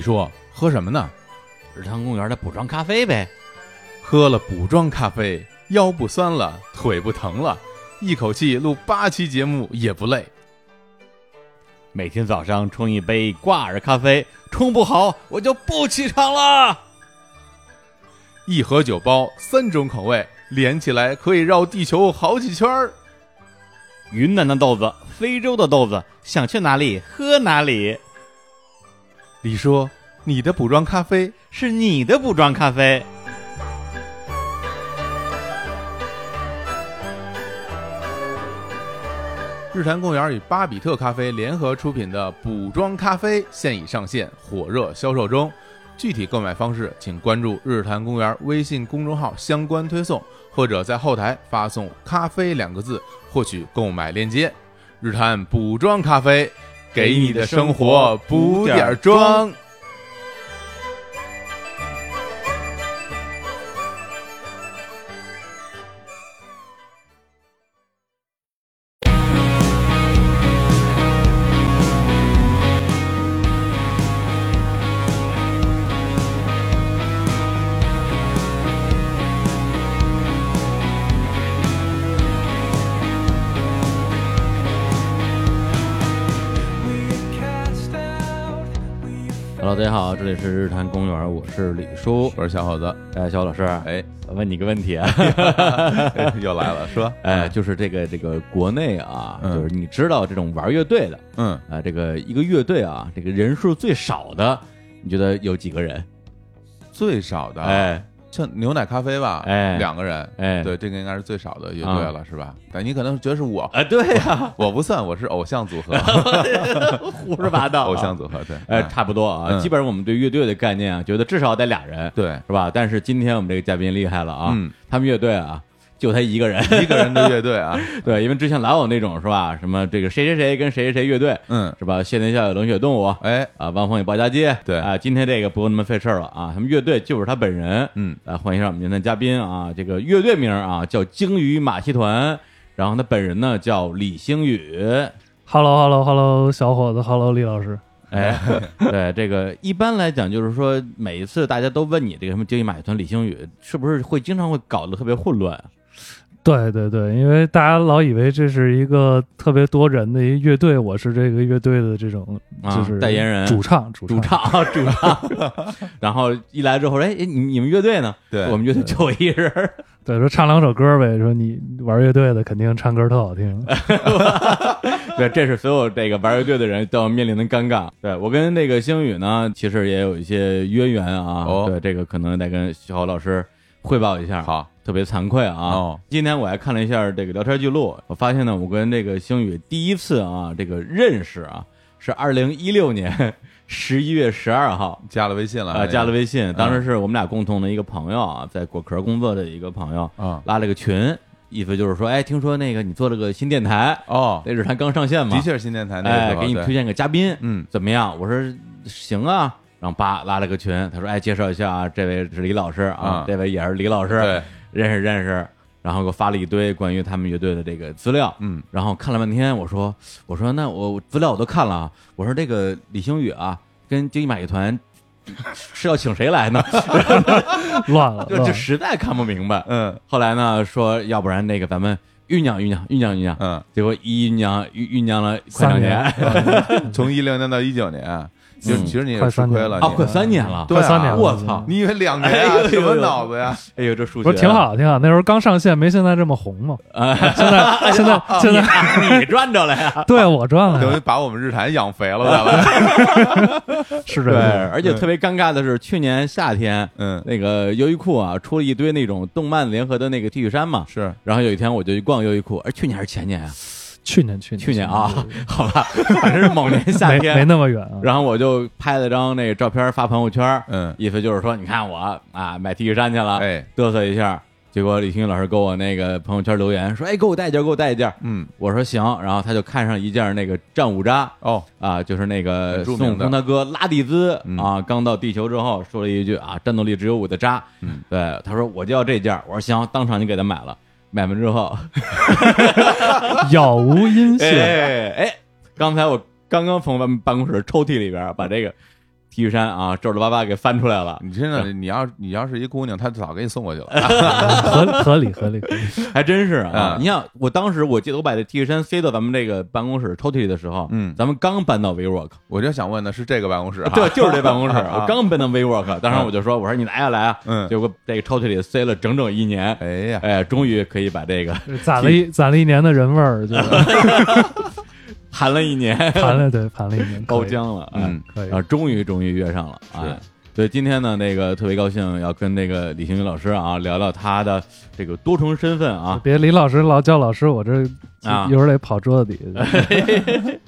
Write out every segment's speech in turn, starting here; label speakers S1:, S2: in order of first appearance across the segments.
S1: 说喝什么呢？
S2: 日坛公园的补妆咖啡呗。
S1: 喝了补妆咖啡，腰不酸了，腿不疼了，一口气录八期节目也不累。
S2: 每天早上冲一杯挂耳咖啡，冲不好我就不起床了。
S1: 一盒酒包，三种口味，连起来可以绕地球好几圈儿。
S2: 云南的豆子，非洲的豆子，想去哪里喝哪里。
S1: 李说：“你的补妆咖啡
S2: 是你的补妆咖啡。”
S1: 日坛公园与巴比特咖啡联合出品的补妆咖啡现已上线，火热销售中。具体购买方式，请关注日坛公园微信公众号相关推送，或者在后台发送“咖啡”两个字获取购买链接。日坛补妆咖啡，给你的生活补点儿妆。
S2: Hello，大家好，这里是日坛公园，我是李叔。
S1: 我是小伙子，
S2: 哎，小老师，
S1: 哎，
S2: 问你个问题啊，
S1: 又来了，说，
S2: 哎，，就是这个这个国内啊，
S1: 嗯
S2: 就是你知道这种玩乐队的，
S1: 嗯，
S2: 啊，这个一个乐队啊，这个人数最少的，你觉得有几个人？
S1: 最少的，，啊
S2: 哎
S1: 像牛奶咖啡吧，
S2: 哎
S1: 两个人，
S2: 哎，
S1: 对，这个应该是最少的乐队了，是吧？但你可能觉得是 我，、
S2: 啊，对呀
S1: 我不算，我是偶像组 合，
S2: 胡说八道、
S1: 偶像，组合，对，
S2: 哎，
S1: 嗯
S2: 差不多啊，
S1: 嗯
S2: 基本上我们对乐队的概念啊，觉得至少得俩人，
S1: 对，
S2: 是吧？但是今天我们这个嘉宾厉害了啊，
S1: 嗯
S2: 他们乐队啊，就他一个 人，
S1: 一个人的乐队啊，
S2: 对，因为之前老有那种是吧，什么这个谁谁谁跟谁谁谁乐队，
S1: 嗯，
S2: 是吧？谢天笑有冷血动物。
S1: 哎，
S2: 啊，汪峰与鲍家街，
S1: 对
S2: 啊，今天这个不用那么费事儿了啊，他们乐队就是他本人，
S1: 嗯，
S2: 来欢迎一下我们今天的嘉宾啊，这个乐队名啊叫鲸鱼马戏团，然后他本人呢叫李星宇。
S3: h e l l o h e l l o h e l l o 小伙子，Hello，李老师，
S2: 哎，对这个一般来讲，就是说每一次大家都问你这个什么鲸鱼马戏团李星宇，是不是会经常会搞得特别混乱？
S3: 对对对，因为大家老以为这是一个特别多人的一乐队，我是这个乐队的这种
S2: 啊
S3: 就是
S2: 代言人
S3: 主唱主
S2: 主唱， 主唱，然后一来之后，哎，哎你你们乐队呢？
S1: 对
S2: 我们乐队就我一人儿，
S3: 对说唱两首歌呗，说你玩乐队的肯定唱歌特 好听，
S2: 对，这是所有这个玩乐队的人都要面临的尴尬。对我跟那个星宇呢，其实也有一些渊源啊。
S1: 哦
S2: 对，这个可能得跟小侯老师汇报一下。，
S1: 好，
S2: 特别惭愧啊。
S1: 哦
S2: 今天我还看了一下这个聊天记录，我发现呢，我跟这个星宇第一次啊，这个认识啊，是二零一六年十一月十二号。
S1: 加了微信了哎
S2: 啊，加了
S1: 微
S2: 微信，当时是我们俩共同的一个朋友啊，在果壳工作的一个朋友
S1: 啊，
S2: 拉了个群，意思就是说，哎，听说那个你做了个新电台，
S1: 哦，
S2: 那日坛刚上线嘛，
S1: 的确是新电台那个
S2: 哎
S1: 时，候
S2: 给你
S1: 对
S2: 推荐个嘉宾，
S1: 嗯，
S2: 怎么样？我说行啊，然后叭拉了个群，他说哎，介绍一下啊，这位是李老师啊
S1: 啊，
S2: 这位也是李老师，
S1: 对，
S2: 认识认识。然后给我发了一堆关于他们乐队的这个资料，
S1: 嗯，
S2: 然后看了半天，我说我说那我我资料我都看了啊，我说这个李星宇啊，跟京一马戏团是要请谁来呢？
S3: 乱了，
S2: 就这
S3: 乱了
S2: 实在看不明白。
S1: 嗯
S2: 后来呢，说要不然那个咱们酝酿酝酿酝酿酝酿，
S1: 嗯，
S2: 结果一酝酿酝酝酿了快两
S3: 三 年
S2: 年，
S1: 从一六年到一九年，其实
S2: 嗯
S1: 其实你也
S3: 快
S1: 吃
S3: 三
S1: 亏
S3: 年
S1: 了，
S2: 啊，
S1: 你
S2: 快三年了，
S1: 对啊
S3: 快三年了，
S2: 我操
S1: 你以为两年
S2: 哎
S1: 啊？
S2: 呦
S1: 什么
S2: 呦
S1: 脑子呀？
S2: 哎呦，这 数学
S3: 不是挺，好挺好，那时候刚上线，没现在这么红 嘛，
S2: 啊
S3: 现在现在现在
S2: 哎你赚着了呀。
S3: 对我赚 了
S1: 等
S3: 呀，
S1: 于把我们日坛养肥了，再来，
S3: 是这
S2: 对，
S3: 样，
S2: 而且特别尴尬的是，去年夏天
S1: 嗯，
S2: 那个优衣库啊，出了一堆那种动漫联合的那个 T 恤衫嘛。
S1: 是
S2: 然后有一天我就去逛优衣库，哎，去年还是前年啊？
S3: 去年去年
S2: 去年啊，好 吧，反正是某年夏
S3: 没没
S2: 天。
S3: 那么远啊，
S2: 然后我就拍了张那个照片发朋友圈，
S1: 嗯，
S2: 意思就是说，你看我啊，买 T 恤衫去了，
S1: 哎，
S2: 嘚瑟一下。结果李星宇老师给我那个朋友圈留言说，哎，给我带一件，给我带一件。
S1: 嗯，
S2: 我说行，然后他就看上一件那个战五渣，
S1: 哦，
S2: 啊，就是那个
S1: 很著
S2: 孙
S1: 名
S2: 悟
S1: 的
S2: 空他哥拉蒂兹、
S1: 嗯
S2: 啊，刚到地球之后说了一句啊，战斗力只有我的渣。
S1: 嗯，
S2: 对，他说我就要这件儿，我说行，当场就给他买了。买完 之后，
S3: 杳无音
S2: 哎
S3: 讯，
S2: 哎哎，刚才我刚刚从咱们办公室抽屉里边儿把这个体育衫啊，皱皱巴巴给翻出来了，
S1: 你真
S2: 嗯
S1: 的，你要你要是一姑娘，她早给你送过去 了。啊
S2: 哎
S3: 合理合理合理，合理
S2: 还真是啊！
S1: 嗯
S2: 你想，我当时我记得我把这 T 恤衫塞到咱们这个办公室抽屉里的时候，
S1: 嗯
S2: 咱们刚搬到 WeWork，
S1: 我就想问的是这个办公室啊，
S2: 对，就是这办公 室，
S1: 啊
S2: 我刚搬到 WeWork，当时我就说，我说你拿下来啊，
S1: 嗯
S2: 结果这个抽屉里塞了整整一年，
S1: 哎呀，
S2: 哎，终于可以把这个
S3: 攒了一攒了一年的人味儿，就是
S2: 含了一年，
S3: 盘了对盘了一 年，
S2: 包
S3: 可以，
S2: 浆了，哎
S1: 嗯，
S3: 可以
S2: 然后终于终于约上了，哎。所以今天呢，那个特别高兴要跟那个李行云老师啊聊聊他的这个多重身份啊，
S3: 别李老师老叫老师，我这
S2: 啊
S3: 一会儿得跑桌子底下去。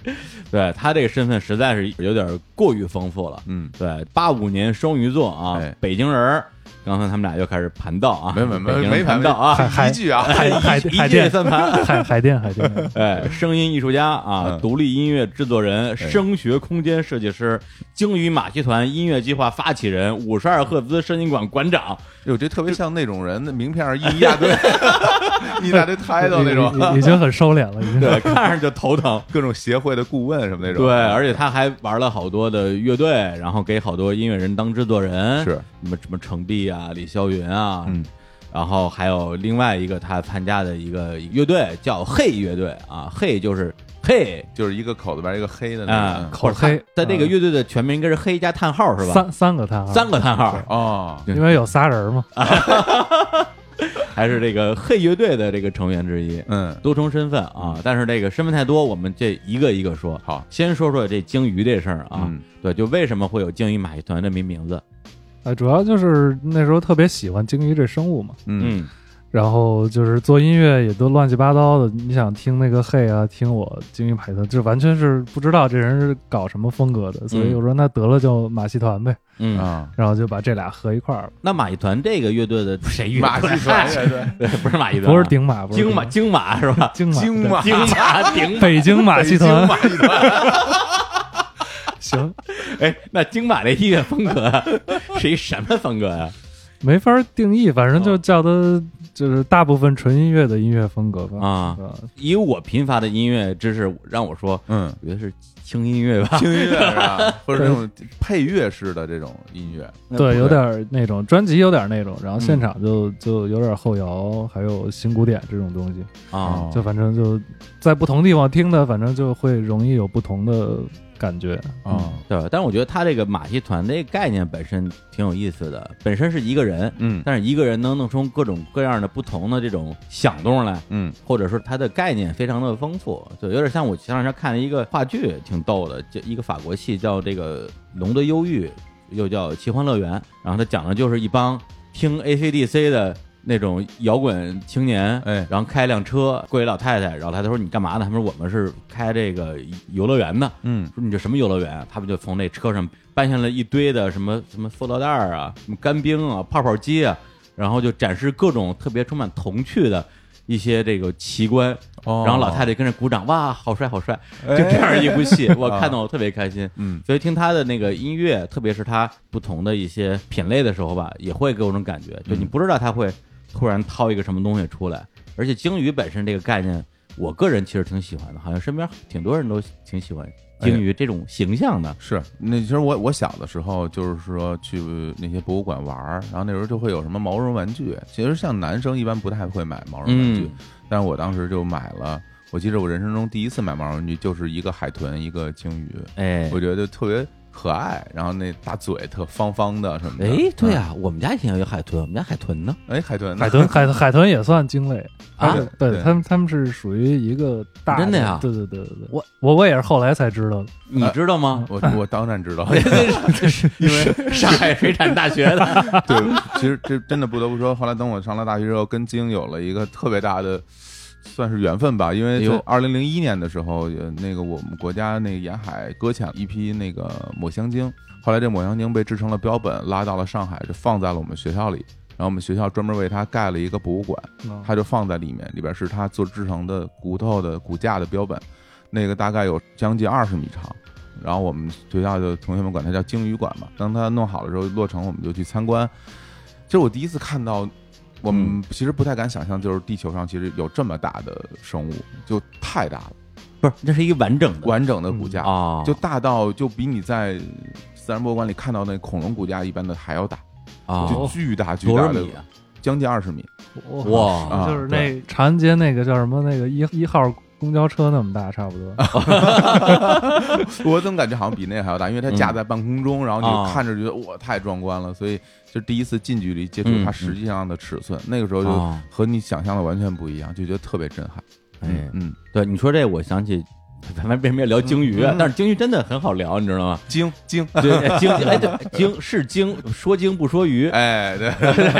S2: 对他这个身份实在是有点过于丰富了。
S1: 嗯，
S2: 对，八五年双鱼座啊，
S1: 哎
S2: 北京人儿。刚才他们俩又开始盘道啊，
S1: 没没没
S2: 北京人
S1: 没
S2: 盘
S1: 没
S2: 道啊，
S1: 一句啊，
S3: 海海
S2: 一
S3: 海
S2: 届
S3: 淀
S2: 三盘。
S3: 海海淀海 淀，
S2: 哎，声音艺术家啊，
S1: 嗯
S2: 独立音乐制作人，声学空间设计师，鲸鱼马戏团音乐计划发起人，五十二赫兹声音馆馆长，
S1: 我觉得特别像那种人，那名片儿 印一大堆， 一大堆 title 那种，
S3: 已已已经很收敛了，已经。
S2: 对，看着就头疼。
S1: 各种协会的顾问什么那种。
S2: 对，而且他还玩了好多的乐队，然后给好多音乐人当制作人，
S1: 嗯是
S2: 什么什么程璧啊、李霄云啊，
S1: 嗯，
S2: 然后还有另外一个他参加的一个乐队叫嘿乐队啊，嘿就是嘿
S1: 就是一个口字边一个嗯黑的那
S2: 啊
S1: 种，。
S3: 口黑
S2: 他这个
S3: 嗯
S2: 乐队的全名应该是黑加叹号是吧？
S3: 三三个叹号，
S2: 三个叹号，
S1: 哦，
S2: 对
S3: 因为有仨人嘛，
S2: 还是这个嘿乐队的这个成员之一，
S1: 嗯，
S2: 多重身份啊。但是这个身份太多，我们这一个一个说。
S1: 好
S2: 先说说这鲸鱼这事儿啊，
S1: 嗯
S2: 对，就为什么会有鲸鱼马戏团这么一名字？
S3: 呃，主要就是那时候特别喜欢鲸鱼这生物嘛，
S1: 嗯，
S3: 然后就是做音乐也都乱七八糟的，你想听那个嘿啊，听我鲸鱼排特，这完全是不知道这人是搞什么风格的，所以我说那得了就马戏团呗，
S2: 嗯
S1: 啊，
S3: 然后就把这俩合一块儿了，
S2: 那马戏团这个乐队的谁乐队
S1: 马戏团乐队
S2: 对 不是马戏团啊，
S3: 不是顶马，不是
S2: 京马，京马是吧？
S3: 京马，
S1: 京马
S2: 京马顶
S3: 对，北京马戏团
S1: 北京，马戏团，
S3: 行，
S2: 哎，那京马这音乐风格 是一什么风格呀、
S3: 没法定义，反正就叫它就是大部分纯音乐的音乐风格吧，
S2: 啊
S3: 呃
S2: 以我贫乏的音乐知识，让我说，
S1: 嗯，
S2: 我觉得是轻音乐吧，
S1: 轻音乐是吧？或者那种配乐式的这种音乐，
S3: 对，有点儿那种专辑有点儿那种，然后现场就、就有点儿后摇，还有新古典这种东西，
S2: 啊
S1: 哦
S3: 就反正就在不同地方听的，反正就会容易有不同的感觉。
S1: 啊，
S2: 对，但是我觉得他这个马戏团这个概念本身挺有意思的，本身是一个人，
S1: 嗯
S2: 但是一个人能弄出各种各样的不同的这种响动来，
S1: 嗯
S2: 或者说它的概念非常的丰富，就有点像我前两天看了一个话剧，挺逗的，就一个法国戏叫这个《龙的忧郁》，又叫《奇幻乐园》，然后它讲的就是一帮听 AC/DC 的那种摇滚青年，
S1: 哎
S2: 然后开一辆车过一老太太，然后她就说你干嘛呢？他们说我们是开这个游乐园的。
S1: 嗯，
S2: 说你这什么游乐园啊？他们就从那车上搬下来一堆的什么什么塑料袋儿啊、什么干冰啊、泡泡机啊，然后就展示各种特别充满童趣的一些这个奇观。
S1: 哦
S2: 然后老太太跟着鼓掌，哇，好帅好帅！就
S1: 哎
S2: 这样一部戏，我看到我特别开心。
S1: 嗯
S2: 所以听他的那个音乐，特别是他不同的一些品类的时候吧，也会给我种感觉，就你不知道他会突然掏一个什么东西出来。而且鲸鱼本身这个概念，我个人其实挺喜欢的，好像身边挺多人都挺喜欢鲸鱼这种形象的。
S1: 是，那其实我我小的时候就是说去那些博物馆玩儿，然后那时候就会有什么毛绒玩具。其实像男生一般不太会买毛绒玩具，
S2: 嗯
S1: 但是我当时就买了。我记得我人生中第一次买毛绒玩具就是一个海豚，一个鲸鱼，
S2: 哎
S1: 我觉得特别可爱。然后那大嘴特方方的什么的。
S2: 哎，对
S1: 呀、
S2: 啊，我们家以前有一海豚，我们家海豚呢
S1: 哎，海豚呢，
S3: 海豚，海海豚也算鲸类
S2: 啊
S3: 它是对
S1: 对
S3: 他们他们是属于一个大
S2: 真的呀
S3: 对对对对对，
S2: 我
S3: 我我也是后来才知道的，
S2: 你知道吗？
S1: 我我当然知 道，
S2: 这是因为上海水产大学的，
S1: 对，其实这真的不得不说，后来等我上了大学之后，跟鲸有了一个特别大的。算是缘分吧，因
S2: 哎
S1: 为
S2: 呦
S1: 二零零一年的时候，呃那个我们国家那个沿海搁浅一批那个抹香鲸，后来这抹香鲸被制成了标本，拉到了上海，就放在了我们学校里。然后我们学校专门为它盖了一个博物馆，
S3: 嗯
S1: 它就放在里面，里边是它做制成的骨头的骨架的标本，那个大概有将近二十米长。然后我们学校的同学们管它叫鲸鱼馆嘛。当它弄好了之后，落成我们就去参观。这是我第一次看到，我
S2: 嗯
S1: 们其实不太敢想象，就是地球上其实有这么大的生物，就太大了，
S2: 不是，这是一个完整的
S1: 完整的骨架，
S2: 啊，
S1: 就大到就比你在自然博物馆里看到那恐龙骨架一般的还要大，
S2: 啊，
S1: 就巨大巨
S2: 多
S1: 大
S2: 少
S1: 的
S2: 米，啊？
S1: 将近二十米。
S3: 哇，
S2: 哇，
S1: 啊
S3: 就是那长安街那个叫什么那个一一号公交车那么大，差不多。
S1: 我怎么感觉好像比那个还要大？因为它架
S2: 嗯
S1: 在半空中，然后
S2: 哦
S1: 你就看着觉得哇太壮观了，所以就第一次近距离接触它
S2: 嗯
S1: 实际上的尺寸，那个时候就
S2: 啊，
S1: 和你想象的完全不一样，就觉得特别震撼。
S2: 哎，
S1: 嗯，
S2: 对，你说这，我想起。咱们为什么要聊鲸鱼啊？
S1: 嗯嗯
S2: 但是鲸鱼真的很好聊，你知道吗？
S1: 惊惊，
S2: 对，鲸，哎，对，鲸是鲸，说鲸不说鱼，
S1: 哎， 对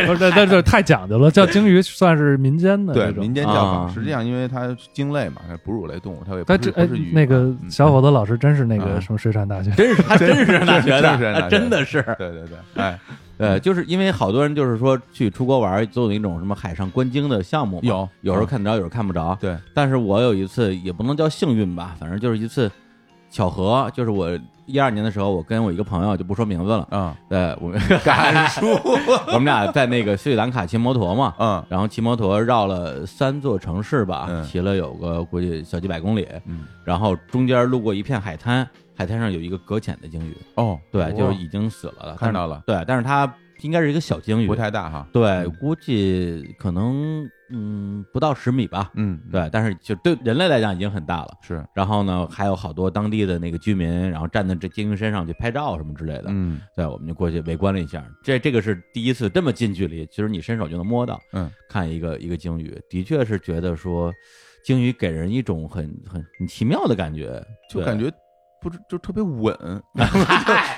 S3: 不是，那这太讲究了，叫鲸鱼算是民间的
S1: 对，
S3: 这种
S1: 民间叫法。
S2: 啊
S1: 实际上，因为它是鲸类嘛，它是哺乳类动物，它也不
S3: 但
S1: 是
S3: 这
S1: 不
S3: 哎
S1: 是鱼，嘛。
S3: 那个
S1: 嗯
S3: 小伙子老师真是那
S2: 啊
S3: 个什么水 产大学，
S2: 真是还真是大学
S1: 真是
S2: 的，
S1: 大学
S2: 啊真的是，
S1: 对对对，哎，
S2: 呃，就是因为好多人就是说去出国玩，总有那种什么海上观鲸的项目 嘛，
S1: 有嗯
S2: 有时候看得着，有时候看不着。
S1: 对，
S2: 但是我有一次也不能叫幸运吧，反正就是一次巧合，就是我一二年的时候，我跟我一个朋友就不说名字了，
S1: 嗯，
S2: 呃，我们
S1: 敢说，
S2: 我们俩在那个斯里兰卡骑摩托嘛，
S1: 嗯
S2: 然后骑摩托绕了三座城市吧，
S1: 嗯
S2: 骑了有个估计小几百公里，
S1: 嗯，
S2: 然后中间路过一片海滩，海滩上有一个搁浅的鲸鱼，
S1: 哦，
S2: 对
S1: 哇，
S2: 就是已经死了了，
S1: 看到了，
S2: 但是，对，但是它应该是一个小鲸鱼，
S1: 不太大哈，
S2: 对，
S1: 嗯
S2: 估计可能嗯不到十米吧，
S1: 嗯，嗯，
S2: 对，但是就对人类来讲已经很大了。
S1: 是，
S2: 然后呢，还有好多当地的那个居民，然后站在这鲸鱼身上去拍照什么之类的。
S1: 嗯
S2: 对，我们就过去围观了一下。这这个是第一次这么近距离，其实你伸手就能摸到。
S1: 嗯，
S2: 看一个一个鲸鱼，的确是觉得说，鲸鱼给人一种很很很奇妙的感觉，
S1: 就
S2: 对
S1: 感觉不知就特别 稳，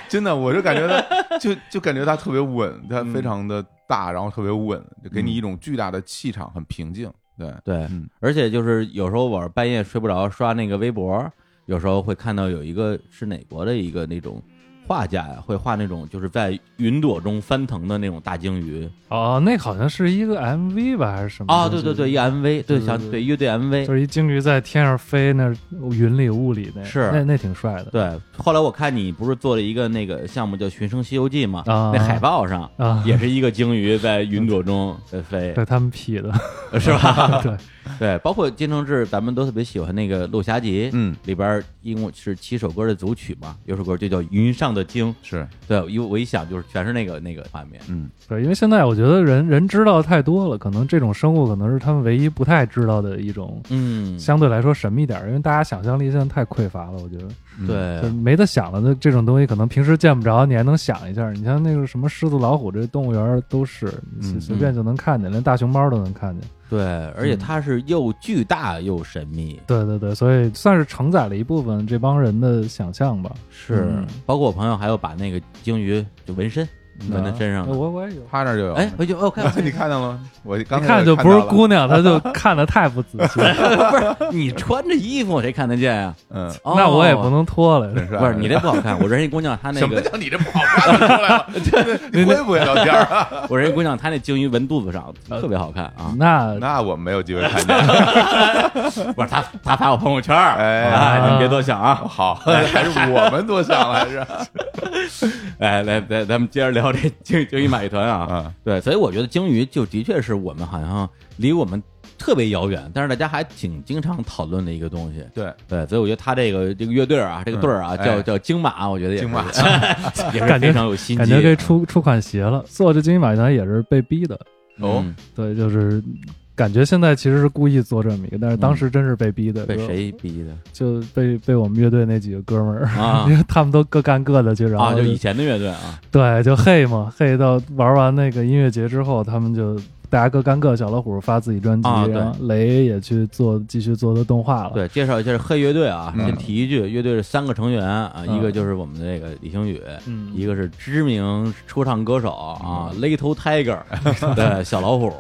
S1: 真的，我就感觉它 就就感觉它特别稳，它
S2: 嗯
S1: 非常的大，然后特别稳，就给你
S2: 嗯
S1: 一种巨大的气场，很平静。对，
S2: 对
S1: 嗯，
S2: 而且就是有时候我半夜睡不着，刷那个微博，有时候会看到有一个是哪国的一个那种画家呀，会画那种就是在云朵中翻腾的那种大鲸鱼
S3: 哦，那好像是一个 MV 吧，还是什么？
S2: 啊，对对对，一个 MV，对，
S3: 对
S2: 想
S3: 对
S2: 对乐队 MV，
S3: 就是一鲸鱼在天上飞，那云里雾里那，
S2: 是
S3: 那那挺帅的。
S2: 对。后来我看你不是做了一个那个项目叫《寻声西游记》嘛，
S3: 啊
S2: 那海报上
S3: 啊，
S2: 也是一个鲸鱼在云朵中 在飞，
S3: 对他们 P 的，
S2: 是
S1: 啊
S2: 吧？
S3: 对，
S2: 对，包括金承志，咱们都特别喜欢那个《陆侠集》。
S1: 嗯，
S2: 里边儿一共是七首歌的组曲嘛，有首歌就叫《云上的鲸》，
S1: 是，
S2: 对，因为我一想就是全是那个那个画面，
S1: 嗯，
S3: 对，因为现在我觉得人人知道太多了，可能这种生物可能是他们唯一不太知道的一种，
S2: 嗯
S3: 相对来说神秘点儿，因为大家想象力现在太匮乏了，我觉得。
S1: 嗯，
S2: 对
S3: 就是没得想了。那这种东西可能平时见不着，你还能想一下。你像那个什么狮子、老虎，这动物园儿都是你
S1: 嗯
S3: 随随便就能看见，连大熊猫都能看见。
S2: 对，而且它是又巨大又神秘，
S3: 对对对，所以算是承载了一部分这帮人的想象吧。
S2: 是
S3: 嗯，
S2: 包括我朋友还有把那个鲸鱼就纹身纹在身上
S3: 呃
S2: 的，
S3: 我我也有。
S1: 趴那儿就有。
S2: 哎，我就哦，看 我
S1: 你看到了吗？我刚
S3: 一
S1: 才
S3: 看就
S1: 看
S3: 不是
S1: 到了
S3: 姑，娘，她就看的太不仔 细了。
S2: 不是你穿着衣服谁看得见呀？
S1: 嗯，
S2: 哦
S3: 那我也不。能脱了。
S1: 很帅。
S2: 不是你这不好 看，我认识一姑娘，她那
S1: 什么
S2: 个
S1: 叫你这不好看出来 了？你会不会聊天啊？
S2: 我认识一姑娘，她那鲸鱼纹肚子 上特别好看啊！
S3: 那
S1: 那我们没有机会看 见。
S2: 不是她她发我朋友圈儿，
S1: 哎
S2: 啊你们别多想啊！
S1: 好， 还是我们多想了，还是
S2: 来哎来来，咱们接着 聊这鲸鲸鱼马戏团啊。
S1: 啊，
S2: 对，所以我觉得鲸鱼就的确是我们好像离我们特别遥远，但是大家还挺经常讨论的一个东西。
S1: 对，
S2: 对，所以我觉得他这个这个乐队儿啊，这个队儿啊，
S1: 嗯哎
S2: 叫叫鲸马，我觉得也是
S1: 金马
S2: 也是
S3: 感觉
S2: 非常有心机。
S3: 感觉这出出款鞋了，做这金鱼马戏团也是被逼的。
S1: 哦
S2: 嗯，
S3: 对，就是感觉现在其实是故意做这么一个，但是当时真是被逼的。
S2: 被
S3: 就
S2: 谁逼的
S3: 就被被我们乐队那几个哥们儿，
S2: 啊
S3: 因为他们都各干各的去，然
S2: 啊？
S3: 后
S2: 就以前的乐队啊，
S3: 对，就嘿嘛，嘿到玩完那个音乐节之后，他们就大家各干各，小老虎发自己专辑，
S2: 啊对
S3: 然后雷也去做继续做的动画了。
S2: 对，介绍一下黑乐队啊，
S1: 嗯
S2: 先提一句，乐队是三个成员啊，
S3: 嗯
S2: 一个就是我们的这个李星宇，
S3: 嗯，
S2: 一个是知名说唱歌手啊，Little Tiger，对， 小老虎，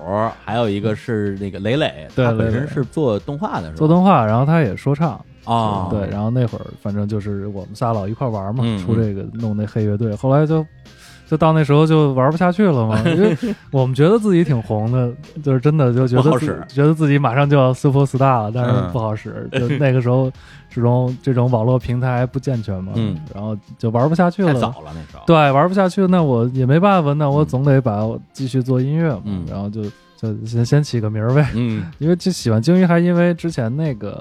S2: 还有一个是那个磊磊，
S3: 对
S2: 他本
S3: 磊
S2: 身
S3: 磊
S2: 是做动画的，是吧？
S3: 做动画，然后他也说唱，
S2: 啊，
S3: 对，然后那会儿反正就是我们仨老一块玩嘛，
S2: 嗯
S3: 出这个弄那黑乐队，后来就。就到那时候就玩不下去了 嘛，因为我们觉得自己挺红的，就是真的就觉
S2: 不
S3: 得
S2: 好
S3: 自
S2: 使
S3: 觉得自己马上就要 super star 了，但 是
S1: 嗯
S3: 不好使。就那个时候这种这种网络平台不健全嘛，
S2: 嗯
S3: 然后就玩不下去
S2: 太
S3: 了。
S2: 早了那时候。
S3: 对，玩不下去，那我也没办法，那我
S2: 嗯
S3: 总得把我继续做音乐嘛，
S2: 嗯
S3: 然后就就先先起个名儿呗，
S2: 嗯
S3: 因为就喜欢鲸鱼，还因为之前那个，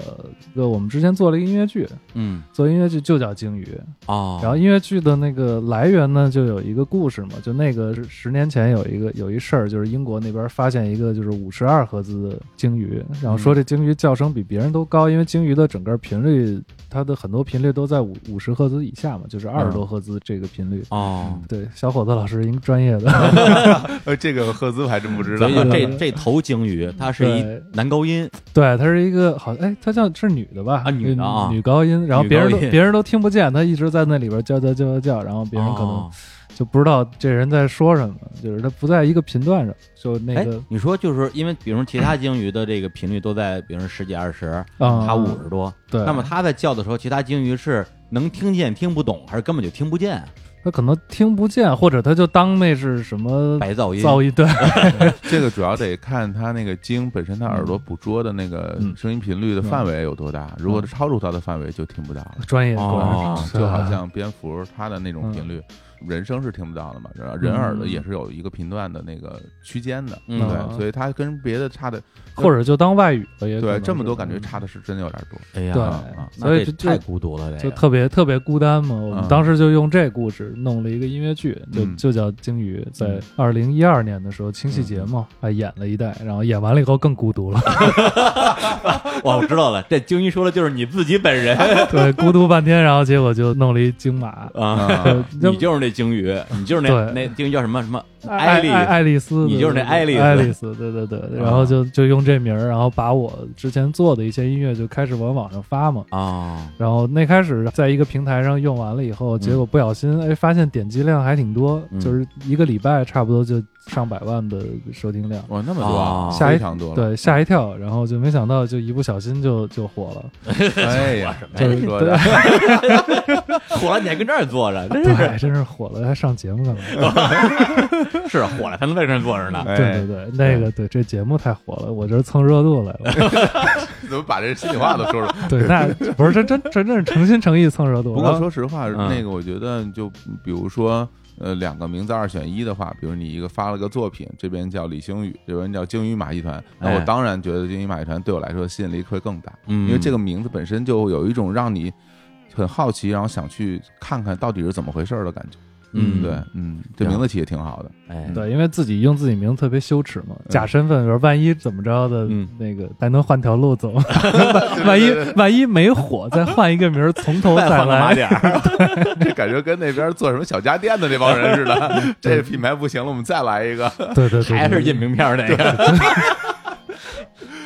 S3: 呃，我们之前做了一个音乐剧，
S2: 嗯
S3: 做音乐剧就叫鲸鱼，
S2: 哦，
S3: 然后音乐剧的那个来源呢，就有一个故事嘛，就那个是十年前有一个有一事儿，就是英国那边发现一个就是五十二赫兹的鲸鱼，然后说这鲸鱼叫声比别人都高，因为鲸鱼的整个频率，它的很多频率都在五五十赫兹以下嘛，就是二十多赫兹这个频率。
S2: 哦，
S3: 对，小伙子老师应专业的，
S1: 呃，这个赫兹我还真不知道
S2: 所以。就这
S3: 对
S2: 这头鲸鱼，它是一
S3: 对
S2: 男高音，
S3: 对，她是一个好，哎，她叫是女的吧？
S2: 啊女的啊
S3: 女高音，然后
S2: 女
S3: 别人
S2: 高
S3: 都
S2: 音
S3: 别人都听不见，她一直在那里边叫叫叫叫叫，然后别人可能
S2: 哦
S3: 就不知道这人在说什么，就是他不在一个频段上，就那
S2: 哎
S3: 个，
S2: 你说就是因为，比如其他鲸鱼的这个频率都在，比如十几二十，
S3: 啊，
S2: 它五十多，
S3: 对，
S2: 那么它在叫的时候，其他鲸鱼是能听见听不懂，还是根本就听不见？
S3: 他可能听不见，或者他就当那是什么
S2: 白噪音，
S3: 噪音，对，
S1: 这个主要得看它那个鲸本身，它耳朵捕捉的那个
S3: 嗯
S1: 声音频率的范围有多大。如果超出它的范围，就听不到 了。
S3: 专业果然
S2: 哦
S3: 是
S1: 就好像蝙蝠它的那种
S3: 嗯
S1: 频率，人声是听不到的嘛，然后人耳朵也是有一个频段的那个区间的，
S2: 嗯
S1: 对，所以它跟别的差的，
S3: 或者就当外语了，也可
S1: 对，
S3: 能嗯是
S1: 这么多感觉差的是真的有点多。
S2: 哎呀，
S3: 对
S1: 啊
S2: 那
S3: 所以
S2: 这
S3: 就
S2: 太
S3: 就
S2: 孤独了，这
S3: 就
S2: 个
S3: 特别特别孤单嘛。我们
S1: 嗯
S3: 当时就用这故事弄了一个音乐剧，就
S1: 嗯
S3: 就叫《鲸鱼》。在
S2: 嗯
S3: 二零一二年的时候，清戏节嘛，还演了一代，然后演完了以后更孤 独了，
S2: 哇，哦我知道了，这鲸鱼说的就是你自己本人
S3: 对，孤独半天，然后结果就弄了一鲸马，
S2: 啊。
S1: 啊
S3: 就
S2: 你就是那鲸鱼，你就是那
S3: 对
S2: 那鲸鱼叫什么什么
S3: 爱
S2: 艾丽
S3: 爱爱丽丝，
S2: 你就是那
S3: 对对对
S2: 爱
S3: 爱
S2: 丽啊
S3: 丽丝，对对对，然后就就用这名儿，然后把我之前做的一些音乐就开始往网上发嘛。
S2: 哦，
S3: 然后那开始在一个平台上用完了以后，
S1: 嗯
S3: 结果不小心哎发现点击量还挺多，
S2: 嗯
S3: 就是一个礼拜差不多就上百万的收听量，
S1: 哇，那么多啊，
S2: 哦
S3: 吓一
S1: 非常多了。
S3: 对吓一跳，然后就没想到就一不小心就就火了，
S1: 哎呀，
S3: 就
S1: 这
S3: 是
S1: 说的哎
S3: 对，
S2: 火了你还跟这儿坐着，真是
S3: 对真是火了还上节目干嘛？
S2: 是火了才能在这儿坐着呢。
S1: 哎
S3: 对对对，那个对这节目太火了，我这是蹭热度来了。
S1: 怎么把这心里话都说出来？
S3: 对，那不是这真真正是诚心诚意蹭热度。
S1: 不
S3: 然
S1: 过
S3: 后
S1: 说实话，
S2: 嗯
S1: 那个我觉得就比如说。呃，两个名字二选一的话，比如你一个发了个作品，这边叫李星宇，这边叫鲸鱼马戏团，那我
S2: 哎
S1: 当然觉得鲸鱼马戏团对我来说吸引力会更大，
S2: 嗯
S1: 因为这个名字本身就有一种让你很好奇，然后想去看看到底是怎么回事儿的感觉。
S2: 嗯
S1: 对，嗯，这名字起也挺好的。
S2: 哎，
S3: 对，因为自己用自己名字特别羞耻嘛，
S1: 嗯
S3: 假身份，比如万一怎么着的
S2: 嗯，
S3: 那个咱能换条 路走，万一万一没火，再换一个名儿，从 头
S2: 再
S3: 再
S2: 换个马
S3: 来。
S2: 点儿，
S1: 这 感觉跟那边做什么小家电的那帮人似的，这品牌不行了，我们再来一个。
S3: 对对对，
S2: 还是印名片儿那个。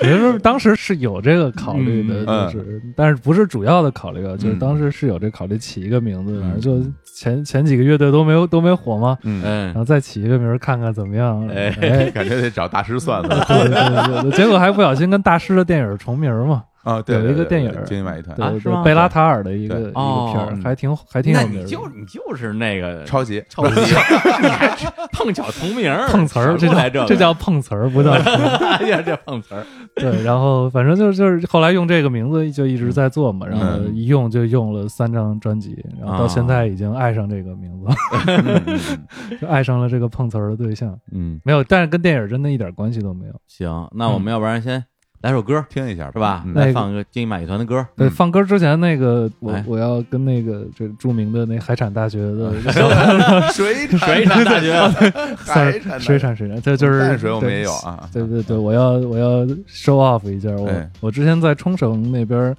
S3: 也就是当时是有这个考虑的，
S1: 嗯
S3: 就是但是不是主要的考虑啊，就是
S1: 嗯
S3: 当时是有这考虑起一个名字，
S2: 嗯
S3: 反正就前前几个乐队都没有都没火嘛，
S1: 嗯，
S3: 然
S2: 嗯，
S3: 后再起一个名儿看看怎么样。
S2: 哎
S3: 哎，
S1: 感觉得找大师算算
S3: 对对对，结果还不小心跟大师的电影重名嘛，
S1: 啊。对，
S3: 有一个
S1: 对对
S3: 电影
S1: 对鲸鱼马戏团
S3: 对，
S2: 啊是吗
S3: 对贝拉塔尔的一个
S1: 对
S3: 一个片
S2: 哦
S3: 儿
S1: 嗯，
S3: 还挺还挺
S2: 那
S3: 有名
S2: 你就
S3: 的。
S2: 你就是那个
S1: 超级
S2: 超级， 你还是碰巧重名儿，
S3: 碰瓷
S2: 谁
S3: 儿，这
S2: 不来
S3: 叫
S2: 个
S3: 这叫碰瓷儿，不叫
S2: 哎呀，这碰瓷儿，
S3: 对。然后反正就是就是后来用这个名字就一直在做嘛，然后
S1: 嗯哦
S3: 一用就用了三张专辑，然后
S2: 啊
S3: 到现在已经爱上这个名字，
S1: 嗯嗯嗯
S3: 就爱上了这个碰瓷儿的对象。
S2: 嗯，
S3: 没有，但是跟电影真的一点关系都没有。
S2: 行，那我们要不然先来首歌
S1: 听一下
S2: 是吧？
S1: 嗯
S3: 那
S2: 来
S3: 个
S2: 放个金马乐团 的歌，
S3: 对，
S1: 嗯
S3: 放歌之前那个，我
S2: 哎
S3: 我要跟那个这著名的那海产大学的
S1: 嗯 水
S2: 水产 大 学，
S1: 海产
S3: 水产水产，这就是
S1: 淡水我们
S3: 对
S1: 也有啊。
S3: 对对对，我要我要 show off 一下，我、
S1: 哎
S3: 我之前在冲绳那边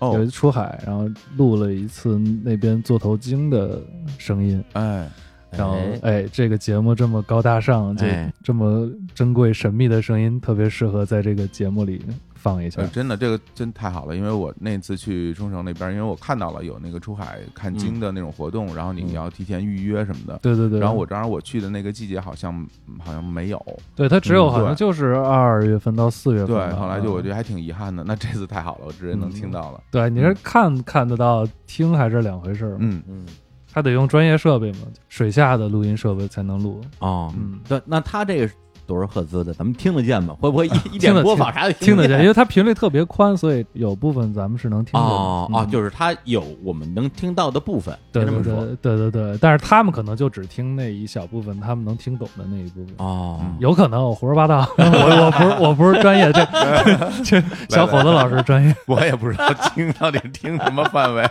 S3: 有
S1: 哦
S3: 一，出海，然后录了一次那边座头鲸的声音，
S1: 哎，
S3: 然后
S2: 哎
S3: 哎这个节目这么高大上，就
S2: 哎
S3: 这么珍贵神秘的声音，特别适合在这个节目里放一下
S1: 呃。真的，这个真太好了，因为我那次去冲绳那边，因为我看到了有那个出海看鲸的那种活动，然后
S2: 嗯
S1: 你要提前预约什么的。
S3: 对对对，
S1: 然后我当时我去的那个季节好像嗯好像没有，
S3: 对它只有
S1: 嗯
S3: 好
S1: 对
S3: 像就是二月份到四月份吧，
S2: 啊
S1: 对，后来就我觉
S3: 得。
S1: 得还挺遗憾的。那这次太好了，我直接
S2: 嗯
S1: 能听到了。
S3: 对，你是看看得到，听还是两回事儿嘛。
S1: 嗯，
S2: 嗯，
S3: 它得用专业设备嘛，水下的录音设备才能录。
S2: 哦，
S3: 嗯，
S2: 对，那他这个多少赫兹的，咱们听得见吗？会 不会一一点
S3: 听得
S2: 播放啥都
S3: 听得
S2: 得
S3: 见，因为它频率特别宽，所以有部分咱们是能听见的。
S2: 哦哦，
S3: 嗯
S2: 就是它有我们能听到的部分，
S3: 对
S2: 该这么
S3: 对对
S2: 说
S3: 对对对，但是他们可能就只听那一小部分，他们能听懂的那一部分。
S2: 哦。
S1: 嗯
S3: 有可能我胡说 八道，我我不是我不是专业，这这小伙子老师专业。
S1: 我也不知道听到底听什么范围，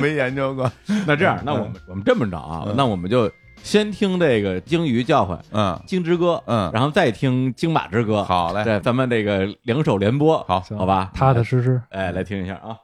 S1: 没研究过。
S2: 那这样，
S1: 嗯
S2: 那我们我们这么着啊，那我们就先听这个鲸鱼叫唤《
S1: 嗯
S2: 鲸之歌》，
S1: 嗯
S2: 然后再听《鲸马之歌》。，
S1: 好嘞，
S2: 对，咱们这个两手联播，
S1: 好
S3: 行
S2: 哎好吧，
S3: 踏踏实实。
S2: 哎，来听一下啊。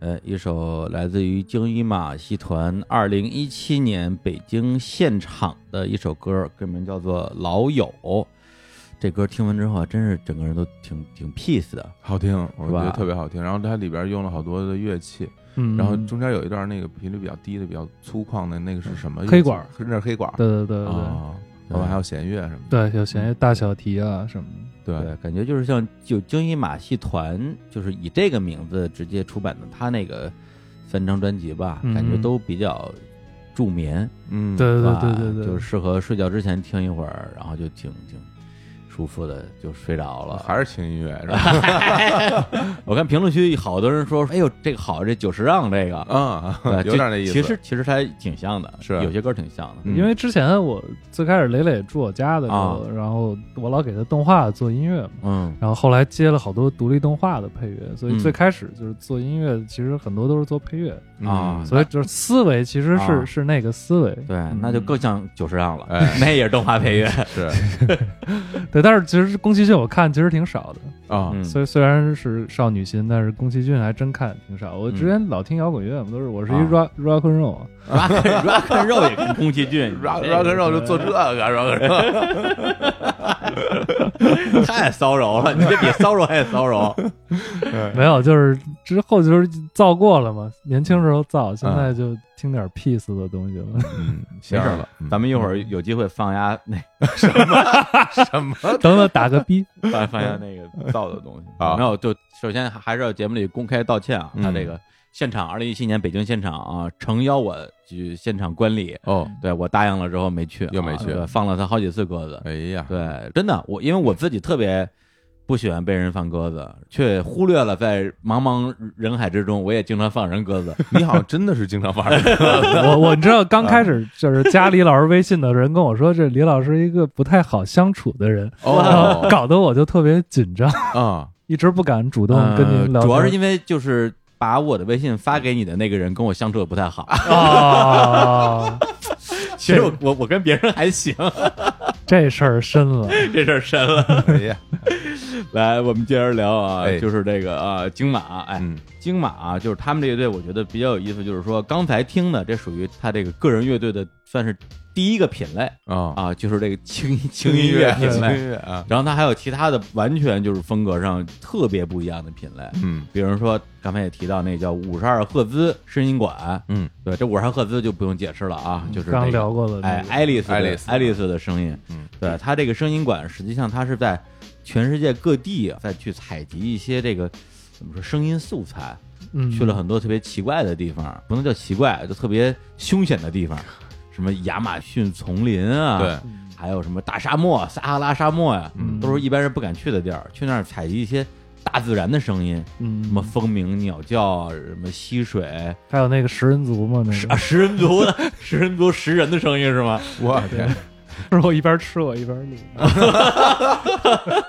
S2: 呃，一首来自于京一马戏团二零一七年北京现场的一首歌，歌名叫做《老友》。这歌听完之后啊，真是整个人都挺挺 peace 的。
S1: 好听，我
S2: 是
S1: 觉
S2: 吧
S1: 得特别好听。然后它里边用了好多的乐器，
S3: 嗯，
S1: 然后中间有一段那个频率比较低的、比较粗犷的那个是什么乐器？
S3: 黑管儿
S1: 那是黑管儿。
S3: 对对对对
S2: 哦
S1: 啊，然后还有弦乐什么的。
S3: 对，有弦乐大小提啊什么的。
S1: 对，
S2: 对，感觉就是像就京一马戏团，就是以这个名字直接出版的他那个三张专辑吧，感觉
S3: 嗯
S2: 都比较助眠，
S1: 嗯，
S3: 对
S2: 是
S3: 对
S2: 吧？
S3: 对对对，
S2: 就是适合睡觉之前听一会儿，然后就挺挺舒服的就睡着了。
S1: 还是轻音乐是吧？
S2: 我看评论区好多人说，哎呦，这个好，这九十让这个，
S1: 啊
S2: 对，
S1: 有点那意思。
S2: 其实其实它挺像的，
S1: 是
S2: 有些歌挺像的。
S1: 嗯
S3: 因为之前我最开始磊磊住我家的时
S2: 哦
S3: 候，然后我老给他动画做音乐嘛，
S2: 嗯
S3: 然后后来接了好多独立动画的配乐，所
S2: 嗯
S3: 以最开始就是做音乐，其实很多都是做配乐，
S1: 嗯
S2: 啊
S3: 所以就是思维其实是、
S2: 啊
S3: 是那个思维，
S2: 对，那就更像九十让了，
S1: 哎
S2: 那也是动画配乐。
S1: 是
S3: 对。但是其实宫崎骏我看其实挺少的，
S1: 啊，
S2: 嗯
S3: 虽、以虽然是少女心，但是宫崎骏还真看挺少。我之前老听摇滚乐嘛，都是我是一
S2: 啊
S3: rock、rock and roll，
S2: rock and- rock and roll 也跟宫崎 骏
S1: rock rock and roll 就做这个 rock and roll
S2: 太骚扰了，你这比骚扰还骚 扰。
S3: 没有，就是之后就是造过了嘛，年轻时候造，现在就听点 peace 的东西了。
S1: 嗯，
S2: 没
S1: 行
S2: 事了，咱们一会儿有机会放下那
S1: 什么
S3: 等等打个逼，
S2: 放放下那个造的东西
S1: 啊
S2: 没有，就首先还是要节目里公开道歉啊，
S1: 嗯
S2: 他这个现场二零一七年北京现场啊，诚邀我去现场观礼，
S1: 哦，
S2: 对我答应了之后没去啊，
S1: 又没去
S2: 对放了他好几次鸽子。
S1: 哎呀，
S2: 对，真的，我因为我自己特别不喜欢被人放鸽子，却忽略了在茫茫人海之中，我也经常放人鸽子。
S1: 你好像真的是经常玩儿
S3: 我我知道刚开始就是加李老师微信的人跟我说，这李老师一个不太好相处的人，
S1: 哦
S3: 搞得我就特别紧张，
S1: 啊，
S3: 嗯一直不敢主动
S2: 呃
S3: 跟您聊天。
S2: 主要是因为就是把我的微信发给你的那个人跟我相处的不太好。
S3: 啊，
S2: 其实我我我跟别人还行，
S3: 这事儿深了，
S2: 这事儿深了。
S1: 哎呀，
S2: 来，我们接着聊啊，
S1: 哎
S2: 就是这个啊，京马，哎，
S1: 嗯
S2: 京马、啊、就是他们这乐队，我觉得比较有意思，就是说刚才听的这属于他这个个人乐队的算是第一个品类
S1: 啊，
S2: 啊，就是这个 轻
S1: 轻
S2: 轻音乐品
S1: 轻音
S2: 类。
S1: 乐啊，
S2: 然后他还有其他的完全就是风格上特别不一样的品类，
S1: 嗯
S2: 比如说刚才也提到那叫五十二赫兹声音管，
S1: 嗯，
S2: 对，这五十二赫兹就不用解释了啊，就是那
S3: 刚
S2: 个
S3: 聊过的那
S2: 哎
S3: 个，
S2: 爱丽丝的
S1: 爱丽丝
S2: 爱丽丝的声音，
S1: 嗯，
S2: 对它这个声音馆，实际上它是在全世界各地啊再去采集一些这个怎么说声音素材，
S3: 嗯，
S2: 去了很多特别奇怪的地方，不能叫奇怪，就特别凶险的地方，什么亚马逊丛林啊，
S1: 对，，
S3: 嗯
S2: 还有什么大沙漠、撒哈拉沙漠呀、
S1: 嗯
S2: 都是一般人不敢去的地儿，去那儿采集一些大自然的声音。
S3: 嗯，
S2: 什么风鸣、鸟叫，什么溪水，
S3: 还有那个食人族嘛，那
S2: 啊，
S3: 个
S2: 食人族的食人族食人的声音是吗？
S1: 我天，
S3: 是 我一边吃我一 边录，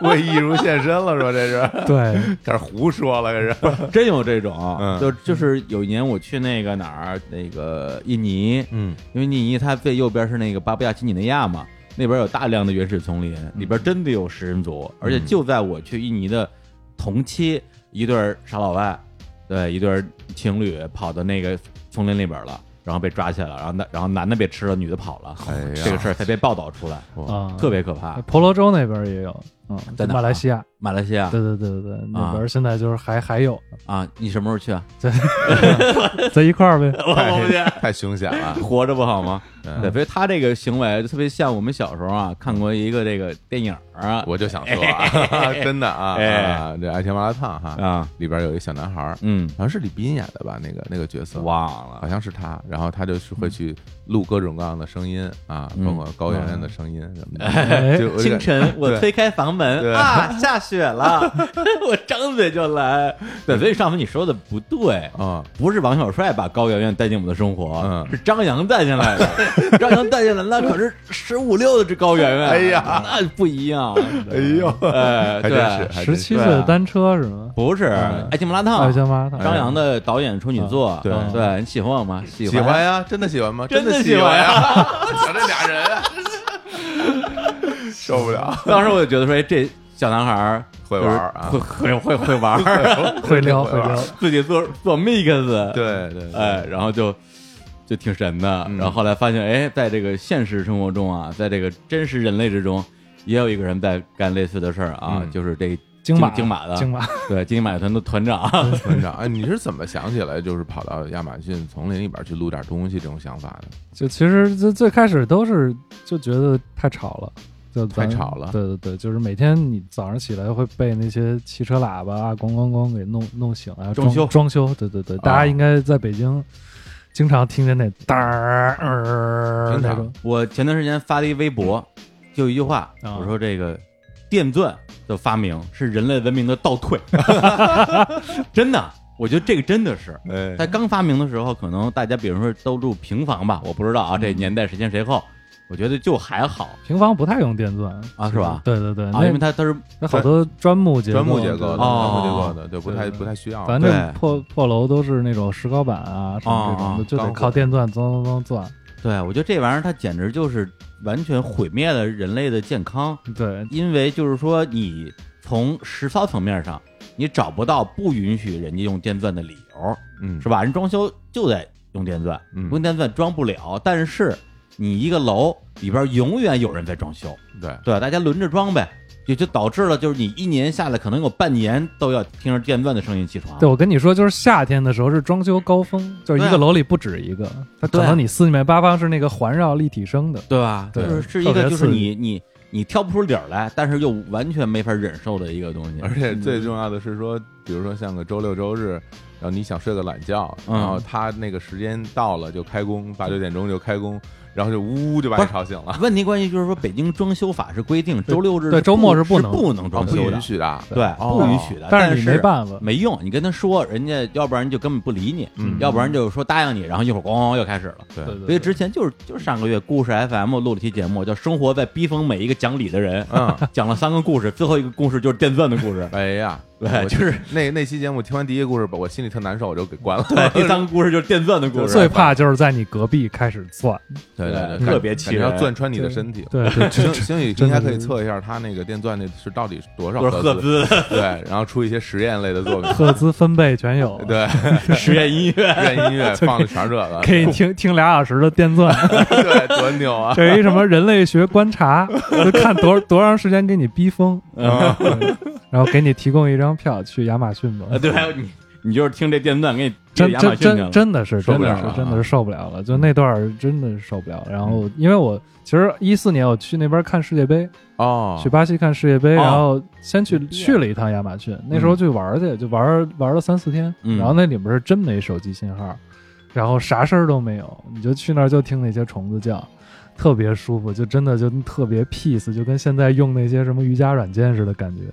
S1: 为艺术献身了，说这是，
S3: 对，
S1: 这是胡说了，这是，
S2: 真有这种，
S1: 嗯
S2: 就就是有一年我去那个哪儿，那个印尼，
S1: 嗯
S2: 因为印尼它最右边是那个巴布亚新几内亚嘛，那边有大量的原始丛林，里边真的有食人族，而
S1: 嗯
S2: 且就在我去印尼的同期，一对儿傻老外，对，一对儿情侣跑到那个丛林里边了。然后被抓起来了，然后那然后男的被吃了，女的跑了，
S1: 哎呀嗯
S2: 这个事儿才被报道出来，
S3: 啊，
S2: 特别可怕。
S3: 婆罗洲那边也有，嗯，
S2: 在哪儿啊啊
S3: 马来西亚，
S2: 马来西亚
S3: 对对对对对，那边现在就是还还有呢，
S2: 啊，你什么时 候去啊？
S3: 在一块儿呗，哎
S2: 我
S1: 太
S2: 不去，
S1: 太凶险 了，
S2: 活着不好吗？
S1: 嗯
S2: 对，所以他这个行为就特别像我们小时候啊看过一个这个电影儿 啊，
S1: 我就想说啊， 真的啊，
S2: 哎
S1: 啊这《爱情麻辣烫》哈，
S2: 啊，
S1: 里边有一小男孩儿，
S2: 嗯，
S1: 好像是李斌演的吧，那个那个角色，
S2: 忘
S1: 好
S2: 了，
S1: 像是他，然后他就是会去录各种各样的声音啊，
S2: 嗯
S1: 包括高圆圆的声音什么的。
S3: 哎
S1: 就我 就
S2: 清晨我
S1: 对
S2: 推开房门
S1: 对
S2: 啊，下 雪了，我张嘴就来。对，所以上回你说的不对。
S1: 啊，
S2: 不是王小帅把高圆圆带进我们的生活，
S1: 嗯
S2: 是张扬带进来 的。张扬带进来，那可是十五六的这高圆圆，啊
S1: 哎呀，
S2: 那不 一样。
S1: 哎呦，
S2: 哎，
S1: 还
S2: 对，
S1: 真是还啊
S3: 十
S1: 真
S3: 七
S1: 是
S3: 岁的单车是吗？
S2: 不是
S1: 嗯
S2: 爱情麻辣烫，
S3: 爱情麻辣烫
S2: 啊 张扬的导演处女作，
S1: 啊对
S2: 对，你喜欢我吗？喜
S1: 喜欢呀，真的喜欢吗？
S2: 真的
S1: 的
S2: 喜欢
S1: 欢
S2: 呀！
S1: 瞧这俩人啊，受不了，
S2: 当时我就觉得说，哎，这小男孩儿
S1: 会玩儿啊
S2: 就是 会会会会玩儿，
S3: 哎会撩会
S1: 会
S3: 撩
S1: 玩，
S2: 自己做做 mix，，
S1: 对对，对
S2: 哎，，然后就就挺神的。
S1: 嗯
S2: 然后后来发现，哎，在这个现实生活中啊，在这个真实人类之中，也有一个人在干类似的事儿啊，
S1: 嗯
S2: 就是这
S3: 京马
S2: 京
S1: 啊
S2: 马的
S3: 京马，
S2: 对金马团的团 长。
S1: 村长，哎，你是怎么想起来就是跑到亚马逊丛林里边去录点东西这种想法的？
S3: 就其实最最开始都是就觉得太吵了。就咱
S1: 太吵了
S3: 对对对，就是每天你早上起来会被那些汽车喇叭啊，咣咣咣给弄弄醒
S2: 装
S3: 啊，装
S2: 修
S3: 装修，对对对，
S1: 哦
S3: 大家应该在北京经常听见那当儿呃
S1: 经常
S3: 那种，
S2: 我前段时间发了一微博，就一句话，
S3: 啊
S2: 我说这个电钻的发明是人类文明的倒退， 真的，我觉得这个真的是。
S1: 哎
S2: 在刚发明的时候，可能大家比如说都住平房吧，我不知道啊，这年代谁先谁后，我觉得就还好
S3: 平房不太用电钻
S2: 啊是吧
S3: 对对对，
S2: 啊，
S3: 那
S2: 因为它它是
S3: 那好多砖木结构，
S1: 砖木结构的，砖
S3: 对
S1: 木结构
S2: 哦
S1: 的，对，不太不太需要。
S3: 反
S2: 对
S3: 正破破楼都是那种石膏板啊什么这
S2: 哦
S3: 种的，就
S1: 钢
S3: 得
S1: 火
S3: 靠电钻钻钻钻
S2: 对我觉得这玩意儿它简直就是完全毁灭了人类的健康，
S3: 钻。对，
S2: 因为就是说你从实操层面上，你找不到不允许人家用电钻的理由，
S1: 嗯，
S2: 是吧？人装修就得用电钻，
S1: 嗯
S2: 不用电钻装不了。但是你一个楼里边永远有人在装修，
S1: 对，
S2: 对吧，大家轮着装呗，也就导致了就是你一年下来可能有半年都要听着电钻的声音起床。
S3: 对我跟你说，就是夏天的时候是装修高峰，就是一
S2: 对
S3: 个
S2: 啊
S3: 楼里不止一个，它
S2: 对
S3: 可
S2: 啊
S3: 能你四面八方是那个环绕立体声的。
S2: 对吧？
S3: 对
S2: 就是是一
S3: 特别
S2: 个就是
S3: 刺激
S2: 你你你挑不出理儿来，但是又完全没法忍受的一个东西。
S1: 而且
S2: 嗯
S1: 最重要的是说，比如说像个周六周日，然后你想睡个懒觉，
S2: 嗯
S1: 然后他那个时间到了就开工，八九点钟就开工，然后就呜呜就把
S2: 不
S1: 你
S2: 是
S1: 吵醒了，
S2: 问题关系就是说，北京装修法是规定周六日
S3: 对
S2: 是
S3: 周末是
S2: 不
S3: 不
S2: 是
S3: 能
S2: 不能
S1: 啊
S2: 装
S1: 不
S2: 修的
S1: 允，许的啊，
S2: 对，
S1: 哦
S2: 不允许的。
S3: 但
S2: 呃是
S3: 你没办法，
S2: 没用，你跟他说，人家要不然就根本不理你，
S1: 嗯
S2: 要不然就说答应你，然后一会儿咣咣咣又开始了。
S1: 对
S3: 对对
S2: 所以
S3: 对
S2: 之前就是就是上个月故事 FM 录了期节目，叫《生活在逼疯每一个讲理的人》，
S1: 嗯，。
S2: 讲了三个故事，最后一个故事就是电钻的 故事
S1: 哎呀，
S2: 对，
S1: 我
S2: 就是
S1: 那那期节目听完第一个故事吧，我心里特难受，我就给关了。
S2: 对， 第三个故事就是电钻的故事。
S3: 最怕就是在你隔壁开始钻，
S1: 对对对，
S2: 对特
S1: 感
S2: 别
S1: 感
S2: 气
S1: 觉要
S2: 人
S1: 钻穿你的身体。
S3: 对对
S1: 星
S3: 对，
S1: 星宇应
S3: 真的
S1: 该可以
S3: 是，
S1: 测一下他那个电钻那是到底是多少
S2: 就是赫
S1: 赫兹，
S2: 兹
S1: 对，然后出一些实验类的作品
S3: 赫兹分贝全有，
S1: 对，
S2: 实验音乐，
S1: 练音乐放的全是这个，
S3: 可以听听俩小时的电钻，
S1: 对，多牛啊！
S3: 有一什么人类学观察，就看多多长时间给你逼疯，
S1: 嗯
S3: 对然后给你提供一张票去亚马逊吧。
S2: 呃对，你你就是听这电钻给你这
S3: 真
S2: 亚马
S3: 真
S2: 逊去了啊
S3: 真真的是
S1: 受
S3: 真
S1: 不
S3: 的
S1: 了了
S3: 是真的是受不了了，就那段儿真的是受不了。然后
S2: 嗯
S3: 因为我其实一四年我去那边看世界杯，
S1: 哦，
S3: 去巴西看世界杯，
S2: 哦
S3: 然后先去去了一趟亚马逊，那时候去玩儿去，就玩儿玩了三四天，
S2: 嗯
S3: 然后那里面是真没手机信号，然后啥声儿都没有，你就去那儿就听那些虫子叫。特别舒服，就真的就特别 peace，就跟现在用那些什么瑜伽软件似的感 觉，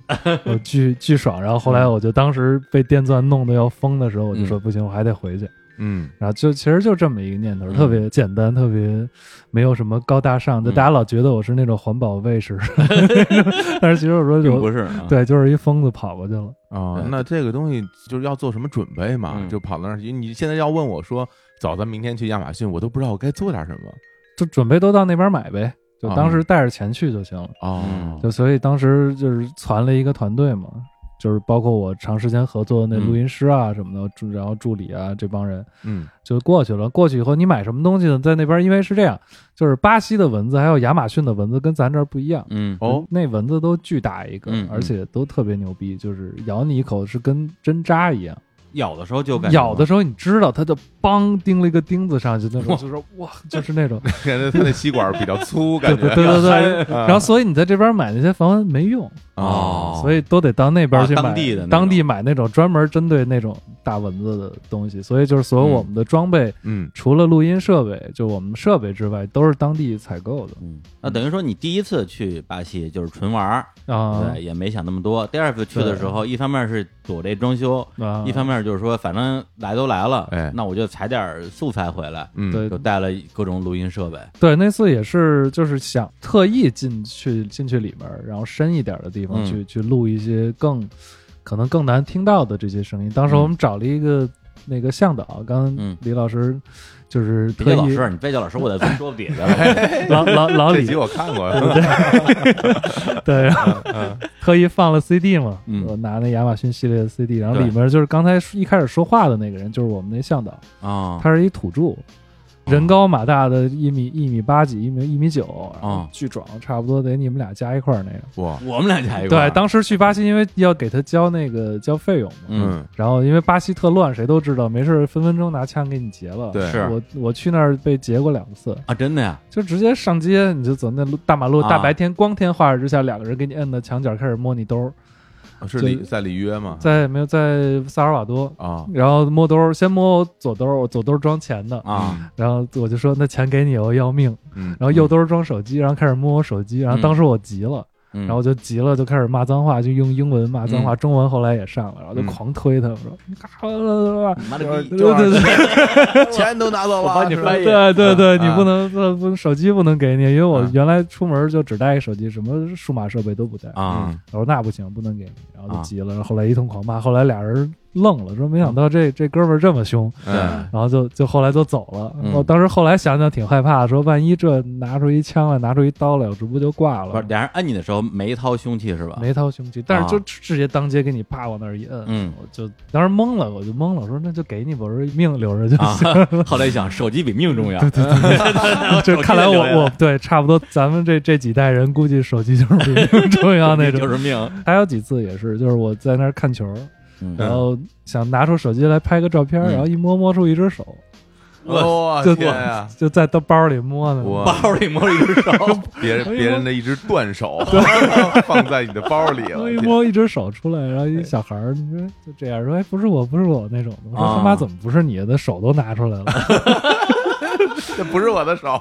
S3: 我巨巨爽。然后后来我就当时被电钻弄得要疯的时候，我就说不行，我还得回去。
S1: 嗯，
S3: 然后就其实就这么一个念头，
S2: 嗯
S3: 特别简单，特别没有什么高大上，就
S2: 嗯
S3: 大家老觉得我是那种环保 卫士，但是其实我说
S2: 并不
S3: 我
S2: 是啊，
S3: 对，就是一疯子跑过去了。
S1: 哦，
S2: 对
S1: 那这个东西就是要做什么准备嘛？
S2: 嗯
S1: 就跑到那儿，去。你现在要问我说，早咱明天去亚马逊，我都不知道我该做点什么。
S3: 就准备都到那边买呗，
S2: 啊
S3: 就当时带着钱去就行了。
S1: 哦，
S3: 就所以当时就是攒了一个团队嘛，就是包括我长时间合作
S2: 嗯
S3: 的那录音师啊什么的，助然后助理啊这帮人
S1: 嗯，
S3: 就过去了。过去以后，你买什么东西呢？在那边，因为是这样，就是巴西的蚊子还有亚马逊的蚊子跟咱这儿不一样。
S2: 嗯，
S1: 哦，
S3: 那蚊子都巨大一个，
S2: 嗯嗯
S3: 而且都特别牛逼，就是咬你一口是跟针扎一样，
S2: 咬的时候就感觉
S3: 咬的时候你知道它就梆钉了一个钉子上去， 那种就是哇，就是那种，
S1: 感觉他那吸管比较粗，
S3: 对
S1: 感
S3: 对
S1: 觉
S3: 对对对。
S1: 啊
S3: 然后所以你在这边买那些防蚊没用，
S2: 哦，
S3: 所以都得到那边去买、
S2: 啊当地的那种
S3: 当地买那种专门针对那种大蚊子的东西。所以就是所有
S2: 嗯
S3: 我们的装备，
S1: 嗯，
S3: 除了录音设备，就我们设备之外，都是当地采购的
S2: 嗯，那等于说你第一次去巴西就是纯玩儿，
S3: 啊
S2: 对，也没想那么多。第二次去的时候，一方面是躲这装修，
S3: 啊，
S2: 一方面就是说反正来都来了，
S1: 哎
S2: 那我就采点儿素材回来，
S1: 嗯，
S3: 对
S2: 就带了各种录音设备。
S3: 对，那次也是就是想特意进去进去里面儿，然后深一点儿的地方
S2: 嗯
S3: 去、去录一些更可能更难听到的这些声音。当时我们找了一个、那个向导，刚
S2: 嗯
S3: 刚李老师就是特
S2: 别叫老
S3: 意、哎
S2: 师，你别叫老师，我在桌子底 下了。
S3: 老老老
S1: 这
S3: 李
S1: 集 我嗯看过，
S3: 嗯对，然后特意放了 CD 嘛，
S2: 嗯
S3: 我拿那亚马逊系列的 CD，然后
S2: 对
S3: 里面就是刚才一开始说话的那个人，就是我们那向导，
S2: 啊，
S3: 他是一土著，人高马大的，一米一米八几，一米一米九，然后
S2: 哦
S3: 巨壮，差不多得你们俩加一块儿那个。
S1: 哇，
S2: 我们俩加一块儿。
S3: 对，当时去巴西，因为要给他交那个交费用嘛，
S2: 嗯，
S3: 然后因为巴西特乱，谁都知道，没事儿分分钟拿枪给你劫了。
S1: 对
S2: 是
S3: 我我去那儿被劫过两次，
S2: 啊，真的呀，
S3: 就直接上街，你就走那路大马路，
S2: 啊
S3: 大白天光天化日之下，两个人给你摁到墙角开始摸你兜儿，
S2: 啊
S1: 哦是
S3: 就
S1: 里在里约吗？
S3: 在嗯没有在萨尔瓦多。
S1: 啊
S3: 然后摸兜儿，先摸我左兜儿，我左兜儿装钱的，
S2: 啊，，
S3: 然后我就说那钱给你，我要命。
S1: 嗯
S3: 然后右兜儿装手机，然后开始摸我手机，然后当时我急了，
S2: 然
S3: 嗯然后我就急了，就开始骂脏话，就用英文骂脏话，中文后来也上了，然后就
S1: 嗯
S3: 狂推他，我说你干啥啦啦啦啦
S2: 妈
S1: 就
S2: 的
S1: 是
S2: 逼，
S1: 就
S3: 对对
S1: 是
S3: 对
S1: 钱都拿走了，
S2: 我帮你
S1: 是吧
S2: 翻译
S3: 对对对，
S1: 啊
S3: 你不能不不手机不能给你，因为我
S1: 啊
S3: 原来出门就只带一个手机，什么数码设备都不带。
S2: 啊，
S3: 我说那不行，不能给你，然后
S2: 啊
S3: 就急了，然后后来一通狂骂，后来俩人愣了，说没想到这这哥们儿这么凶，
S1: 嗯，
S3: 然后就就后来就走了。
S2: 嗯
S3: 我当时后来想想挺害怕，说万一这拿出一枪啊来，拿出一刀来，我这不就挂
S2: 不
S3: 了
S2: 是，？俩人摁你的时候没掏凶器是吧？
S3: 没掏凶器，但是就
S2: 啊
S3: 直接当街给你啪往那儿一摁，
S2: 嗯
S3: 我就当时懵了，我就懵了，我说那就给你吧，我说命留着就
S2: 啊
S3: 行。，
S2: 后来一想，手机比命重要。哎
S3: 这看来
S2: 手机也留下
S3: 我
S2: 来
S3: 我对差不多，咱们这这几代人估计手机就是比命重要 那
S2: 就
S3: 种。
S2: 是命，
S3: 还有几次也是，就是我在那儿看球，嗯然后想拿出手机来拍个照片，
S2: 嗯
S3: 然后一摸摸出一只手，
S1: 我
S3: 就
S1: 天呀！
S3: 就在兜包里摸呢。
S1: 我
S2: 包里摸着一只手，
S1: 别人
S3: 哎呦
S1: 别人的一只断 手放在你的包里了
S3: 摸一，摸一只手出来，然后一小孩儿，你说就这样说，哎，不是我，不是我那种的。我说
S2: 啊
S3: 他妈怎么不是你的手都拿出来了？
S1: 这不是我的手，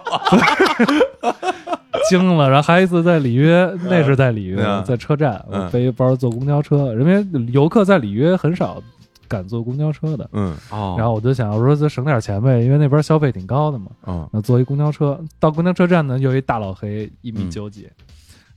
S3: 惊了。然后还有一次在里约，那是在里约，
S1: 嗯
S3: 在车站，
S1: 嗯
S3: 我背一包坐公交车，因为游客在里约很少敢坐公交车的。
S1: 嗯
S2: 哦，
S3: 然后我就想，我说就省点钱呗，因为那边消费挺高的嘛。
S1: 哦，
S3: 然后坐一公交车，到公交车站呢，又一大老黑，一米
S2: 嗯
S3: 九几，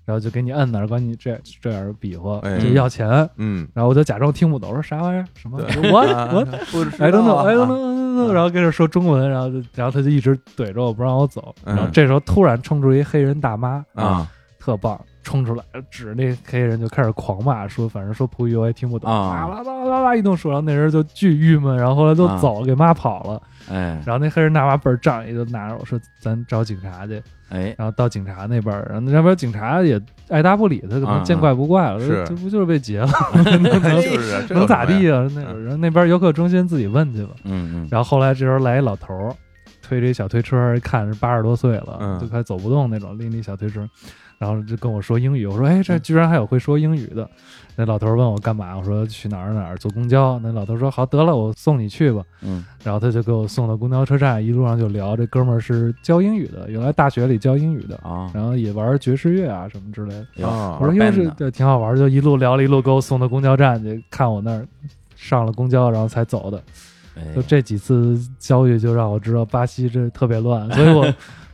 S3: 然后就给你摁那儿，管你这这样比划，
S1: 哎
S3: 就要钱。
S1: 嗯，
S3: 然后我就假装听不懂，我说啥玩意儿？什么？我 我
S1: 不知
S3: I don't
S1: 道
S3: know,
S1: 啊
S3: I don't know，然后跟着说中文，然后就然后他就一直怼着我不让我走，
S1: 嗯
S3: 然后这时候突然冲出一黑人大妈，
S1: 啊
S3: 特棒，冲出来指那黑人就开始狂骂，说反正说葡语我也听不懂，
S2: 啊
S3: 啦啦啦啦啦一顿说，然后那人就巨郁闷，然后后来
S1: 啊
S3: 就走给骂跑了，
S2: 哎
S3: 然后那黑人大妈倍儿仗义，就拿着我说咱找警察去，
S2: 哎，
S3: 然后到警察那边儿，然后那边警察也爱答不理，他可
S2: 啊
S3: 能见怪不怪了，
S1: 是
S3: 这这不就是 被劫了，
S1: 就是啊这有
S3: 哎能咋
S1: 什么
S3: 地
S1: 呀？
S3: 啊？那会儿然后那边游客中心自己问去吧。
S2: 嗯嗯，
S3: 然后后来这时候来一老头儿，推着一小推车儿，一看是八十多岁了，
S1: 嗯
S3: 就快走不动那种，拎着一小推车，然后就跟我说英语。我说：“哎，这居然还有会说英语的。”那老头儿问我干嘛，我说去哪儿哪儿坐公交。那老头儿说：“好，得了，我送你去吧。”
S2: 嗯，
S3: 然后他就给我送到公交车站，一路上就聊，这哥们儿是教英语的，原来大学里教英语的，
S2: 啊，
S3: 然后也玩爵士乐啊什么之类的。
S1: 啊
S3: 我
S2: 玩
S3: 说又
S2: band
S3: 是
S2: 呢
S3: 对，挺好玩儿，就一路聊了一路给我送到公交站去，看我那儿上了公交，然后才走的。
S2: 哎
S3: 就这几次教育就让我知道巴西这特别乱， 所以我。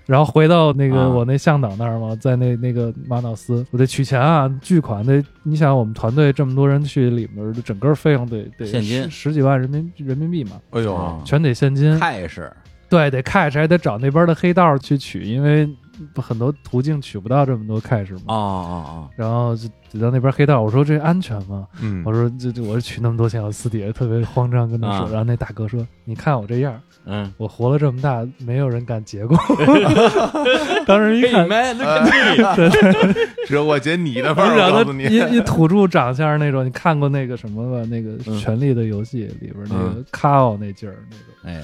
S3: 然后回到那
S2: 啊
S3: 个我那向导那儿嘛，在那那个马瑙斯，我得取钱啊，巨款得，你想我们团队这么多人去里面，整个费用得得
S2: 现金
S3: 十十几万人民人民币嘛，
S1: 哎呦
S2: 啊，
S3: 全得现金，
S2: 态势，
S3: 对，得 cash 还得找那边的黑道儿去取，因为很多途径取不到这么多 cash 嘛。
S2: 哦哦
S3: 然后就就到那边黑道，我说这安全吗？
S1: 嗯
S3: 我说这这我取那么多钱，我私底下特别慌张跟他说，
S2: 啊
S3: 然后那大哥说，你看我这样，
S2: 哦，嗯，
S3: 我活了这么大，没有人敢劫过。 当时一看，
S2: 们
S1: look at 这我解你的份儿，我告
S3: 然
S1: 诉
S3: 后
S1: 你，
S3: 一一土著长相那种，你看过那个什么吧？那个
S2: 嗯
S3: 《权力的游戏》里边那个
S2: 嗯
S3: 卡奥那劲儿，那种
S2: 哎，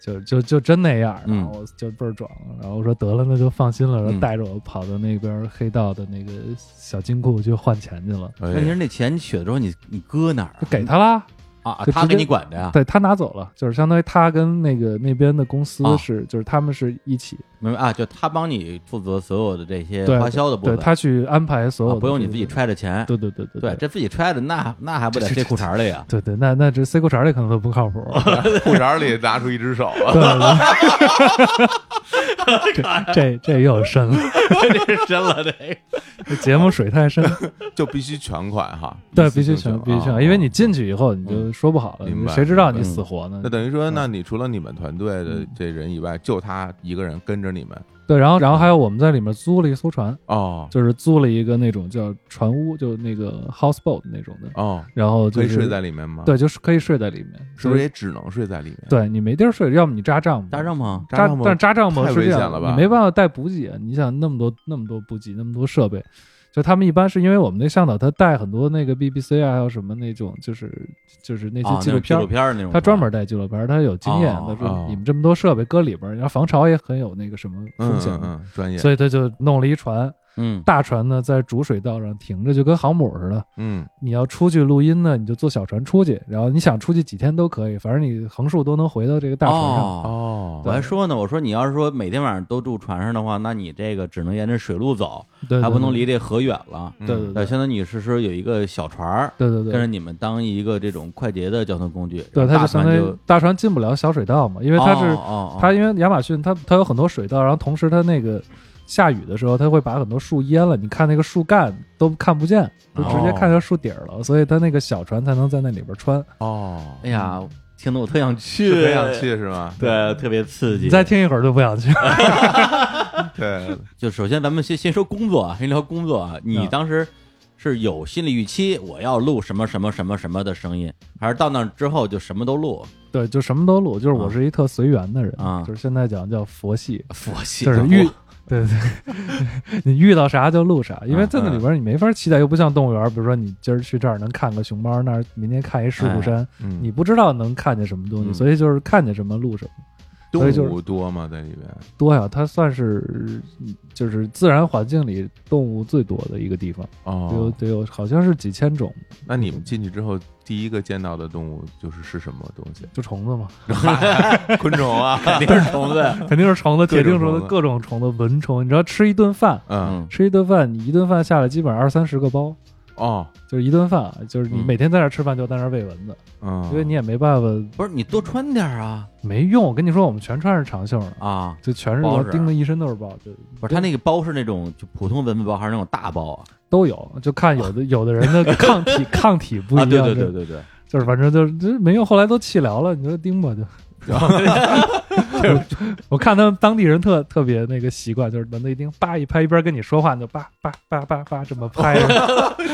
S3: 就就就真那样。
S2: 嗯
S3: 然后我就倍儿壮，然后我说得了，那就放心了。然后
S2: 嗯
S3: 带着我跑到那边黑道的那个小金库去换钱去了，
S2: 那你
S1: 哎
S2: 说那钱取了之后，你你搁哪儿
S3: 就给他啦。
S2: 啊？啊
S3: 就
S2: 他
S3: 直
S2: 给
S3: 接
S2: 你管着呀？
S3: 对他拿走了，就是相当于他跟那个那边的公司
S2: 啊
S3: 是，就是他们是一起，
S2: 明白啊？就他帮你负责所有的这些
S3: 对
S2: 花销的部
S3: 对
S2: 分，
S3: 他去安排所有
S2: 啊
S3: 的，
S2: 不用你自己。揣着钱。
S3: 对对对对
S2: 对，这自己揣着，那那还不得
S3: 这
S2: 塞裤衩里啊？
S3: 对对，那那这 C 裤衩里可能都不靠谱。
S1: 裤衩里拿出一只手 啊，
S3: 对对对这这这又深了，
S2: 这是真了，这
S3: 这节目水太深。
S1: 就必须全款哈，
S3: 对，
S1: 一次
S3: 必须
S1: 性全
S3: 全必须
S1: 啊嗯
S3: 全，因为你进去以后你就说不好了，
S1: 明白
S3: 谁知道你死活呢
S1: 那？等于说，
S3: 嗯
S1: 那你除了你们团队的这人以外，就他一个人跟着你们
S3: 对，然后然后还有我们在里面租了一艘船，
S1: 哦
S3: 就是租了一个那种叫船屋，就那个 house boat 那种的，
S1: 哦，
S3: 然后就
S1: 可以
S3: 是
S1: 睡在里面吗？，
S3: 对，就是可以睡在里面，
S1: 是不是
S3: 就
S1: 也？只能睡在里面？
S3: 对你没地儿睡，要么你扎帐篷，
S2: 搭上吗？
S1: 扎
S3: 扎
S1: 帐，篷
S3: 但是扎帐篷
S1: 太
S3: 是
S1: 危
S3: 这
S1: 险
S3: 样
S1: 了
S3: 的，
S1: 吧
S3: 你没办法带补给啊。你想那么多那么多补给，那么多设备，就他们一般是因为我们那向导他带很多那个 BBC 啊，还有什么那种就是就是那
S2: 啊
S3: 些纪
S2: 那种纪
S3: 录片儿，
S2: 录片儿那种，啊
S3: 他专门带纪录片儿，他有经验，
S2: 哦
S3: 他说
S1: 哦
S3: 你们这么多设备搁里边儿，然后防潮也很有那个什么
S1: 嗯
S3: 风险
S1: 嗯，嗯，专业，
S3: 所以他就弄了一船
S2: 嗯
S3: 大船呢，在主水道上停着，就跟航母似的。
S1: 嗯
S3: 你要出去录音呢，你就坐小船出去，然后你想出去几天都可以，反正你横竖都能回到这个大船上。啊
S2: 哦
S1: 哦
S2: 我还说呢，我说你要是说每天晚上都住船上的话，那你这个只能沿着水路走，
S3: 对，
S2: 还
S3: 对
S2: 不能
S3: 对
S2: 离这河远了。
S1: 嗯
S3: 对对
S2: 对，相当于你是说有一个小船儿，
S3: 对对对，
S2: 跟着你们当一个这种快捷的交通工具。
S3: 对，它
S2: 大
S3: 就相
S2: 船
S3: 当
S2: 就
S3: 于大船进不了小水道嘛，因为它是、
S2: 哦哦哦
S3: 它，因为亚马逊它它有很多水道，然后同时它那个下雨的时候，它会把很多树淹了，你看那个树干都看不见，就直接看
S2: 哦
S3: 到树底儿了，所以它那个小船才能在那里边穿。
S1: 哦，
S2: 哎呀，听得我特想去，
S1: 是很想，去是吗？
S2: 对，特别刺激。
S3: 你再听一会儿就不想 去了。
S1: 对，
S2: 就首先咱们先先说工作啊，先聊工作啊。你
S3: 嗯
S2: 当时是有心理预期，我要录什么什么什么什么的声音，还是到那之后就什么都录？
S3: 对，就什么都录，
S2: 嗯
S3: 就是我是一特随缘的人，
S2: 啊
S3: 就是现在讲叫佛系，
S2: 佛系
S3: 就是遇。对对， 你遇到啥就录啥，因
S2: 嗯
S3: 为在那里边你没法期待，又不像动物园，比如说你今儿去这儿能看个熊猫，那
S2: 哎
S3: 儿明天看一狮虎山，
S1: 嗯
S3: 你不知道能看见什么东西，
S2: 嗯
S3: 所以就是看见什么录什么。所以
S1: 动
S3: 就是
S1: 物多吗？在里面？
S3: 多呀，它算是就是自然环境里动物最多的一个地方，得有
S1: 哦，
S3: 得有好像是几千种，
S1: 那你们进去之后，第一个见到的动物就是是什么东西？
S3: 就虫 子嘛，
S1: 昆虫啊，
S2: 肯定是虫子。嗯
S3: 肯定是虫子，
S1: 各种
S3: 铁定虫
S1: 虫子
S3: 子，各种虫子，蚊虫。你知道吃一顿饭，
S1: 嗯，
S2: 嗯，
S3: 吃一顿饭，你一顿饭下来基本上二三十个包，
S1: 哦，
S3: 就是一顿饭啊，就是你
S1: 嗯
S3: 每天在那儿吃饭就在那儿喂蚊子，
S2: 哦
S1: 嗯，
S3: 因为你也没办法，
S2: 不是你多穿点儿啊
S3: 没用。我跟你说，我们全穿着长袖呢，
S2: 啊！
S3: 就全是
S2: 包
S3: 我
S2: 是
S3: 叮的一身都是包，就
S2: 不是他那个包是那种就普通蚊子包还是那种大包啊？
S3: 都有，就看 有的有的人的抗体抗体不一
S2: 啊，
S3: 样，
S2: 对对对
S3: 就
S2: 对对，
S3: 就是反正就是就是没用，后来都气疗了，你说叮吧就。 我我看他们当地人特特别那个习惯，就是蚊子一叮，叭一拍，一边跟你说话，你就叭叭叭叭叭这么拍，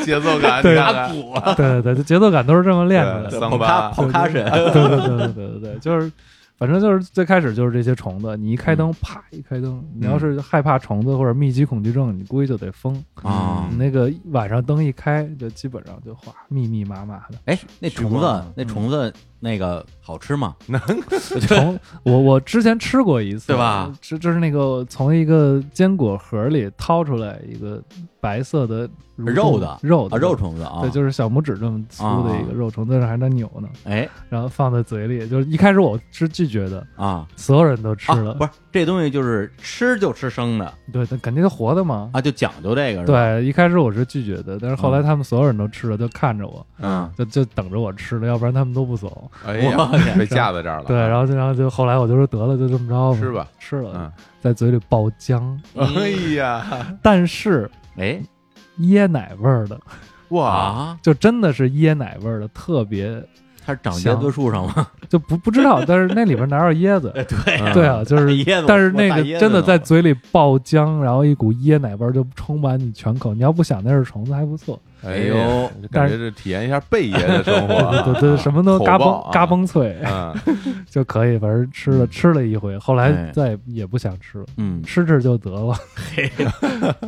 S1: 节奏感，
S3: 对
S1: 你看看
S2: 鼓
S3: 对对对，这节奏感都是这么练出来的
S1: 对。
S2: 跑咖跑咖神，
S3: 对对对对对对，就是，反正就是最开始就是这些虫子，你一开灯，啪一开灯，你要是害怕虫子或者密集恐惧症，你估计就得疯。
S2: 啊
S3: 你那个晚上灯一开，就基本上就哗密密麻麻的
S2: 哎，那虫
S1: 徐光
S3: 啊
S2: 子，那
S3: 嗯
S2: 虫子那个好吃吗？
S3: 虫。我我之前吃过一次，
S2: 对吧？
S3: 这就是那个从一个坚果盒里掏出来一个白色的蠕动
S2: 肉的
S3: 肉
S2: 啊，
S3: 的
S2: 肉。虫子啊，
S3: 对，就是小拇指这么粗的一个
S2: 啊
S3: 肉虫，在那还在扭呢，
S2: 哎
S3: 然后放在嘴里。就是一开始我是拒绝的，
S2: 啊
S3: 所有人都吃
S2: 啊
S3: 了，，
S2: 不是这东西就是吃就吃生的
S3: 对，那肯定是活的嘛。
S2: 啊，就啊讲究这个是吧？
S3: 对，一开始我是拒绝的，但是后来他们所有人都吃了，就看着我，
S1: 嗯，
S3: 就就等着我吃了，要不然他们都不走。
S1: 哎呀，
S2: 我天
S1: 被架在这儿了，
S3: 对，
S2: 啊
S3: 然后就然后就后来我就说得了，就这么着
S1: 吃，吧，
S3: 吃了
S1: 嗯，，
S3: 在嘴里爆浆，
S1: 哎呀，
S3: 但是
S2: 哎
S3: 椰奶味儿的，
S1: 哇，
S2: 啊，
S3: 就真的是椰奶味儿的，特别
S2: 它是长椰子树上吗？
S3: 就不不知道，但是那里边哪有椰子？
S2: 哎对
S1: 嗯
S3: 对啊，就是。
S2: 椰子，
S3: 但是那
S2: 我大
S3: 个
S2: 椰子
S3: 真的
S2: 呢
S3: 在嘴里爆浆，然后一股椰奶味儿就充满你全口。你要不想那是虫子还不错，
S1: 哎
S2: 哎呦，
S1: 感觉这体验一下贝爷的生活
S3: 对
S1: 啊，
S3: 对对，什么都
S1: 口
S3: 嘎
S1: 爆
S3: 嘣
S1: 啊
S3: 嘎嘣脆。
S1: 嗯，
S3: 就可以，反正吃了吃了一回，后
S2: 哎
S3: 来再也也不想吃了，
S2: 嗯，
S3: 吃吃就得了，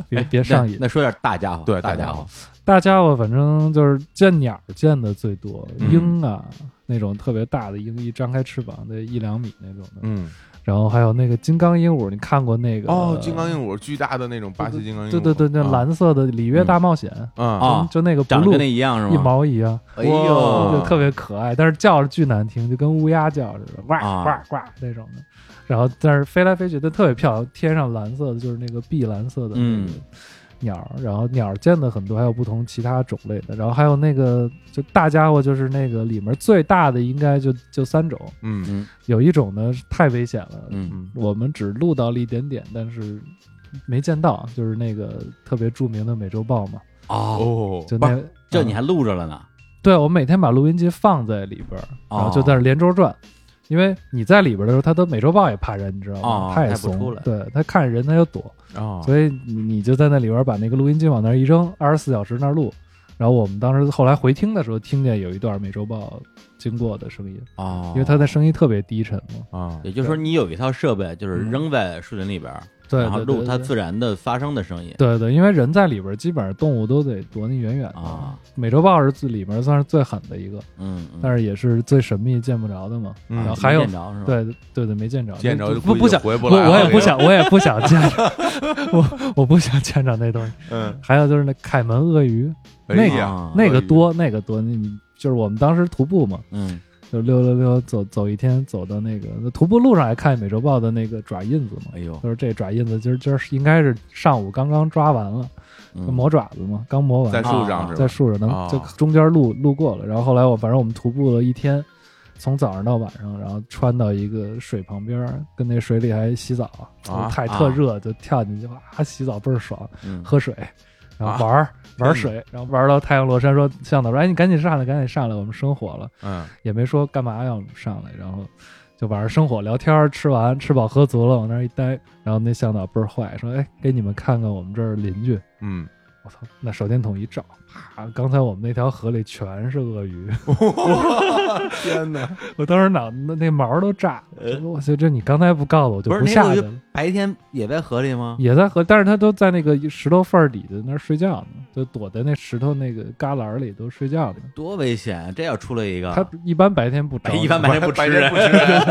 S3: 别
S2: 哎
S3: 别上瘾。
S2: 那那说点大家伙，
S1: 对
S2: 大
S1: 大
S2: 家
S1: 家
S2: 伙
S1: 伙，
S3: 大家伙反正就是见鸟儿见的最多，
S1: 嗯
S3: 鹰啊那种特别大的鹰，一张开翅膀得一两米那种的，
S1: 嗯，
S3: 然后还有那个金刚鹦鹉，你看过那个？
S1: 哦，金刚鹦鹉，巨大的那种巴西金刚鹦鹉，
S3: 对对对，那
S1: 啊，
S3: 蓝色的里约大冒险，
S1: 啊，
S2: 啊
S3: 就那个
S2: 长得
S3: blue
S2: 跟那一样是吗？
S3: 一毛一样，
S2: 哎呦，
S3: 就特别可爱，但是叫着巨难听，就跟乌鸦叫似的，哇
S2: 啊
S3: 哇哇那种的。然后，但是飞来飞去，但特别漂亮，天上蓝色的，就是那个碧蓝色的那个
S2: 嗯
S3: 鸟儿。然后鸟儿见的很多，还有不同其他种类的。然后还有那个就大家伙，就是那个里面最大的应该就就三种，
S1: 嗯
S2: 嗯
S3: 有一种呢是太危险了，
S2: 嗯
S1: 嗯，
S3: 我们只录到了一点点，但是没见到，就是那个特别著名的美洲豹嘛，
S2: 哦，
S1: 哦，
S3: 就那
S2: 这你
S3: 嗯
S2: 还录着了呢？
S3: 对，我每天把录音机放在里边儿，
S2: 哦
S3: 然后就在那连轴转。因为你在里边的时候，它的美洲豹也怕人，你知道
S2: 哦
S3: 吗？它也
S2: 它不出
S3: 怂
S2: 来，
S3: 对它看着人它就躲，
S1: 哦，
S3: 所以你你就在那里边把那个录音机往那儿一扔，二十四小时那儿录。然后我们当时后来回听的时候，听见有一段美洲豹经过的声音，
S2: 哦，
S3: 因为它的声音特别低沉嘛。
S1: 啊，
S2: 也就是说，你有一套设备，就是扔在树林里边儿，
S3: 嗯对，
S2: 然后
S3: 对
S2: 录它。
S3: 对
S2: 自然的发生的声音。
S3: 对对，因为人在里边，基本上动物都得躲你远远的。
S2: 啊，
S3: 美洲豹是最里面算是最狠的一个，
S2: 嗯，嗯
S3: 但是也是最神秘、见不着的嘛。
S1: 嗯
S3: 然后
S2: 没
S3: 还有
S2: 见着是吧？
S3: 对对对，没见着，
S1: 见着
S3: 就
S1: 就估
S3: 不
S1: 计就
S3: 不想，
S1: 回不
S3: 我
S1: 来了
S3: 我也不
S1: 这个
S3: 想，我也不想见着， 我我不想见着那东西。
S1: 嗯，
S3: 还有就是那凯门鳄鱼，
S1: 哎
S3: 那
S1: 呀，
S2: 啊，
S3: 那个
S1: 鳄鱼
S3: 多，那个多，你你就是我们当时徒步嘛，
S2: 嗯
S3: 就溜溜溜走走一天，走到那个那徒步路上还看见美洲豹的那个爪印子嘛。
S2: 哎呦，
S3: 就是这爪印子，今儿今儿应该是上午刚刚抓完了，
S2: 嗯
S3: 磨爪子嘛，刚磨完，
S1: 在树上
S2: 啊
S1: 是吧？
S3: 在树上能
S1: 哦
S3: 就中间路路过了，然后后来我反正我们徒步了一天，从早上到晚上，然后穿到一个水旁边儿，跟那水里还洗澡，
S1: 啊
S3: 太特热就跳进去哇，洗澡倍儿爽，
S2: 嗯
S3: 喝水，然
S1: 啊
S3: 后玩儿、玩
S1: 嗯
S3: 水，然后玩到太阳落山，说向导说哎你赶紧上来，赶紧上来，我们生火了，
S1: 嗯，
S3: 也没说干嘛要我们上来，然后。就晚上生火聊天儿，吃完吃饱喝足了，往那儿一待，然后那向导倍儿坏，说：“哎，给你们看看我们这儿邻居，
S1: 嗯，
S3: 我操！那手电筒一照，啪！刚才我们那条河里全是鳄鱼，
S1: 天哪，
S3: 我当时脑那那毛都炸了。我去，这你刚才不告诉我，我就
S2: 呃不是
S3: 下
S2: 那
S3: 去
S2: 个
S3: 了。
S2: 白天也在河里吗？
S3: 也在河，但是它都在那个石头缝儿底的那儿睡觉呢。就躲在那石头那个旮旯里都睡觉呢。
S2: 多危险！啊这要出来一个，
S3: 它一般白天不
S2: 哎
S3: 招，
S2: 一般白天不吃
S1: 白天不吃人，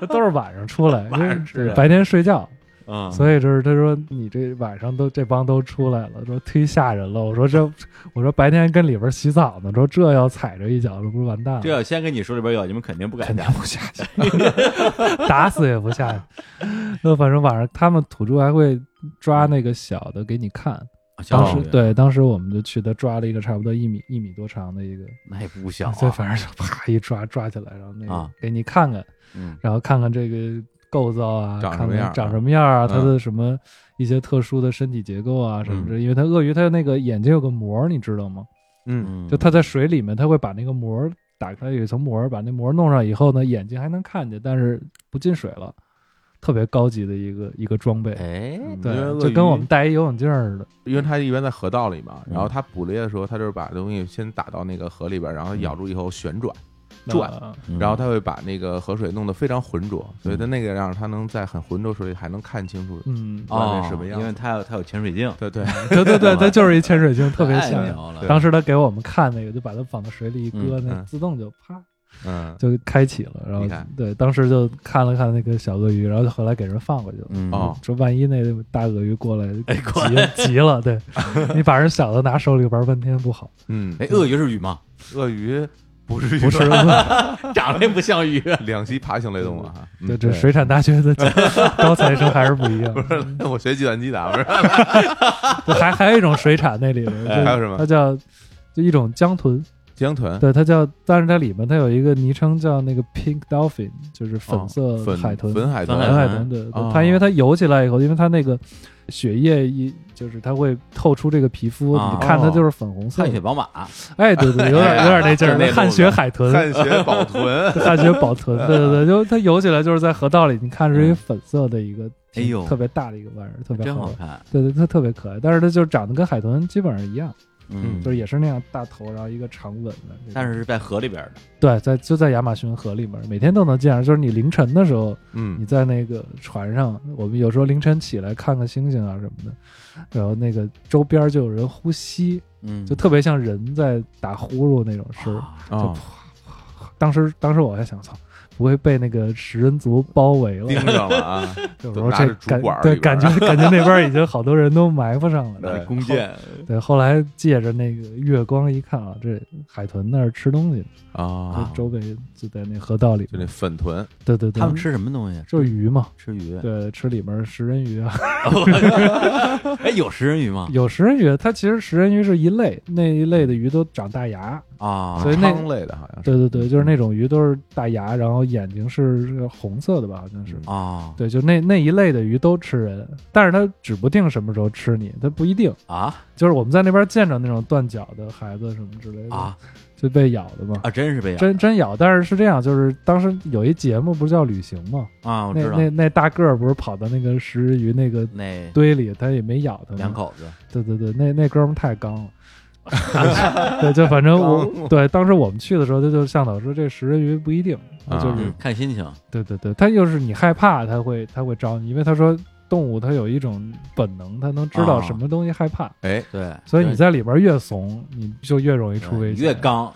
S3: 它都是晚上出来，因
S2: 晚
S3: 为
S2: 上吃啊
S3: 对
S2: 人
S3: 白天睡觉，
S2: 嗯，
S3: 所以就是他说你这晚上都这帮都出来了，说忒吓人了。我说这，我说白天跟里边洗澡呢，说这要踩着一脚，这不是完蛋了？
S2: 这要先跟你手里边有，你们肯定不敢
S3: 肯定
S2: 干。
S3: 不下去， 打死也不下去。那反正晚上他们土著还会抓那个小的给你看。当时
S2: 小
S3: 对，当时我们就去，他抓了一个差不多一米一米多长的一个，
S2: 那也不小啊
S3: 嗯所以反正就啪一抓抓起来，然后那个
S2: 啊
S3: 给你看看，
S2: 嗯
S3: 然后看看这个构造啊，
S1: 长什
S3: 看
S1: 么样啊
S3: 看长什么样啊，
S1: 嗯
S3: 它的什么一些特殊的身体结构啊什么的，因为它鳄鱼它那个眼睛有个膜儿，你知道吗？
S1: 嗯，
S2: 嗯，
S3: 就它在水里面，它会把那个膜儿打开，有一层膜儿，把那膜儿弄上以后呢，眼睛还能看见，但是不进水了，特别高级的一个一个装备。
S2: 哎，
S1: 因为
S3: 对，
S1: 鳄
S3: 就
S1: 鱼
S3: 跟我们戴一游泳镜儿似的，
S1: 因为它一般在河道里嘛，
S2: 嗯
S1: 然后它捕猎的时候，它就是把东西先打到那个河里边，然
S3: 嗯
S1: 后咬住以后旋转，转
S3: 啊
S2: 嗯
S1: 然后它会把那个河水弄得非常浑浊，所以它那个样它能在很浑浊水里还能看清 楚。
S3: 嗯，
S2: 哦，
S1: 那什么样子
S2: 因为它有它有潜水镜，
S1: 对 对，
S3: 对对对，它就是一潜水镜，特别
S2: 太
S3: 像。
S2: 牛了。
S3: 当时他给我们看那个，就把它放到水里一搁，
S1: 嗯
S3: 那
S1: 嗯
S3: 自动就啪
S1: 嗯，
S3: 就开启了。然后
S1: 你看
S3: 对，当时就看了看那个小鳄鱼，然后就后来给人放回去了。
S2: 嗯
S1: 哦
S3: 说万一那大鳄鱼过来
S2: 哎过
S3: 急急了，对你把人小的拿手里玩半天不好，
S1: 嗯，
S2: 哎，鳄鱼是鱼吗？
S1: 鳄鱼不是？
S3: 不是
S2: 长得也不像鱼。
S1: 两栖爬行类动物啊，嗯
S3: 对，这水产大学的 高材生还是不一样。
S1: 那 我学计算机的啊，不是？
S3: 还还有一种水产那里边，
S1: 哎还有什么嗯
S3: 它叫就一种江豚，
S1: 江豚，
S3: 对，它叫，但是它里面它有一个昵称叫那个 pink dolphin，就是
S1: 哦
S3: 粉色
S1: 粉
S3: 海豚，
S1: 粉海豚，
S2: 粉
S3: 南海
S2: 豚
S3: 豚对，
S1: 哦
S3: 对它因为它游起来以后，因为它那个血液一就是它会透出这个皮肤，
S1: 哦
S2: 啊
S3: 你看它就是粉红色
S2: 汗
S3: 的
S2: 血。宝马，
S3: 哎，对对，有点有点那劲
S2: 就
S3: 儿
S2: 那路，子
S3: 汗血海豚，
S1: 汗血宝 豚，
S3: 汗血宝豚，对对 对，就它游起来就是在河道里，你看是一个粉色的一个，
S2: 嗯哎呦
S3: 特别大的一个玩意儿，特别
S2: 真
S3: 好
S2: 好
S3: 玩。
S2: 看。
S3: 对对，它特别可爱，但是它就长得跟海豚基本上一样，
S2: 嗯
S1: 嗯，
S3: 就是也是那样大头，然后一个长吻的这种。
S2: 但是是在河里边的。
S3: 对，在就在亚马逊河里面，每天都能见着。就是你凌晨的时候，你
S1: 嗯，
S3: 在那个船上，我们有时候凌晨起来看看星星啊什么的，然后那个周边就有人呼吸，
S2: 嗯，
S3: 就特别像人在打呼噜那种声儿。
S2: 啊
S1: 啊，
S3: 当时当时我还想，操，不会被那个食人族包围了
S1: 盯？上了 啊，
S3: 就是
S1: 都
S3: 说
S1: 拿
S3: 这
S1: 着主
S3: 感
S1: 管儿
S3: 对
S1: 里边
S3: 感
S1: 儿
S3: 觉感觉那边已经好多人都埋伏上了。
S1: 对
S2: 弓箭，
S3: 对，后来借着那个月光一看啊，这海豚那儿吃东西呢，
S1: 啊，
S3: 就周围就在那河道里
S1: 就那
S3: 面。
S1: 粉豚，
S3: 对对对，
S2: 他们吃什么东西？啊
S3: 就是鱼嘛。
S2: 吃鱼。
S3: 对，吃里面食人鱼啊，
S2: 哎，有食人鱼吗？
S3: 有食人鱼，它其实食人鱼是一类，那一类的鱼都长大牙。
S2: 啊，
S3: 所以那
S1: 汤类的好像是，
S3: 对对对，就是那种鱼都是大牙，然后眼睛是红色的吧，好像是。
S2: 啊
S3: 对，就那那一类的鱼都吃人，但是它指不定什么时候吃你，它不一定。
S2: 啊
S3: 就是我们在那边见着那种断脚的孩子什么之类的，
S2: 啊
S3: 就被咬的嘛。
S2: 啊！真是被咬
S3: 真真咬，但是是这样，就是当时有一节目不是叫旅行嘛，
S2: 啊！我
S3: 那
S2: 知道
S3: 那那大个儿不是跑到那个食人鱼那个
S2: 那
S3: 堆里，他也没咬他吗，
S2: 两口子
S3: 对对对，那那哥们儿太刚了。 对，就反正
S1: 刚
S3: 我对当时我们去的时候，他就向导说这食人鱼不一定，
S1: 啊
S3: 就是、
S2: 嗯看心情
S3: 对对对，他又是你害怕，他会他会招你，因为他说动物它有一种本能，它能知道
S2: 啊
S3: 什么东西害怕，
S1: 哎，
S2: 对，
S3: 所以你在里边越怂，你就越容易出危
S2: 对
S3: 险。
S2: 越刚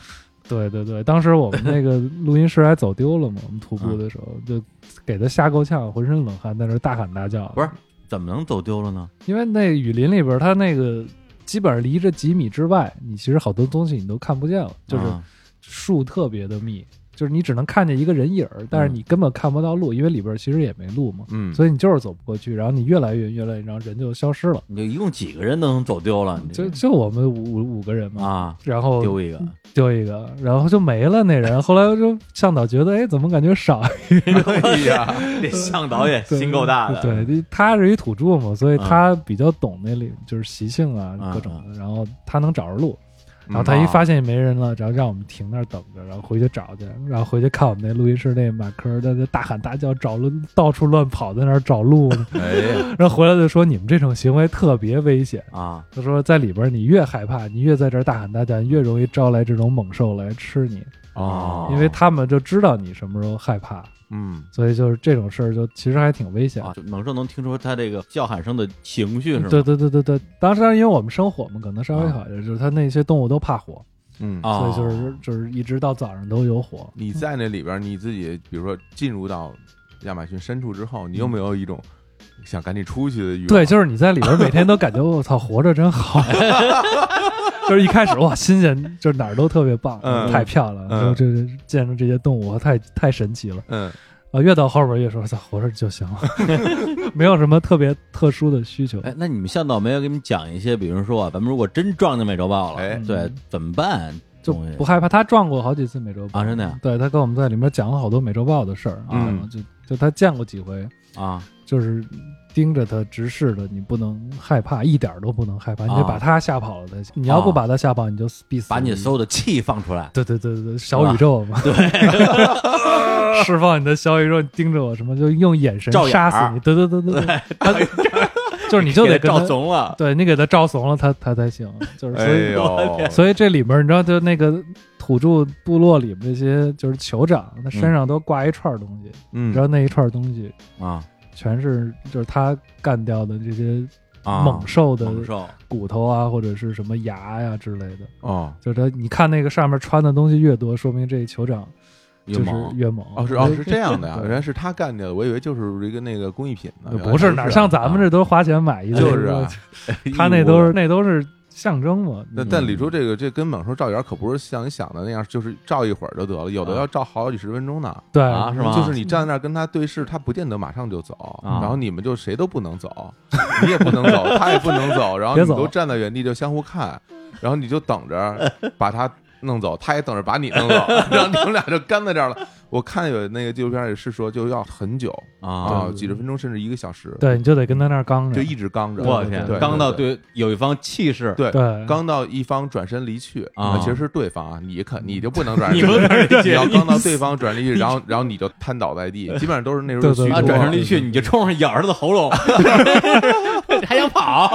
S3: 对对对，当时我们那 个录音师还走丢了嘛，我们徒
S2: 嗯
S3: 步的时候、就给他吓够呛，浑身冷汗，在那儿大喊大叫。
S2: 不是怎么能走丢了呢？
S3: 因为那雨林里边，它那个基本上离着几米之外，你其实好多东西你都看不见了，就是
S2: 啊
S3: 树特别的密，就是你只能看见一个人影儿，
S2: 嗯
S3: 但是你根本看不到路，因为里边其实也没路嘛，
S1: 嗯，
S3: 所以你就是走不过去，然后你越来越越来越，然后人就消失了。
S2: 你就一共几个人都能走丢了？你这
S3: 就哦就我们五五五个人嘛，
S2: 嗯啊，
S3: 然后
S2: 丢一个
S3: 丢一个，然后就没了那 人。后来就向导觉得，哎，怎么感觉少
S1: 哎 呀，
S2: 这向导哦也心够大的，
S3: 对，对他是一土著嘛，所以他比较懂那里就是习性啊
S2: 嗯，
S3: 各种的。然后他能找着路，然后他
S2: 嗯
S3: 一
S2: 啊
S3: 发现没人了，然后让我们停那儿等着，然后回去找去，然后回去看我们那录音室那马科在那大喊大叫，找了到处乱跑，在那儿找路 呢。
S1: 哎呀，
S3: 然后回来就说你们这种行为特别危险。
S2: 啊，
S3: 他说，在里边你越害怕，你越在这儿大喊大叫，你越容易招来这种猛兽来吃你，
S2: 哦
S3: 因为他们就知道你什么时候害怕，
S1: 嗯，
S3: 所以就是这种事儿就其实还挺危险的
S2: 啊，就猛兽能听出它这个叫喊声的情绪是吗？
S3: 对对对对对，当时因为我们生火嘛，可能稍微好一点，就是它那些动物都怕火，
S1: 嗯
S2: 啊，
S3: 所以就是就是一直到早上都有火。
S1: 你在那里边儿，你自己比如说进入到亚马逊深处之后，你有没有一种想赶紧出去的欲望？
S3: 对，就是你在里边每天都感觉我操，活着 真好。 就是一开始哇，新鲜，就是哪儿都特别棒，
S1: 嗯
S3: 太漂亮
S1: 嗯
S3: 了，就这见着这些动物太太神奇了
S1: 嗯
S3: 啊！越到后边越说，操，活着就行了， 没有什么特别特殊的需求。
S2: 哎，那你们向导没有给你们讲一些，比如说啊，咱们如果真撞见美洲豹了，
S1: 哎
S2: 对，
S3: 嗯
S2: 怎么办？
S3: 就
S2: 东西
S3: 不害怕。他撞过好几次美洲豹
S2: 啊真的呀
S3: 对他跟我们在里面讲了好多美洲豹的事儿啊，
S1: 嗯
S3: 就就他见过几回，
S2: 啊，
S3: 就是盯着他直视的，你不能害怕，一点儿都不能害怕，你得
S2: 啊
S3: 把他吓跑了才行。你要不
S2: 啊
S3: 把他吓跑，你就死必死无疑。
S2: 把你所有的气放出来。
S3: 对对对对，小宇宙嘛，对， 释放你的小宇宙，你盯着我什么，就用眼神
S2: 照眼
S3: 杀
S2: 儿
S3: 死你。对对对 对对，他就是你就得
S2: 给
S3: 跟
S2: 他
S3: 他
S2: 照，怂了。
S3: 对你给他照怂了，他他才行。就是所
S1: 哎
S3: 以
S1: 呦，
S3: 所以这里面你知道，就那个土著部落里面这些就是酋长，他身上都挂一串东西，你知
S1: 嗯
S3: 道那一串东西
S2: 啊
S3: 全是就是他干掉的这些
S2: 啊，
S3: 猛兽的
S2: 猛兽
S3: 骨头啊，或者是什么牙呀、之类的。
S1: 哦
S3: 就是他，你看那个上面穿的东西越多，说明这酋长
S2: 越
S3: 就是
S2: 猛
S3: 越猛。
S1: 哦是哦是这样的呀，
S3: 对呃
S1: 原来是他干掉的，我以为就是一个那个工艺品呢，原来
S3: 不是哪像咱们
S1: 啊
S3: 这都花钱买一个，
S1: 就是啊，
S3: 他那都是那都是象征嘛。
S1: 那
S2: 嗯
S1: 但李叔这个这跟猛兽照眼可不是像你想的那样，就是照一会儿就得了，有的
S2: 啊
S1: 要照好几十分钟呢。
S3: 对
S2: 啊，是吗？
S1: 就是你站在那儿跟他对视，他不见得马上就走，
S2: 啊
S1: 然后你们就谁都不能走，你也不能 走，他也不能走，然后你
S3: 别
S1: 们
S3: 走
S1: 都站在原地就相互看，然后你就等 着把他弄走，他也等着把你弄走，然后你们俩就干在这儿了。我看有那个纪录片也是说，就要很久
S2: 啊
S1: 啊，
S3: 对
S1: 几十分钟甚至一个小时，
S3: 对，你就得跟他那儿刚着
S1: 就。一直刚着。
S2: 我
S3: 对
S2: 天
S3: 对对，
S2: 刚到
S1: 对
S2: 对有一方气势，
S1: 对
S3: 对，嗯
S1: 刚到一方转身离去
S2: 啊
S1: 其实是对方啊，你可你就不能转身，
S2: 你不能转身离去
S1: 你要刚到对方转身离去，然后然后你就瘫倒在地，基本上都是那时候
S3: 对对
S1: 虚
S2: 啊，
S1: 脱
S2: 转身
S3: 离
S2: 一去你就冲上咬着他的喉 咙，还想跑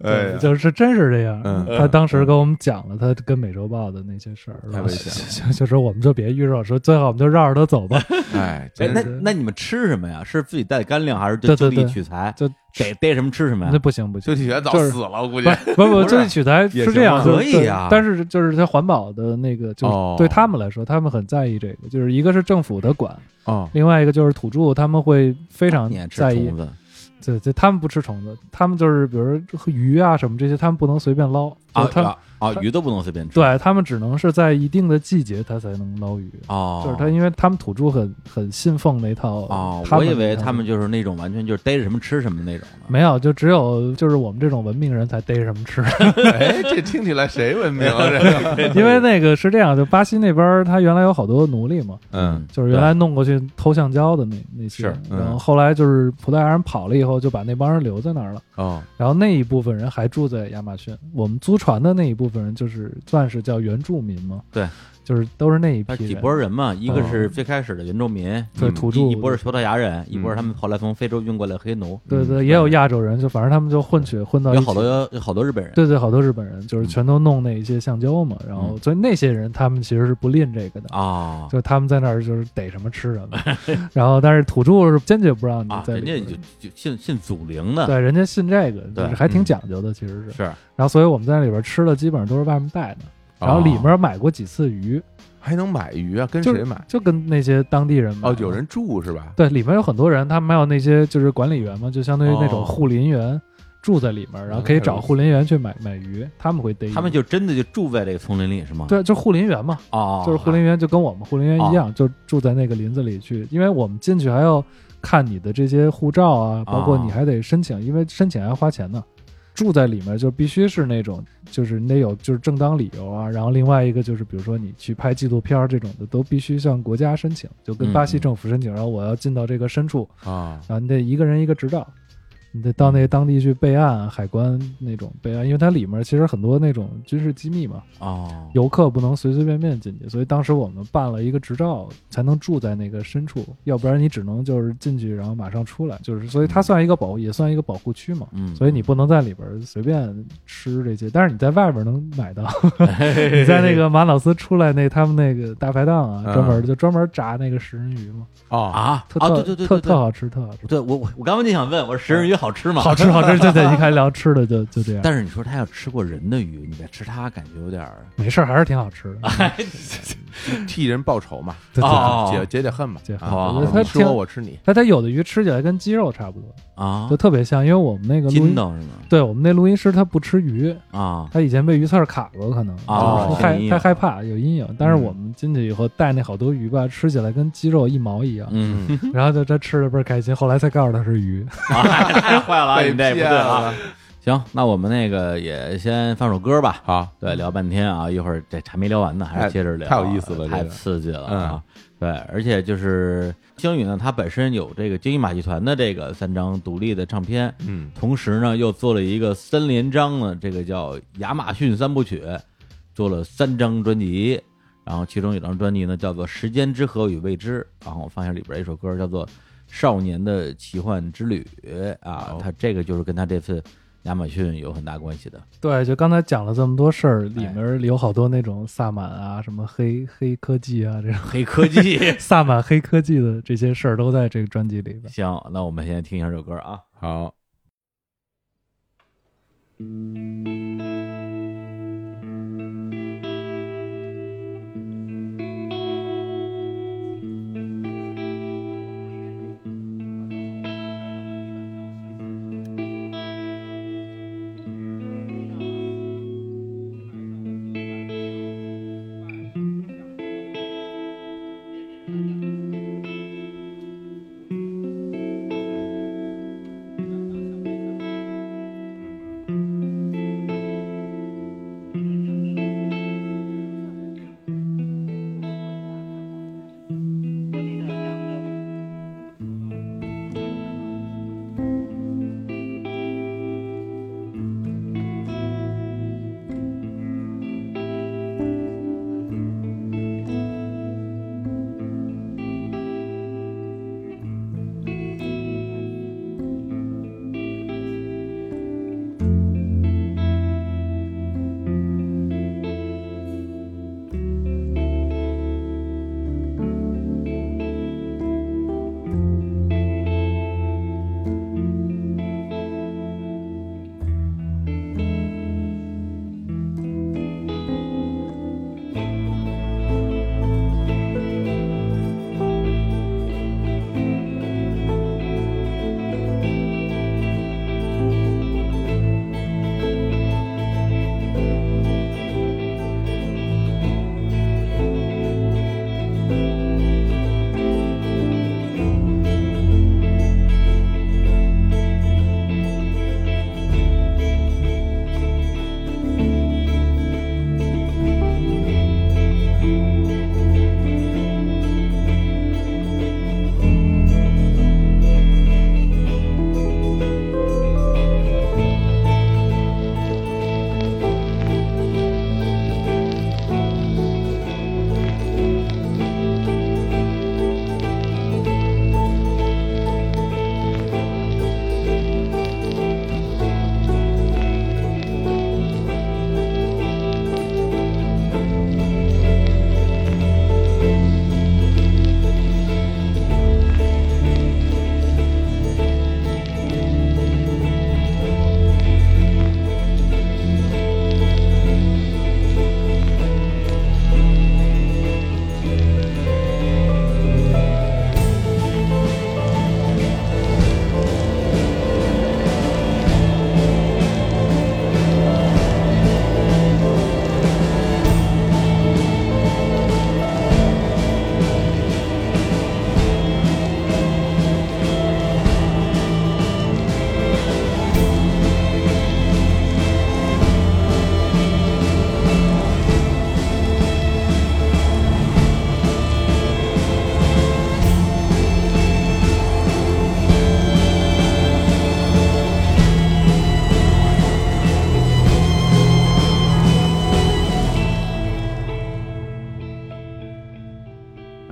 S1: 哎
S3: 对
S1: 呀，
S3: 就是真是这样。
S1: 嗯
S3: 他当时跟我们讲了他跟美洲豹的那些事儿，
S1: 太危险
S3: 了。就就说我们就别遇上，说最好我们就绕着他走吧。
S1: 哎，
S2: 哎，
S1: 真
S2: 那
S1: 是
S2: 那你们吃什么呀？是自己带干粮，还是就
S3: 对
S2: 就
S3: 对
S2: 地
S3: 对
S2: 取材？
S3: 就
S2: 逮逮什么吃什么
S3: 那
S2: 呀？
S3: 不行不行，
S1: 修体学早
S3: 就是
S1: 死了，我估计
S3: 不不不，
S1: 不是
S3: 就地取材
S1: 也
S3: 是
S1: 行
S3: 这样，
S1: 吧
S3: 就
S2: 可以
S3: 对
S2: 啊
S3: 但是就是它环保的那个，就是
S1: 哦
S3: 对他们来说，他们很在意这个，就是一个是政府的管，
S1: 哦，
S3: 另外一个就是土著，他们会非常
S2: 你也吃
S3: 在意
S2: 虫。子
S3: 对对，他们不吃虫子，他们就是比如说鱼啊什么这些，他们不能随便捞
S2: 啊
S3: 就他们
S2: 啊啊！
S3: 他
S2: 鱼都不能随便吃，
S3: 对他们只能是在一定的季节他才能捞鱼。
S2: 哦，
S3: 就是他，因为他们土著很很信奉那套
S2: 哦，
S3: 他
S2: 我
S3: 们
S2: 以为
S3: 那套
S2: 他们就是那种完全就是逮着什么吃什么那种的。
S3: 没有，就只有就是我们这种文明人才逮什么吃。
S1: 哎，这听起来谁文明啊？这个
S3: 因为那个是这样，就巴西那边儿，他原来有好多奴隶嘛，
S1: 嗯
S3: 就是原来弄过去偷橡胶的那那些
S2: 是，
S1: 嗯
S3: 然后后来就是葡萄牙人跑了以后，就把那帮人留在那儿了。
S1: 哦
S3: 然后那一部分人还住在亚马逊，我们租船的那一部分人就是算是叫原住民嘛，
S2: 对，
S3: 就是都是那一
S2: 他
S3: 批哦
S2: 几
S3: 人，
S2: 拨人嘛，一个是最开始的原住民，
S3: 对
S1: 嗯
S3: 土著，
S2: 一一波是葡萄牙人，一波是他
S3: 嗯
S2: 们后来从非洲运过来的黑奴，
S3: 对对，
S1: 嗯
S3: 也有亚洲人，就反正他们就混血混到一
S2: 有
S3: 起
S2: 好，多有好多日本人。
S3: 对对，好多日本人就是全都弄那一些橡胶嘛，然后
S2: 嗯
S3: 所以那些人他们其实是不吝这个的，
S2: 啊
S3: 就是他们在那儿就是逮什么 吃什么，然后但是土著是坚决不让你
S2: 啊，
S3: 在
S2: 人
S3: 里
S2: 家
S3: 边、
S2: 就就信信祖灵的，
S3: 对，人家信这个，
S2: 对
S3: 就是还挺
S1: 嗯
S3: 讲究的，其实是。
S2: 是
S3: 然后，所以我们在里边吃的基本上都是外面带的，
S1: 哦
S3: 然后里面买过几次鱼，
S1: 还能买鱼啊？跟
S3: 就
S1: 谁买？
S3: 就跟那些当地人买
S1: 哦，有人住是吧？
S3: 对，里面有很多人，他们还有那些就是管理员嘛，就相当于那
S1: 哦
S3: 种护林员住在里面，然后可以
S1: 嗯
S3: 找护林员去买买鱼，他们会逮鱼。
S2: 他们就真的就住在这个丛林里是吗？
S3: 对，就护林员嘛，
S2: 哦，
S3: 就是护林员就跟我们护林员一样，就住在那个林子里去，因为我们进去还要看你的这些护照啊，包括
S2: 哦
S3: 你还得申请，因为申请还要花钱呢。住在里面就必须是那种，就是你得有就是正当理由啊，然后另外一个就是比如说你去拍纪录片儿这种的，都必须向国家申请，就跟巴西
S2: 嗯嗯
S3: 政府申请，然后我要进到这个深处，
S1: 啊，
S3: 然后你得一个人一个执照，你得到那个当地去备案，海关那种备案，因为它里面其实很多那种军事机密嘛，
S2: 哦，
S3: 游客不能随随便便进去，所以当时我们办了一个执照，才能住在那个深处，要不然你只能就是进去，然后马上出来，就是所以它算一个保，也算一个保护区嘛。
S2: 嗯，
S3: 所以你不能在里边随便吃这些，但是你在外边能买到。你在那个马瑙斯出来那他们那个大排档啊，
S1: 嗯
S3: 专门就专门炸那个食人鱼嘛，
S1: 哦，
S2: 啊
S3: 特
S2: 啊，
S3: 特
S2: 对对对对
S3: 特特
S2: 对，
S3: 好吃，特好吃，
S2: 对我我我刚刚就想问，我说食人鱼好 吃吗？
S3: 好吃好吃。对对，一开始聊吃的就就这样，
S2: 但是你说他要吃过人的鱼，你再吃它，感觉有点 儿
S3: 没事儿还是挺好吃的。
S1: 替人报仇嘛，
S3: 对对对
S2: 啊哦
S1: 解解解恨吧
S3: 解，恨
S1: 啊
S2: 我觉得
S1: 你
S3: 他
S1: 吃我
S3: 挺
S1: 我吃你，
S3: 但它有的鱼吃起来跟鸡肉差不多，
S2: 啊
S3: 就，特别像，因为我们那个录
S2: 筋
S3: 音，
S2: 道是吗？
S3: 对我们那录音师他不吃鱼，
S2: 啊，
S3: 他以前被鱼刺儿卡过，可能
S2: 哦
S3: 就是害
S2: 有阴影
S3: 太害怕有阴影。但是
S2: 嗯
S3: 我们进去以后带那好多鱼吧，吃起来跟鸡肉一毛一样，
S2: 嗯，
S3: 然后就这吃的倍儿开心。后来才告诉他是鱼，
S2: 啊，太坏了啊，
S1: 被
S2: 你这也不
S1: 骗
S2: 对啊
S1: 了。
S2: 行，那我们那个也先放首歌吧。
S1: 好，
S2: 对，聊半天啊，一会儿这还没聊完呢，还
S1: 太
S2: 是接着聊啊，
S1: 太有意思了
S2: 太
S1: 这个嗯
S2: 刺激了啊！对，而且就是星宇呢，他本身有这个京一马戏团的这个三张独立的唱片，
S1: 嗯，
S2: 同时呢又做了一个三连章呢，这个叫亚马逊三部曲，做了三张专辑，然后其中有张专辑呢叫做《时间之河与未知》，然后我放下里边一首歌叫做《少年的奇幻之旅》啊
S1: 好，
S2: 它这个就是跟他这次亚马逊有很大关系的。
S3: 对，就刚才讲了这么多事儿，
S2: 哎
S3: 里面有好多那种萨满啊，什么黑黑科技啊，这种。
S2: 黑科技
S3: 萨满黑科技的这些事儿都在这个专辑里边。
S2: 行，那我们先听一下这首歌啊。
S1: 好，
S4: 嗯。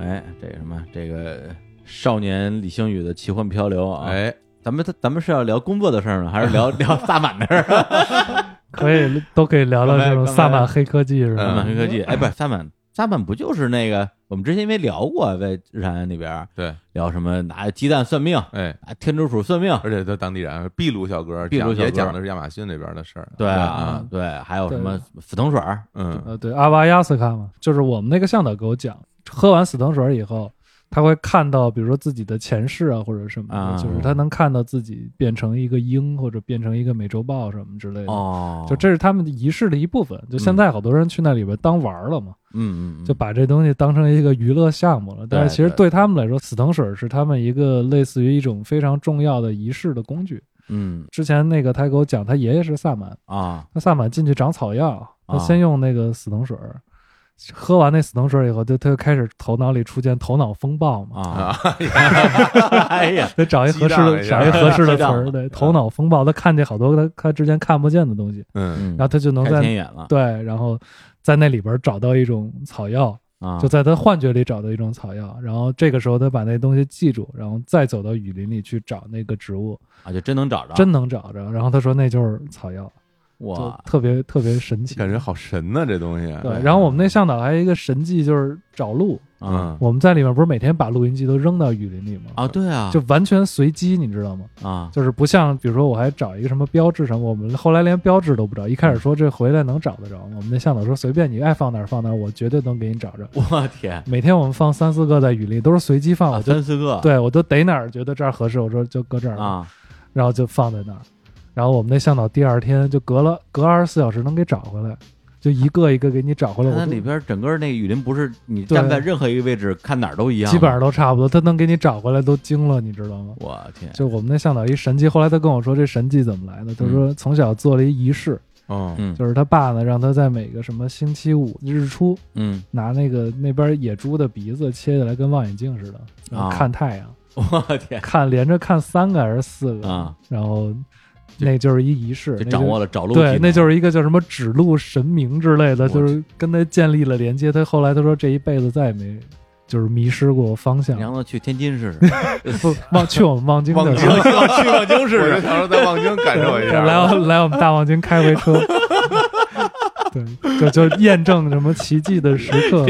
S2: 哎少年李星宇的奇幻漂流啊。，
S1: 哎，
S2: 咱们咱们是要聊工作的事儿呢，还是聊 聊萨满的事儿？
S3: 可以都可以聊聊这
S2: 刚
S3: 种
S2: 才
S3: 萨满黑科技是
S2: 萨
S3: 吧
S2: 满？黑科技，哎，不是萨满，萨满不就是那个我们之前因为聊过，在日坛里边儿
S1: 对，
S2: 聊什么拿鸡蛋算命，
S1: 哎，
S2: 啊，天竺鼠算命，
S1: 而且他当地人，秘鲁小哥
S2: 秘鲁
S1: 讲
S2: 小
S1: 也
S2: 哥
S1: 讲的是亚马逊那边的事儿，
S2: 对啊
S1: 嗯，
S2: 对，还有什
S3: 对
S2: 么死藤水儿，
S1: 嗯，
S3: 呃，对，阿巴亚斯卡嘛，就是我们那个向导给我讲，喝完死藤水以后，他会看到，比如说自己的前世啊，或者什么的，
S2: 啊
S3: 就是他能看到自己变成一个鹰，或者变成一个美洲豹什么之类的。
S2: 哦，
S3: 就，这是他们的仪式的一部分。就现在好多人去那里边当玩儿了嘛，
S2: 嗯嗯，嗯
S3: 就把这东西当成一个娱乐项目了。但是其实
S2: 对
S3: 对他们来说，死藤水是他们一个类似于一种非常重要的仪式的工具。
S2: 嗯
S3: 之前那个他给我讲，他爷爷是萨满，
S2: 啊，
S3: 那萨满进去长草药，
S2: 啊
S3: 他先用那个死藤水儿，喝完那死藤水儿以后，就他就开始头脑里出现头脑风暴嘛，
S2: 啊， 哎呀，
S3: 得找一合适
S1: 激荡了
S3: 的
S1: 一下
S3: 找一合适的
S2: 激
S3: 词
S2: 荡嗯
S3: 儿，
S2: 了
S3: 对，头脑风暴，他看见好多他他之前看不见的东西，
S1: 嗯
S2: 嗯
S3: 然后他就能
S2: 开天
S3: 在
S2: 眼了，
S3: 对，然后在那里边找到一种草药，
S2: 啊，
S3: 就在他幻觉里找到一种草药，然后这个时候他把那东西记住，然后再走到雨林里去找那个植物，
S2: 啊，就真能找着，
S3: 真能找着，然后他说那就是草药，就
S2: 哇，啊
S3: 特别特别神奇，
S1: 感觉好神呐，这东西，啊
S3: 对，然后我们那向导还有一个神技就是找路，
S2: 哎嗯
S3: 我们在里面不是每天把录音机都扔到雨林里吗？
S2: 啊，对啊，
S3: 就完全随机，你知道吗？
S2: 啊，
S3: 就是不像，比如说我还找一个什么标志什么，我们后来连标志都不找。一开始说这回来能找得着，我们那向导说随便你爱放哪儿放哪儿，我绝对能给你找着。
S2: 我天，
S3: 每天我们放三四个在雨林，都是随机放，
S2: 啊
S3: 我哦就
S2: 三四个，
S3: 对我就逮哪儿觉得这儿合适，我说就搁这儿，
S2: 啊，
S3: 然后就放在那儿。然后我们那向导第二天就隔了隔二十四小时能给找回来，就一个一个给你找回来。
S2: 它
S3: 我
S2: 那
S3: 都
S2: 里边整个那个雨林不是你
S3: 对
S2: 站在任何一个位置看哪儿都一样吗，
S3: 基本上都差不多，他能给你找回来都惊了，你知道吗？
S2: 我天，
S3: 就我们那向导一神技，后来他跟我说这神技怎么来的，他说从小做了一仪式，
S1: 哦，
S2: 嗯
S3: 就是他爸呢让他在每个什么星期五日出
S2: 嗯，
S3: 拿那个那边野猪的鼻子切下来跟望远镜似的，然后
S2: 啊
S3: 看太阳，
S2: 我天
S3: 看连着看三个还是四个，
S2: 啊，
S3: 然后那就是一仪式，
S2: 就
S3: 那
S2: 掌握
S3: 了。
S2: 了找路技能，
S3: 对，那就是一个叫什么指路神明之类的，就是跟他建立了连接。他后来他说这一辈子再也没就是迷失过方向
S2: 你。让他去天津试试，
S3: 不望去我们望京
S1: 望
S3: 的
S1: 京
S3: 时候，
S2: 去望京
S1: 我就想说在望京感受一下，
S3: 来我来我们大望京开回车， 对，就就验证什么奇迹的时刻，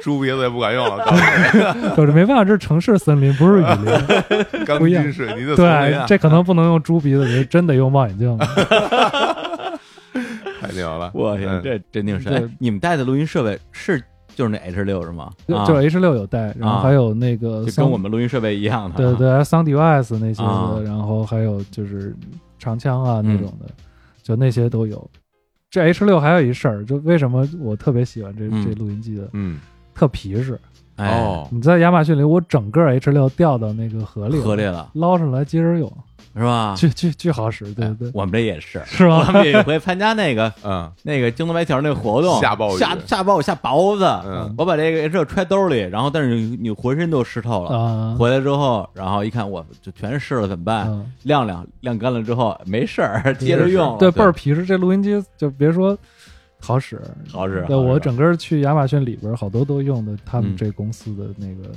S1: 猪鼻子也不管用了，钢
S3: 就是没办法，这是城市森林，不是雨林，
S1: 钢
S3: 不一样
S1: 筋水泥的丛林
S3: 对
S1: 啊，，
S3: 这可能不能用猪鼻子，这真得用望远镜。
S1: 太牛了，
S2: 我天，
S1: 嗯
S2: 这真挺神！
S3: 对
S2: 哎你们带的录音设备是就是那 H 六是吗？
S3: 就
S2: 啊
S3: 就 H 六有带，然后还有那个
S2: 就
S3: 桑
S2: 跟我们录音设备一样的啊。
S3: 对对 Sound Device 那些
S2: 啊
S3: 的，然后还有就是长枪啊那种的，就那些都有。这 H 六还有一事儿，就为什么我特别喜欢这
S2: 嗯
S3: 这录音机的，
S1: 嗯，
S3: 特皮实。
S2: 哎，
S1: 哦，
S3: 你在亚马逊里，我整个 H 六掉到那个河里了，
S2: 合理了
S3: 捞上来接着用，
S2: 是吧？
S3: 巨巨巨好使，对
S2: 哎
S3: 对，对，
S2: 我们这也是，
S3: 是
S2: 我
S3: 吗？
S2: 们有一回参加那个
S1: 嗯，
S2: 那个京东白条那个活动，
S1: 下暴雨
S2: 下下暴雨下雹子
S1: 嗯，
S2: 我把这个 H 六揣兜里，然后但是你你浑身都湿透了。
S3: 啊，
S2: 回来之后，然后一看，我就全湿了，怎么办？
S3: 嗯
S2: 晾晾晾干了之后没事儿，接着用了。
S3: 对，倍儿皮实。这录音机就别说好使，
S2: 好使
S3: 对
S2: 好使
S3: 我整个去亚马逊里边，好多都用的他们
S2: 嗯
S3: 这公司的那个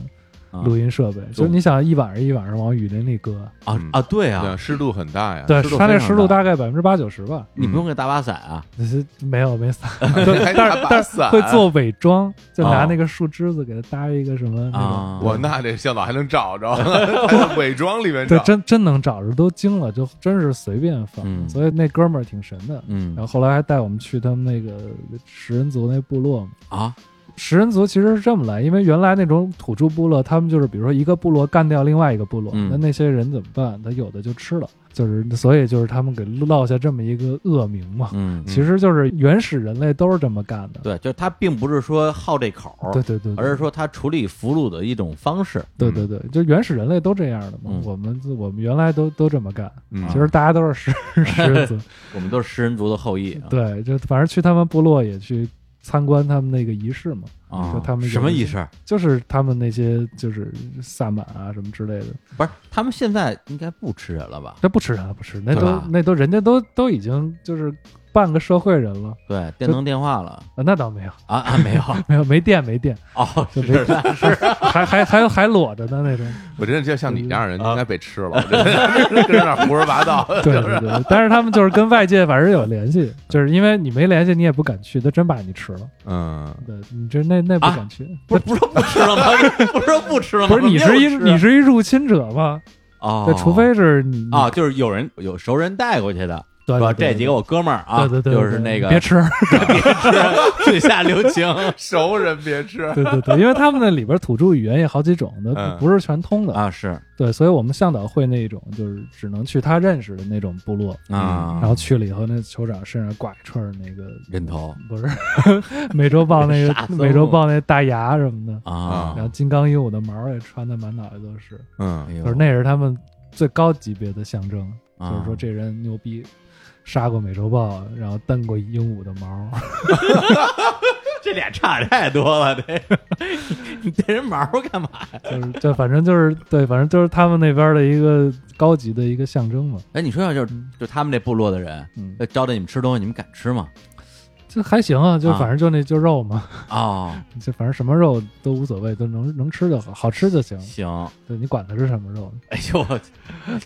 S2: 啊
S3: 录音设备。就是你想一晚上一晚上往雨林里搁，
S2: 啊
S1: 嗯
S2: 啊！对啊
S1: 对，，湿度很大呀，
S3: 对，
S2: 湿度
S3: 它
S2: 非
S3: 这
S2: 常
S3: 湿度
S2: 大
S3: 大概百分之八九十吧。
S2: 你不用给打把伞啊，
S3: 这是没有没 伞，
S1: 还
S3: 对但
S1: 拿
S3: 是
S1: 把
S3: 但是
S1: 伞
S3: 会做伪装，就拿
S2: 哦
S3: 那个树枝子给它搭一个什么那种
S2: 啊，
S1: 我那这向导还能找着， 还在伪装里面
S3: 对
S1: 找，，
S3: 真真能找着，都惊了，就真是随便放。
S2: 嗯
S3: 所以那哥们儿挺神的。
S2: 嗯
S3: 然后后来还带我们去他们那个食人族那部落嘛。
S2: 啊，
S3: 食人族其实是这么来，因为原来那种土著部落，他们就是比如说一个部落干掉另外一个部落，
S2: 嗯
S3: 那那些人怎么办？他有的就吃了，就是所以就是他们给落下这么一个恶名嘛。
S2: 嗯，
S3: 其实就是原始人类都是这么干的。
S2: 对，就是他并不是说好这口儿，
S3: 对对对，对
S2: 而是说他处理俘虏的一种方式。
S3: 对对对，就原始人类都这样的嘛。
S2: 嗯
S3: 我们我们原来都都这么干，
S1: 嗯
S3: 其实大家都是食 食人族。
S2: 我们都是食人族的后裔啊。
S3: 对，就反正去他们部落也去参观他们那个仪式嘛，
S2: 啊
S3: 就，他们有
S2: 什么仪式？
S3: 就是他们那些就是萨满啊什么之类的，
S2: 不是，他们现在应该不吃人了吧？
S3: 啊这不吃啥不吃，那
S2: 对
S3: 都
S2: 吧
S3: 那都人家都都已经就是半个社会人了。
S2: 对，电能电话了
S3: 啊，那倒没有，
S2: 啊 啊，没有
S3: 没有没电没电，
S2: 哦，
S3: 就是没
S2: 的是的，
S3: 还还还还裸着呢 那种。
S1: 我真的就像你这样的人，应该被吃了，我真的 跟那儿胡说八道，
S3: 对
S1: 就
S3: 对
S1: 是
S3: 对，但是他们就是跟外界反正有联系，就是因为你没联系，你也不敢去，他真把你吃了。
S1: 嗯，
S3: 对，你这那那不敢去，
S2: 啊不是不是说不吃了吗？ 不是说不吃了吗？
S3: 不是你是一
S2: 没有吃啊
S3: 你是一入侵者吗？
S2: 哦
S3: 对，，除非是你
S2: 啊，，就是有人有熟人带过去的，
S3: 对
S2: 说
S3: 啊对对
S2: 这几个我哥们儿啊，
S3: 对对对，对
S2: 就是那个
S3: 别吃，
S2: 嘴下留情，
S1: 熟人别吃，
S3: 对对对，因为他们那里边土著语言也好几种的
S1: 嗯，
S3: 不是全通的。
S2: 啊，是
S3: 对，所以我们向导会那种，就是只能去他认识的那种部落，
S2: 啊，
S3: 嗯然后去了以后，那酋长身上挂一串那个
S2: 人头
S3: 不是 美洲豹那
S2: 傻
S3: 个
S2: 僧
S3: 美洲豹那大牙什么的，
S2: 啊
S3: 然，后金刚鹦鹉的毛也穿的满脑袋都是，
S2: 哎
S1: 嗯
S2: 就
S3: 就是那是他们最高级别的象征，就是说
S2: 这
S3: 这人牛逼，杀过美洲豹，然后蹬过鹦鹉的毛，
S2: 这俩差太多了，这你带人毛干嘛？
S3: 就是这反正就是对，反正就是他们那边的一个高级的一个象征嘛。
S2: 哎，你说要就是就他们这部落的人，
S3: 嗯，
S2: 呃招待你们吃东西，你们敢吃吗？
S3: 这还行啊，就
S2: 啊
S3: 反正就那就肉嘛，
S2: 哦，
S3: 就反正什么肉都无所谓，都能能吃就好，好吃就行。
S2: 行，
S3: 对你管它是什么肉，
S2: 哎呦我去，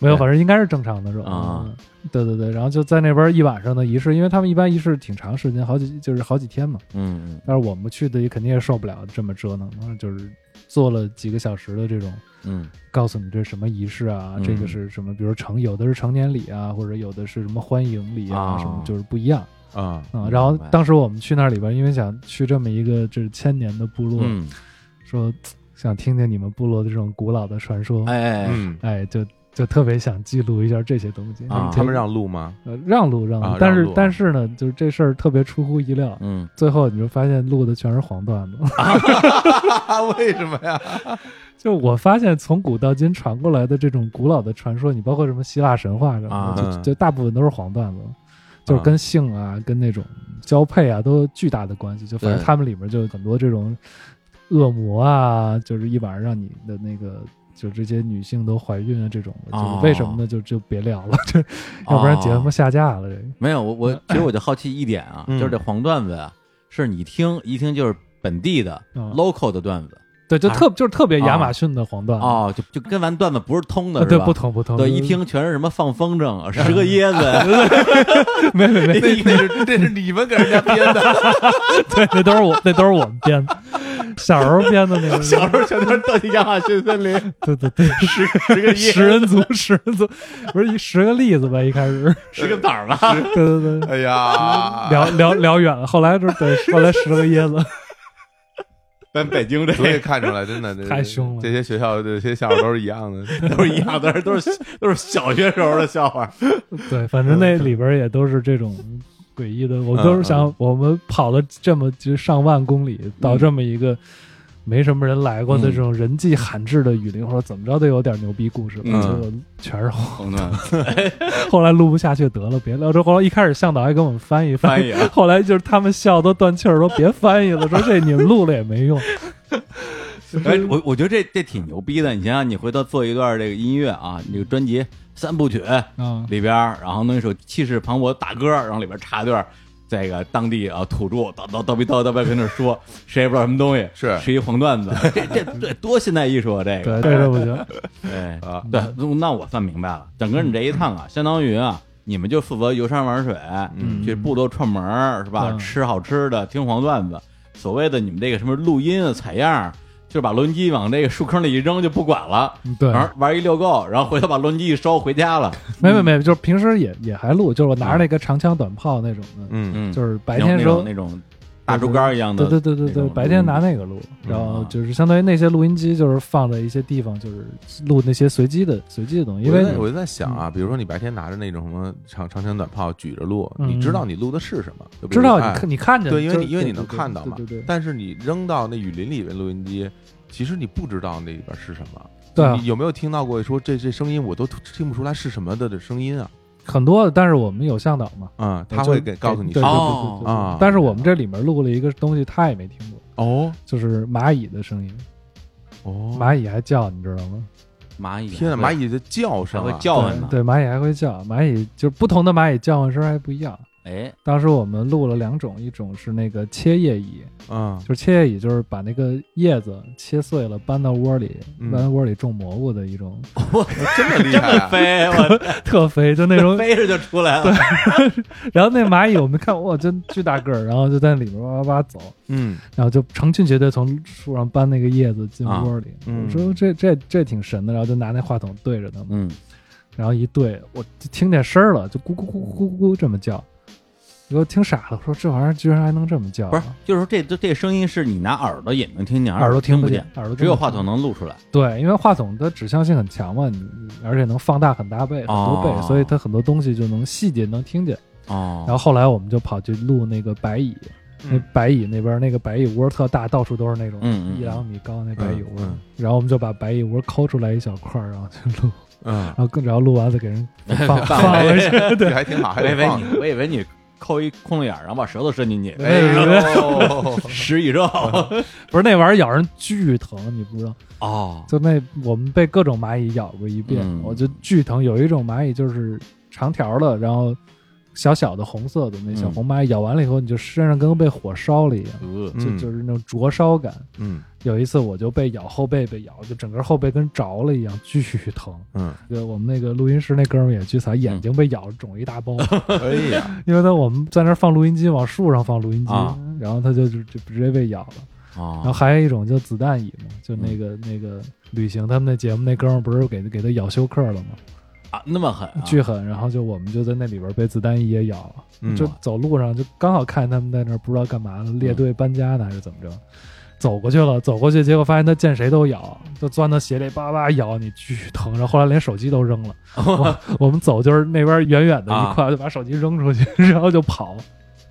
S3: 没有，反正应该是正常的肉
S2: 啊。
S3: 嗯对对对，然后就在那边一晚上的仪式，因为他们一般仪式挺长时间，好几就是好几天嘛。
S2: 嗯嗯
S3: 但是我们去的也肯定也受不了这么折腾，然后就是做了几个小时的这种，
S2: 嗯
S3: 告诉你这是什么仪式啊，
S2: 嗯
S3: 这个是什么，比如成有的是成年礼啊，或者有的是什么欢迎礼啊，
S2: 啊
S3: 什么就是不一样
S1: 啊，
S3: 啊。
S2: 明
S3: 然后
S2: 白
S3: 当时我们去那里边，因为想去这么一个就是千年的部落，
S2: 嗯，
S3: 说嘖想听听你们部落的这种古老的传说，哎，
S2: 哎，
S1: 嗯，
S3: 就就特别想记录一下这些东西。
S2: 啊
S1: 他们让路吗？
S3: 呃让路让路，
S1: 啊
S3: 但是
S1: 让路啊
S3: 但是呢，就是这事儿特别出乎意料，
S2: 嗯
S3: 最后你就发现录的全是黄段子。
S1: 啊， 为什么 呀？
S3: 就我发现，从古到今传过来的这种古老的传说，你包括什么希腊神话什么
S2: 啊
S3: 的，就
S1: 嗯
S3: 就大部分都是黄段子，就是跟性啊、跟那种交配啊都有巨大的关系。就反正
S2: 对
S3: 他们里面就有很多这种恶魔啊，就是一晚上让你的那个。就这些女性都怀孕啊，这种的，就是
S2: 哦
S3: 为什么呢？就就别聊了， 这
S2: 啊
S3: 要不然节目下架了。这个
S2: 没有我我其实我就好奇一点啊，
S1: 嗯
S2: 就是这黄段子啊，是你听一听就是本地的
S3: 嗯
S2: local 的段子
S3: 对，就特就是特别
S2: 啊
S3: 亚马逊的黄段子，
S2: 哦，就就跟完段子不是通的
S3: 啊
S2: 是
S3: 对，
S2: 吧？
S3: 不同不同，
S2: 对，
S3: 就
S2: 一
S3: 是
S2: 听全是什么放风 筝、啊十个椰子，
S3: 没没
S1: 那，
S3: 没
S1: 那是那是你们给人家编的，
S3: 对，那都是我那都是我们编的，小时候编的那个
S2: 小时候全都是到亚马逊森 林，
S3: 对对对，
S2: 十十个椰
S3: 十
S2: 子，
S3: 人组，十人组，不是一十个例子吧？一开始，
S2: 十个枣吧，
S3: 对对对，
S1: 哎呀，
S3: 聊聊聊远了，后来就是对，后来十个椰子，
S2: 咱北京
S1: 所以
S2: 这
S1: 看出来，真 的这
S3: 太凶了
S1: 这些学校这些校都是一样的，
S2: 都是一样，都是都是都是小学时候的笑话。
S3: 对，反正
S2: 嗯
S3: 那里边也都是这种诡异的。我都是想，我们跑了这么就上万公里，
S2: 嗯
S3: 到这么一个没什么人来过的这种人迹罕至的雨林，或者怎么着都有点牛逼故事吧，
S2: 嗯
S3: 结果全是
S2: 黄段子
S3: 后来录不下去得了，别聊这。后来一开始向导还给我们翻译
S2: 翻
S3: 译，
S2: 译啊，
S3: 后来就是他们笑都断气儿，说别翻译了，说这你们录了也没 用。
S2: 哎，我我觉得这这挺牛逼的。你想想，你回头做一段这个音乐啊，你这个专辑三部曲
S3: 啊，
S2: 里边儿，然后弄一首气势磅礴的大歌，然后里边插一段。这个当地啊，土著叨叨叨逼叨叨逼跟那儿说，谁也不知道什么东西，
S1: 是
S2: 是一黄段子，这这这多现代艺术啊！ 这个 哎
S3: 对，这是不 行。
S2: 对
S1: 啊
S3: 嗯
S2: 对，那我算明白了，整个你这一趟啊，相当于啊，你们就负责游山玩水，
S3: 嗯
S2: 去部落串门儿是吧？
S3: 嗯
S2: 吃好吃的，听黄段子。所谓的你们这个什么录音啊、采样儿，就是把录音机往这个树坑里一扔就不管了，
S3: 嗯对，
S2: 玩玩一遛够，然后回头把录音机一收回家了。
S3: 没没没，就是平时也也还录，就是我拿着那个长枪短炮那种的，
S1: 嗯
S2: 嗯，
S3: 就是白天时候
S2: 那种那种大竹竿一样的，
S3: 对对对对对，白天拿那个录，
S1: 嗯
S3: 然后就是相当于那些录音机就是放在一些地方，就是录那些随机的随机的东西，因
S1: 我就在
S3: 为
S1: 我就在想
S2: 嗯
S1: 啊，比如说你白天拿着那种什么长长枪短炮举着录，
S3: 嗯
S1: 你知道你录的是什么，就比
S3: 知
S1: 如说
S3: 道
S1: 哎
S3: 你看你看见，
S1: 对，因为
S3: 就
S1: 你因为你
S3: 对
S1: 能
S3: 对
S1: 看到嘛
S3: 对对，对
S1: 但是你扔到那雨林里面录音机，其实你不知道那里边是什么。
S3: 对啊
S1: 你有没有听到过说这这声音我都听不出来是什么的的声音啊？
S3: 很多的，但是我们有向导嘛，
S1: 啊，
S3: 我
S1: 他
S3: 就
S1: 会给告诉你是
S3: 对对对
S2: 哦
S3: 对对对
S1: 啊
S3: 但是我们这里面录了一个东西，他也没听过，
S1: 哦
S3: 就是蚂蚁的声音，
S1: 哦，
S3: 蚂蚁还叫，你知道吗？
S2: 蚂蚁，
S1: 天哪，蚂蚁的叫
S2: 还
S1: 声
S2: 会
S1: 啊
S2: 叫唤呢，
S3: 对，对蚂蚁还会叫，蚂蚁就是不同的蚂蚁叫唤声还不一样。
S2: 哎哎，
S3: 当时我们录了两种，一种是那个切叶蚁，
S1: 啊，
S3: 就是切叶蚁，就是把那个叶子切碎了搬到窝里，
S1: 嗯
S3: 搬到窝里种蘑菇的一种，
S1: 这么厉
S2: 这
S1: 害
S2: 么
S1: 啊，
S2: 飞，我
S3: 特肥，就那种
S2: 飞着就出来了，
S3: 然后那蚂蚁，我们看哇，真巨大个儿，然后就在里面哇哇哇走，
S1: 嗯，
S3: 然后就成群结队从树上搬那个叶子进窝里。
S2: 啊
S1: 嗯
S3: 我说这这这挺神的，然后就拿那话筒对着它们，
S2: 嗯，
S3: 然后一对，我就听见声儿了，就咕咕咕咕咕咕这么叫，给我听傻了，我说这玩意儿居然还能这么叫啊，
S2: 不是，就是说这这这声音是你拿耳朵也能听见，
S3: 耳朵
S2: 听
S3: 不
S2: 见，，
S3: 耳朵
S2: 只有话
S3: 筒。
S2: 筒能录出来。
S3: 对，因为话筒它指向性很强嘛，你你而且能放大很大倍、很多倍，
S2: 哦
S3: 所以它很多东西就能细节能听见。
S2: 哦，
S3: 然后后来我们就跑去录那个白蚁，那
S1: 嗯
S3: 白蚁那边那个白蚁窝特大，到处都是那种
S2: 嗯嗯嗯
S3: 一两米高那白蚁窝。
S1: 嗯嗯
S3: 然后我们就把白蚁窝抠出来一小块儿，然后去录，
S1: 嗯，
S3: 然后跟然后录完了给人放
S2: 放
S3: 放回去。
S1: 这还挺好，还
S2: 我以
S1: 得
S2: 为
S1: 放
S2: 你，我以为你抠一窟窿眼儿，然后把舌头伸进去，
S1: 哎呦，
S2: 食蚁肉。
S3: 不是那玩意儿咬人巨疼，你不知道。
S2: 哦，
S3: 就那我们被各种蚂蚁咬过一遍，
S2: 嗯
S3: 我就巨疼。有一种蚂蚁就是长条的，然后小小的红色的那小
S2: 嗯
S3: 红蚂蚁，咬完了以后，你就身上跟被火烧了一样，
S2: 呃
S1: 嗯
S3: 就就是那种灼烧感。
S1: 嗯
S3: 有一次我就被咬后背被咬，就整个后背跟着了一样，巨疼。
S1: 嗯，
S3: 对，我们那个录音室那哥们儿也巨
S2: 嗯
S3: 惨，眼睛被咬肿一 大包，
S1: 哎呀，
S3: 因为他我们在那儿放录音机，往树上放录音机，
S2: 啊
S3: 然后他就就就直接被咬了。然后
S2: 哦，
S3: 还有一种叫子弹蚁嘛，就
S2: 嗯
S3: 那个、那个旅行他们那节目那哥们儿不是给给他咬休克了吗？
S2: 啊那么狠啊，
S3: 巨狠，然后就我们就在那里边被子弹蚁也咬了，
S1: 嗯
S3: 就走路上就刚好看见他们在那儿不知道干嘛呢，列队搬家呢还是怎么着，走过去了，走过去，结果发现他见谁都咬，就钻到鞋里叭叭咬你，巨疼，然后后来连手机都扔了，我 我们走就是那边远远的一块就把手机扔出去，然后就跑，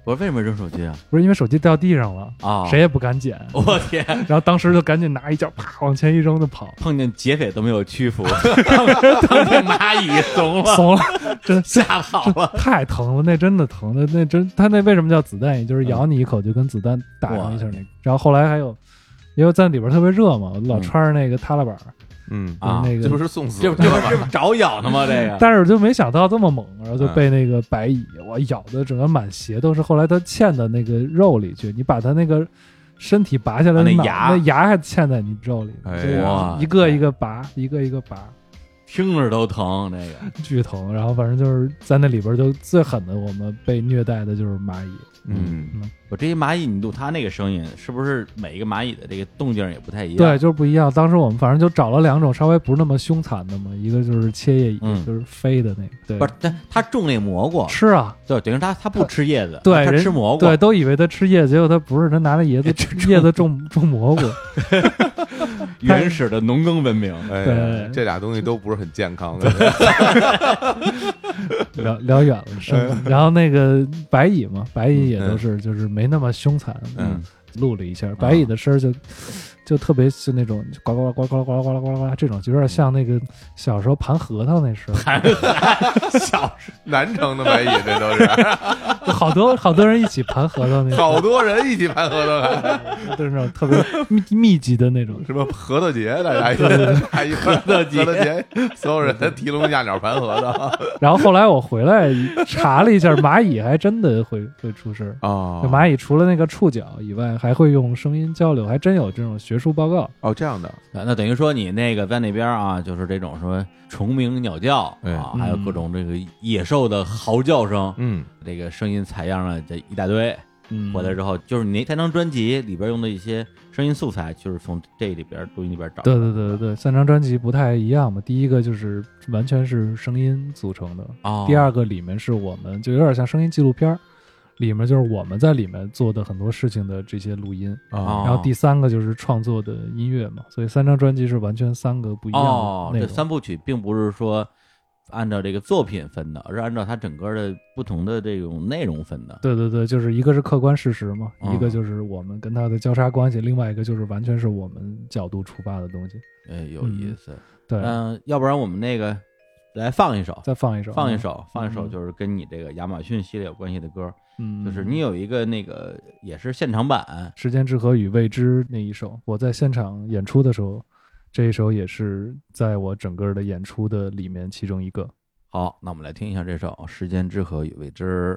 S2: 我说为什么扔手机啊？
S3: 不是因为手机掉地上了。
S2: 啊，
S3: 谁？也不敢捡，
S2: 我天，
S3: 然后当时就赶紧拿一脚啪往前一扔就跑，
S2: 碰见劫匪都没有屈 服，碰见蚂蚁怂了，
S3: 怂了，真的
S2: 吓跑了。
S3: 太疼了，那真的疼的，那真他那为什么叫子弹蚁？就是咬你一口就跟子弹打上一下那个。然后后来还有，因为在里边特别热嘛，我老穿着那个踏拉板，
S1: 嗯，
S2: 啊
S3: 就是那
S1: 这不
S3: 个。
S1: 是送死
S2: 这
S1: 了
S2: 不这不
S1: 吗
S2: 这不嗯找咬呢吗？这个
S3: 但是我就没想到这么猛，然后就被那个白蚁我咬的整个满鞋都是。后来它嵌到那个肉里去，你把它那个身体拔下来，
S2: 啊那
S3: 脑
S2: 牙
S3: 那牙还嵌在你肉里，
S1: 哎呀
S3: 就是一个一个拔，一个一个拔。
S2: 听着都疼，这个
S3: 巨疼，然后反正就是在那里边就最狠的，我们被虐待的就是蚂蚁，嗯，
S2: 我这些蚂蚁，你录它那个声音，是不是每一个蚂蚁的这个动静也不太一样？
S3: 对，，就是不一样。当时我们反正就找了两种稍微不是那么凶残的嘛，一个就是切叶蚁，
S2: 嗯
S3: 就是飞的那个，对，
S2: 不是，但它种那蘑菇，
S3: 吃啊，
S2: 对，等于它它不吃叶子，
S3: 对，
S2: 它
S3: 人
S2: 吃蘑菇，
S3: 对，都以为它吃叶，结果它不是，它拿那 叶子叶子种种蘑菇，
S2: 原始的农耕文明。
S1: 哎呀
S3: 对，
S1: 这俩东西都不是很健康的，
S3: 聊聊 远了，是。
S2: 嗯
S3: 然后那个白蚁嘛，白蚁也都是就是没那么凶残，
S1: 嗯，
S3: 录了一下，白蚁的声儿就就特别是那种呱呱呱呱呱呱呱呱呱这种，就有点像那个小时候盘核桃那声儿。
S2: 还小时
S1: 南城的蚂蚁这都 是，
S3: 就好多好多人一起盘核桃那种，
S1: 好多人一起盘核桃来。
S3: 就是那种特别密密集的那种。
S1: 什么核桃节，大家一大家一核
S2: 桃 节
S1: 核桃节，所有人提笼架鸟盘核桃
S3: 然后后来我回来查了一下，蚂蚁还真的会会出声儿。
S1: 哦
S3: 就蚂蚁除了那个触角以外，还会用声音交流，还真有这种学术报告。
S1: 哦这样的，
S2: 候，那等于说你那个在那边啊，就是这种什么虫鸣鸟叫
S1: 哎
S2: 啊，
S3: 嗯
S2: 还有各种这个野兽的嚎叫声，
S1: 嗯
S2: 这个声音采样了这一大堆。
S3: 嗯，
S2: 回来之后，就是你那那张专辑里边用的一些声音素材，就是从这里边录音里边找。
S3: 对对对对对，三张专辑不太一样嘛。第一个就是完全是声音组成的，
S2: 哦，
S3: 第二个里面是我们就有点像声音纪录片儿，里面就是我们在里面做的很多事情的这些录音。
S2: 哦
S3: 然后第三个就是创作的音乐嘛，所以三张专辑是完全三个不一样
S2: 哦
S3: 的，内
S2: 这
S3: 容。
S2: 三部曲并不是说按照这个作品分的，而是按照它整个的不同的这种内容分的。
S3: 对对对，就是一个是客观事实嘛，
S2: 嗯
S3: 一个就是我们跟它的交叉关系，另外一个就是完全是我们角度出发的东西。
S2: 哎，有意思。
S3: 对，
S2: 嗯、要不然我们那个来放一首，
S3: 再放一首，啊
S2: 放一，首，放一首，
S3: 嗯
S2: 就是跟你这个亚马逊系列有关系的歌，
S3: 嗯，
S2: 就是你有一个那个也是现场版，
S3: 《时间之河与未知》那一首，我在现场演出的时候，这一首也是在我整个的演出的里面其中一个。
S2: 好，那我们来听一下这首《时间之河与未知》。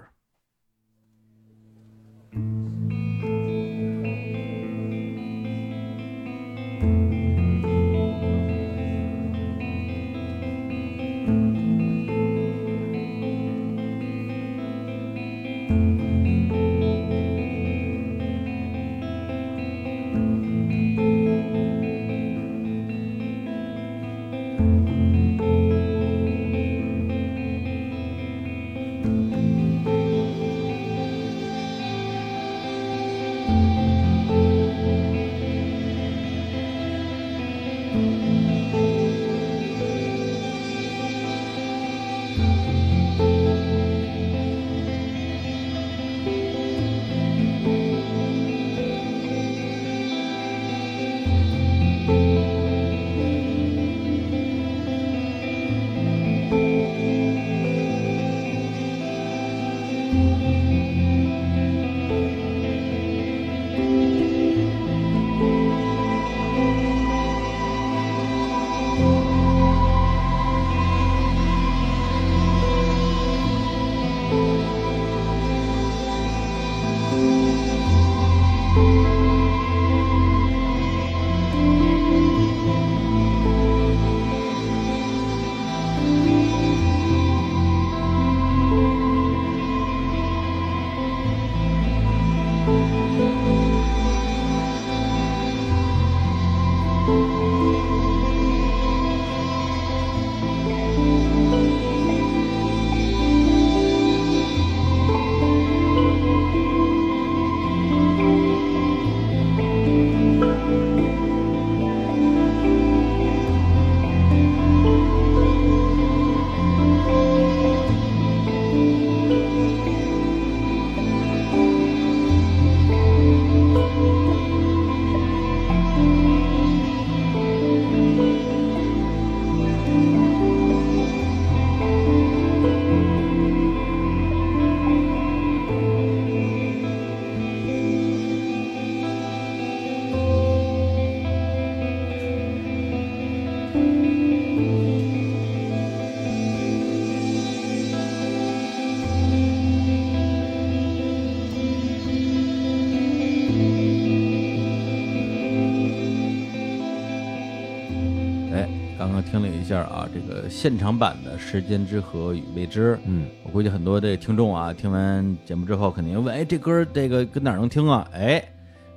S2: 哎，刚刚听了一下啊，这个现场版的《时间之河与未知》，
S1: 嗯，
S2: 我估计很多这听众啊，听完节目之后肯定问，哎，这歌儿这个跟哪儿能听啊？哎，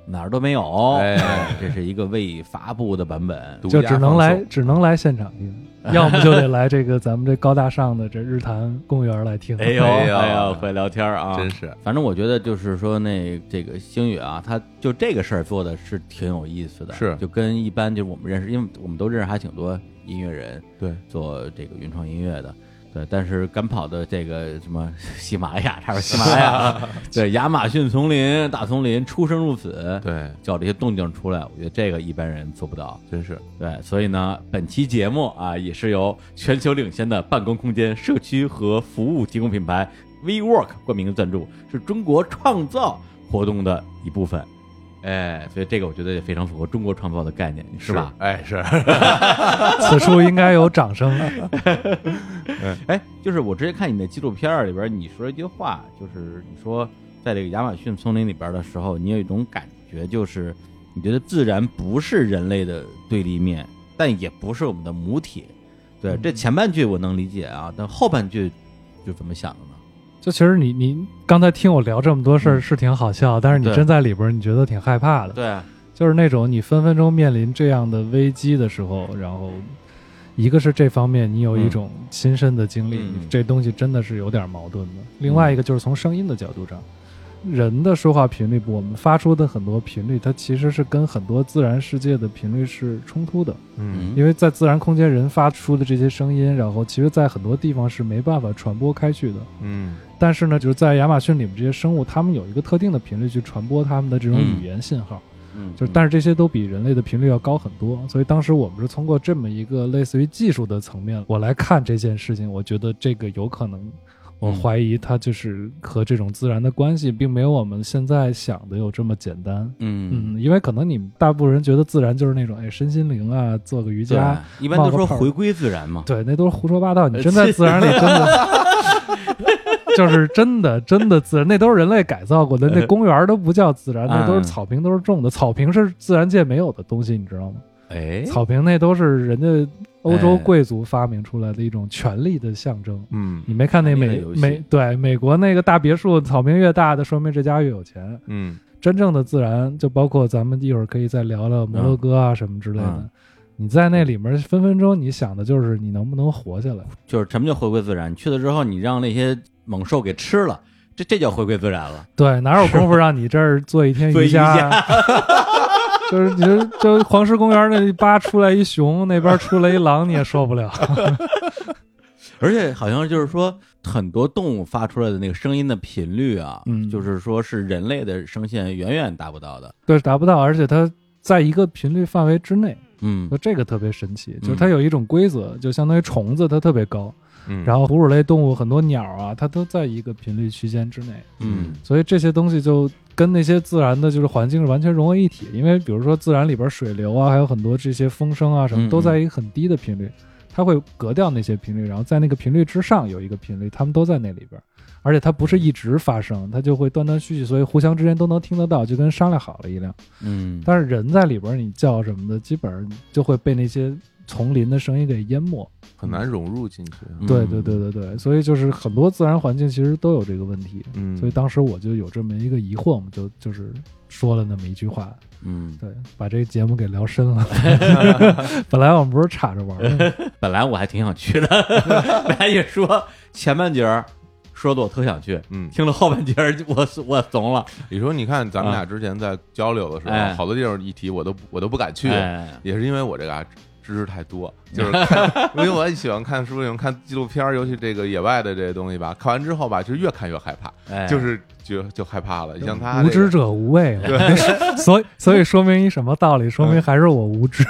S2: 哪儿都没有，
S1: 哎，
S2: 这是一个未发布的版本。
S1: 独
S3: 就
S1: 家
S3: 只能
S1: 放
S3: 来
S1: 送
S3: 只能来现场 听，要么就得来这个咱们这高大上的这日坛公园来听。
S2: 哎呦
S1: 哎呦
S2: 哎呦，会聊天儿啊！
S1: 真是
S2: 反正我觉得就是说那这个星宇啊，他就这个事儿做的是挺有意思的，
S1: 是
S2: 就跟一般就是我们认识，因为我们都认识还挺多音乐人
S1: 对，
S2: 做这个原创音乐的。对，但是赶跑的这个什么 喜马拉雅，他说喜马拉雅，对亚马逊丛林、大丛林，出生入死，
S1: 对，
S2: 叫这些动静出来，我觉得这个一般人做不到。
S1: 真是
S2: 对，所以呢，本期节目啊，也是由全球领先的办公空间、社区和服务提供品牌 WeWork 冠名赞助，是中国创造活动的一部分。哎，所以这个我觉得也非常符合中国创造的概念，是吧？？
S1: 哎，是，
S3: 此处应该有掌声。啊
S2: 哎，就是我之前看你的纪录片儿里边儿，你说一句话，就是你说在这个亚马逊丛林里边儿的时候，你有一种感觉，就是你觉得自然不是人类的对立面，但也不是我们的母体。对，
S3: 嗯
S2: 这前半句我能理解啊，但后半句就怎么想的呢？
S3: 就其实你你刚才听我聊这么多事儿是挺好笑，但是你
S2: 嗯对
S3: 真在里边儿，你觉得挺害怕的。
S2: 对啊，
S3: 就是那种你分分钟面临这样的危机的时候，然后一个是这方面你有一种亲身的经历，
S2: 嗯
S3: 这东西真的是有点矛盾的；另外一个就是从声音的角度上，人的说话频率，我们发出的很多频率，它其实是跟很多自然世界的频率是冲突的，
S1: 嗯，
S2: 嗯，
S3: 因为在自然空间人发出的这些声音，然后其实在很多地方是没办法传播开去的。
S1: 嗯，
S3: 但是呢，就是在亚马逊里面这些生物，它们有一个特定的频率去传播它们的这种
S2: 嗯
S3: 语言信号。
S2: 嗯
S3: 就是，但是这些都比人类的频率要高很多，所以当时我们是通过这么一个类似于技术的层面，我来看这件事情，我觉得这个有可能，我
S2: 嗯
S3: 怀疑它就是和这种自然的关系，并没有我们现在想的有这么简单。
S2: 嗯，
S3: 嗯，因为可能你们大部分人觉得自然就是那种，哎，身心灵啊，做个瑜
S2: 对
S3: 伽，，
S2: 一般都
S3: 冒
S2: 说
S3: 个泡儿
S2: 回归自然嘛。
S3: 对，那都是胡说八道。你真在自然里真
S2: 呃
S3: 的， 就是真的真的自然，那都是人类改造过的，
S2: 呃
S3: 那公园儿都不叫自然，那都
S2: 嗯
S3: 是草坪，都是种的。草坪是自然界没有的东西，你知道吗？
S2: 哎，
S3: 草坪那都是人家欧洲贵族发明出来的一种权力的象征。
S1: 嗯，
S3: 你没看那
S2: 权力
S3: 美
S2: 的游戏
S3: 美对美国那个大别墅，草坪越大的，说明这家越有钱。
S1: 嗯，
S3: 真正的自然，就包括咱们一会儿可以再聊聊摩洛哥啊什么之类的。
S2: 嗯
S3: 你在那里面分分钟，你想的就是你能不能活下来。
S2: 就是什么叫回归自然？你去了之后，你让那些猛兽给吃了，这这叫回归自然了。
S3: 对，哪有功夫让你这儿做一天
S2: 做
S3: 瑜
S2: 瑜
S3: 伽
S2: 伽
S3: 啊？ 就是你就就黄石公园那吧出来一熊，那边出来一狼，你也受不了。
S2: 而且好像就是说，很多动物发出来的那个声音的频率啊，
S3: 嗯
S2: 就是说是人类的声线远远达不到的。
S3: 对，达不到，而且它在一个频率范围之内，
S2: 嗯
S3: 就这个特别神奇，就是它有一种规则，就相当于虫子它特别高，
S1: 嗯，
S3: 然后哺乳类动物很多鸟啊，它都在一个频率区间之内，
S2: 嗯
S3: 所以这些东西就跟那些自然的就是环境是完全融为一体。因为比如说自然里边水流啊，还有很多这些风声啊什
S2: 嗯嗯
S3: 么，嗯都在一个很低的频率，它会隔掉那些频率，然后在那个频率之上有一个频率，它们都在那里边。而且它不是一直发生，它就会断断续续，所以互相之间都能听得到，就跟商量好了一样。
S2: 嗯，
S3: 但是人在里边，你叫什么的，基本上就会被那些丛林的声音给淹没。
S1: 很难融入进去。啊
S2: 嗯
S3: 对对对对对，所以就是很多自然环境其实都有这个问题。
S1: 嗯，
S3: 所以当时我就有这么一个疑惑，我们就就是说了那么一句话，
S2: 嗯，
S3: 对，把这个节目给聊深 了。本来我们不是岔着玩儿的，
S2: 本来我还挺想去的， 本来也说前半截儿说的我特想去，
S1: 嗯，
S2: 听了后半截儿我我怂了，
S1: 你说，你看咱们俩之前在交流的时候，
S2: 哎
S1: 好多地方一提我都不我都不敢去，
S2: 哎
S1: 也是因为我这个啊知识太 多，就是看 因为我喜欢看书，喜欢看纪录片儿，尤其这个野外的这些东西吧。看完之后吧，就是越看越害怕，
S2: 哎，
S1: 就是就就害怕了。你像他、
S3: 无
S1: 这
S3: 知
S1: 个，
S3: 者无畏嘛。 所以所以说明一什么道理？说明还是我无知。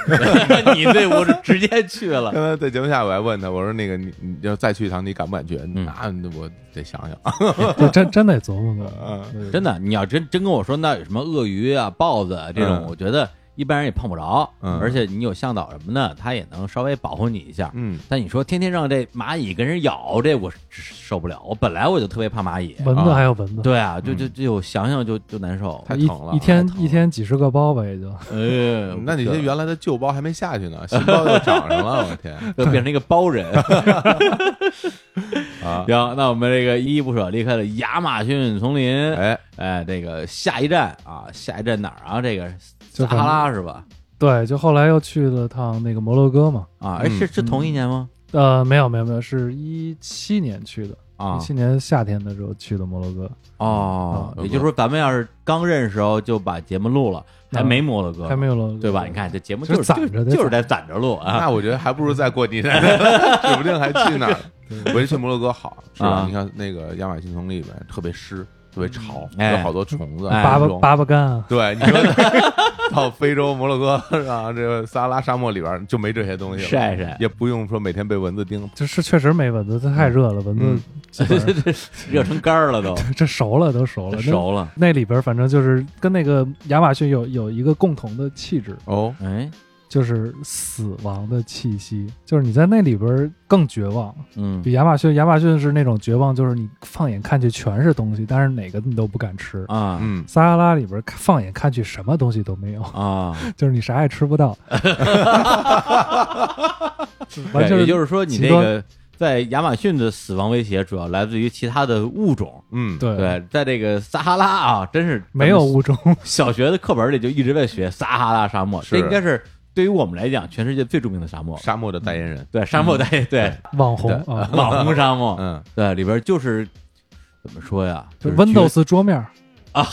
S2: 你对我直接去了，
S1: 刚才在节目下我还问他，我说那个你你要再去一趟，你敢不敢去？
S2: 嗯
S1: 那我得想想。
S3: 就真真得琢磨琢磨
S1: 嗯，
S3: 对
S2: 真的，你要真真跟我说那有什么鳄鱼啊、豹子啊这种，
S1: 嗯
S2: 我觉得一般人也碰不着。
S1: 嗯
S2: 而且你有向导什么的，他也能稍微保护你一下。
S1: 嗯，
S2: 但你说天天让这蚂蚁跟人咬，这我是受不了。我本来我就特别怕蚂蚁，
S3: 蚊子
S1: 啊
S3: 还有蚊子，
S2: 对啊，就
S1: 嗯
S2: 就就想想就就难受。
S1: 太
S3: 一
S1: 疼了
S3: 一天
S2: 啊太疼了
S3: 一天几十个包吧，也就
S2: 呃，
S1: 那你
S2: 不
S1: 这
S2: 行
S1: 原来的旧包还没下去呢，新包又长上了，我天
S2: 就变成一个包 人。
S1: 啊！
S2: 行，那我们这个依依不舍离开了亚马逊丛林，哎，
S1: 哎，
S2: 这个下一站啊，下一站哪儿啊？这个撒
S3: 就
S2: 哈拉是吧？
S3: 对，就后来又去了趟那个摩洛哥嘛。
S2: 啊，哎，
S1: 嗯
S2: 是是同一年吗？
S3: 呃，没有没有没有，是一七年去的，
S2: 啊
S3: 一，七年夏天的时候去的摩洛哥，
S2: 哦，
S1: 嗯
S2: 也就是说，咱们要是刚认识时候就把节目录了，还没摩洛哥，
S3: 还没有了，
S2: 对吧？你看这节目
S3: 就是
S2: 就是
S3: 攒着的
S2: 就是在攒着录啊。
S1: 那我觉得还不如再过几 年，指不定还去哪儿。
S3: 对？
S1: 我觉得去摩洛哥好，是吧？
S2: 啊
S1: 你看那个亚马逊丛林里面特别湿，特别潮，
S2: 哎
S1: 有好多虫子。
S2: 哎
S3: 巴
S1: 昆
S3: 巴
S1: 虫
S3: 巴巴干啊，
S1: 对，你说 到非洲摩洛哥啊，这个撒哈拉沙漠里边就没这些东西了，
S2: 晒晒，
S1: 也不用说每天被蚊子叮。
S3: 就是确实没蚊子，它太热了，蚊
S1: 嗯
S3: 子基本上
S2: 热成干儿了都，
S3: 这熟了都熟了，那
S2: 熟了。
S3: 那里边反正就是跟那个亚马逊有有一个共同的气质，
S1: 哦，
S2: 哎，
S3: 就是死亡的气息，就是你在那里边更绝望，
S2: 嗯
S3: 比亚马逊亚马逊是那种绝望，就是你放眼看去全是东西，但是哪个你都不敢吃。
S2: 啊
S1: 嗯，
S3: 撒哈拉里边看放眼看去什么东西都没有，
S2: 啊，
S3: 就是你啥也吃不到， 完
S2: 对也
S3: 全是
S2: 就是说，你这
S3: 极端
S2: 个在亚马逊的死亡威胁主要来自于其他的物种。
S1: 嗯，
S3: 对
S2: 对，在这个撒哈拉啊，真是
S3: 没有物种，
S2: 小学的课本里就一直在学撒哈拉沙漠，
S1: 是
S2: 这应该是对于我们来讲全世界最著名的沙漠。
S1: 沙
S3: 嗯
S1: 漠的代言人，
S2: 对，沙漠带对
S3: 网红
S1: 对
S3: 啊，
S2: 网红沙漠，
S3: 哦
S1: 嗯，
S2: 对，里边就是怎么说呀，
S3: 就是 Windows 桌面啊，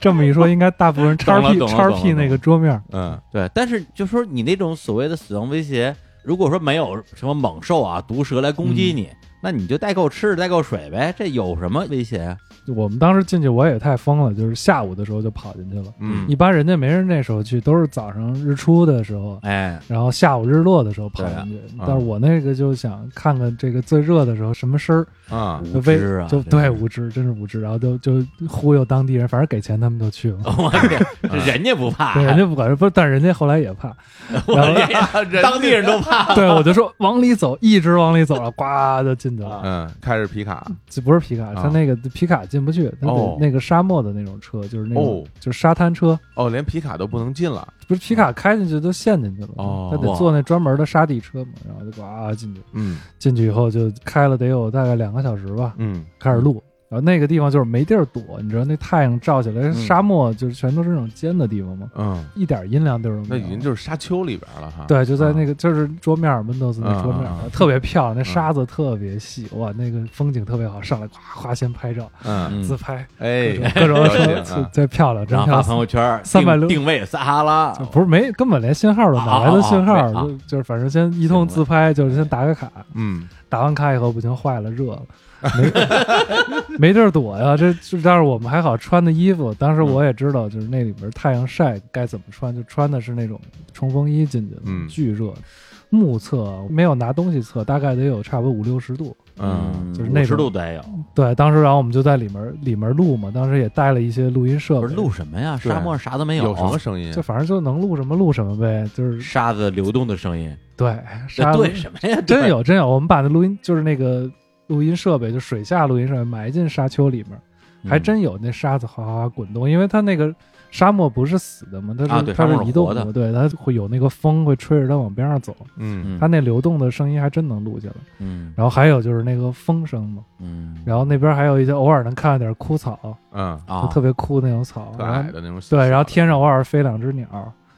S3: 这么一说，应该大部分人
S2: 懂
S3: 叉
S2: 了
S3: P
S2: 懂了
S3: 叉
S2: 懂了
S3: P 那个桌面，
S1: 嗯，
S2: 对，但是就说你那种所谓的死亡威胁，如果说没有什么猛兽啊、毒蛇来攻
S3: 嗯
S2: 击你，那你就带够吃的、带够水呗，这有什么威胁啊？
S3: 我们当时进去我也太疯了，就是下午的时候就跑进去了，
S1: 嗯
S3: 一般人家没人那时候去，都是早上日出的时候。
S2: 哎，
S3: 然后下午日落的时候跑
S2: 对啊
S3: 进去，
S1: 啊
S3: 但是我那个就想看看这个最热的时候什么声儿，
S1: 啊，
S2: 无
S3: 就为
S2: 知啊，
S3: 就
S2: 这
S3: 对
S2: 是。
S3: 无知，真是无知。然后就就忽悠当地人，反正给钱他们就去了。
S2: 我天，这人家不怕，
S3: 对，人家不管，不是，但人家后来也怕。
S2: 我
S3: 然
S2: 家当地人都 怕。
S3: 对，我就说往里走，一直往里走了，呱就进去了。
S1: 嗯，开着皮卡，
S3: 这不是皮卡，
S1: 啊
S3: 它那个皮卡进不去，它
S1: 哦
S3: 得那个沙漠的那种车，就是那种
S1: 哦
S3: 就是沙滩车，
S1: 哦，连皮卡都不能进了，
S3: 不是皮卡开进去都陷进去了
S1: 哦，
S3: 它得坐那专门的沙地车嘛，然后就呱进去，
S1: 嗯
S3: 进去以后就开了得有大概两个小时吧，
S1: 嗯，
S3: 开始录。然后那个地方就是没地儿躲，你知道那太阳照起来，沙漠就是全都是那种尖的地方嘛，
S1: 嗯，
S3: 一点阴凉地儿都
S1: 那
S3: 没有。
S1: 已经就是沙丘里边
S2: 啊
S1: 了哈，嗯
S3: 对，就在那
S1: 个，
S3: 个就是桌面儿 Windows 那桌面
S1: 嗯嗯
S3: 儿
S1: 嗯
S3: 特别漂
S2: 啊
S3: 亮，那沙子特别细，哇，那个风景特别好，上来咵咵先拍照，
S1: 嗯，
S3: 自拍，
S1: 哎，
S3: 各种
S1: 了
S3: 各
S1: 解
S3: 种嗯
S1: 啊
S3: 这漂亮，真
S2: 然后
S3: 漂
S2: 发朋
S3: 亮。
S2: 友圈，
S3: 三百
S2: 定
S3: 六
S2: 定位撒哈拉，
S3: 就不是没根本连信号都哪来的信
S2: 啊啊啊啊
S3: 号？
S2: 啊哎
S3: 就就是反正先一通自拍，就是先打个卡，
S1: 嗯，
S3: 打完卡以后不行，坏了热了，没 没地儿躲呀。这这但是我们还好穿的衣服，当时我也知道，就是那里边太阳晒该怎么穿，就穿的是那种冲锋衣进去的，
S1: 嗯
S3: 巨热。目测，没有拿东西测，大概得有差不多五六十度。
S1: 嗯
S3: 就是那
S2: 十
S3: 种
S2: 度得有，
S3: 对，当时然后我们就在里面里面录嘛，当时也带了一些录音
S2: 不
S3: 设备，
S2: 是录什么呀？
S1: 对
S2: 沙漠上啥都没
S1: 有什么声音
S3: 嗯就？反正就能录什么录什么呗，就是
S2: 沙子流动的声音，
S3: 对
S2: 这
S3: 沙
S2: 哎对什么呀？
S3: 真
S2: 对，
S3: 有真有，我们把那录音就是那个录音设备，就水下录音设备埋进沙丘里面，
S2: 嗯
S3: 还真有那沙子哗哗哗滚动，因为它那个沙漠不是死的嘛，它是、
S2: 啊对
S3: 它
S2: 沙漠
S3: 是
S2: 是
S3: 移动
S2: 活的
S3: 对，它会有那个风会吹着它往边上走，
S1: 嗯
S2: 嗯
S3: 它那流动的声音还真能录下来。
S2: 嗯
S3: 然后还有就是那个风声嘛，
S2: 嗯，
S3: 然后那边还有一些偶尔能看到点枯草，
S1: 嗯，
S2: 啊
S3: 就，特别枯的那种草，
S1: 特
S3: 然
S1: 矮
S3: 后
S1: 的那种。
S3: 对，然后天上偶尔飞两只鸟，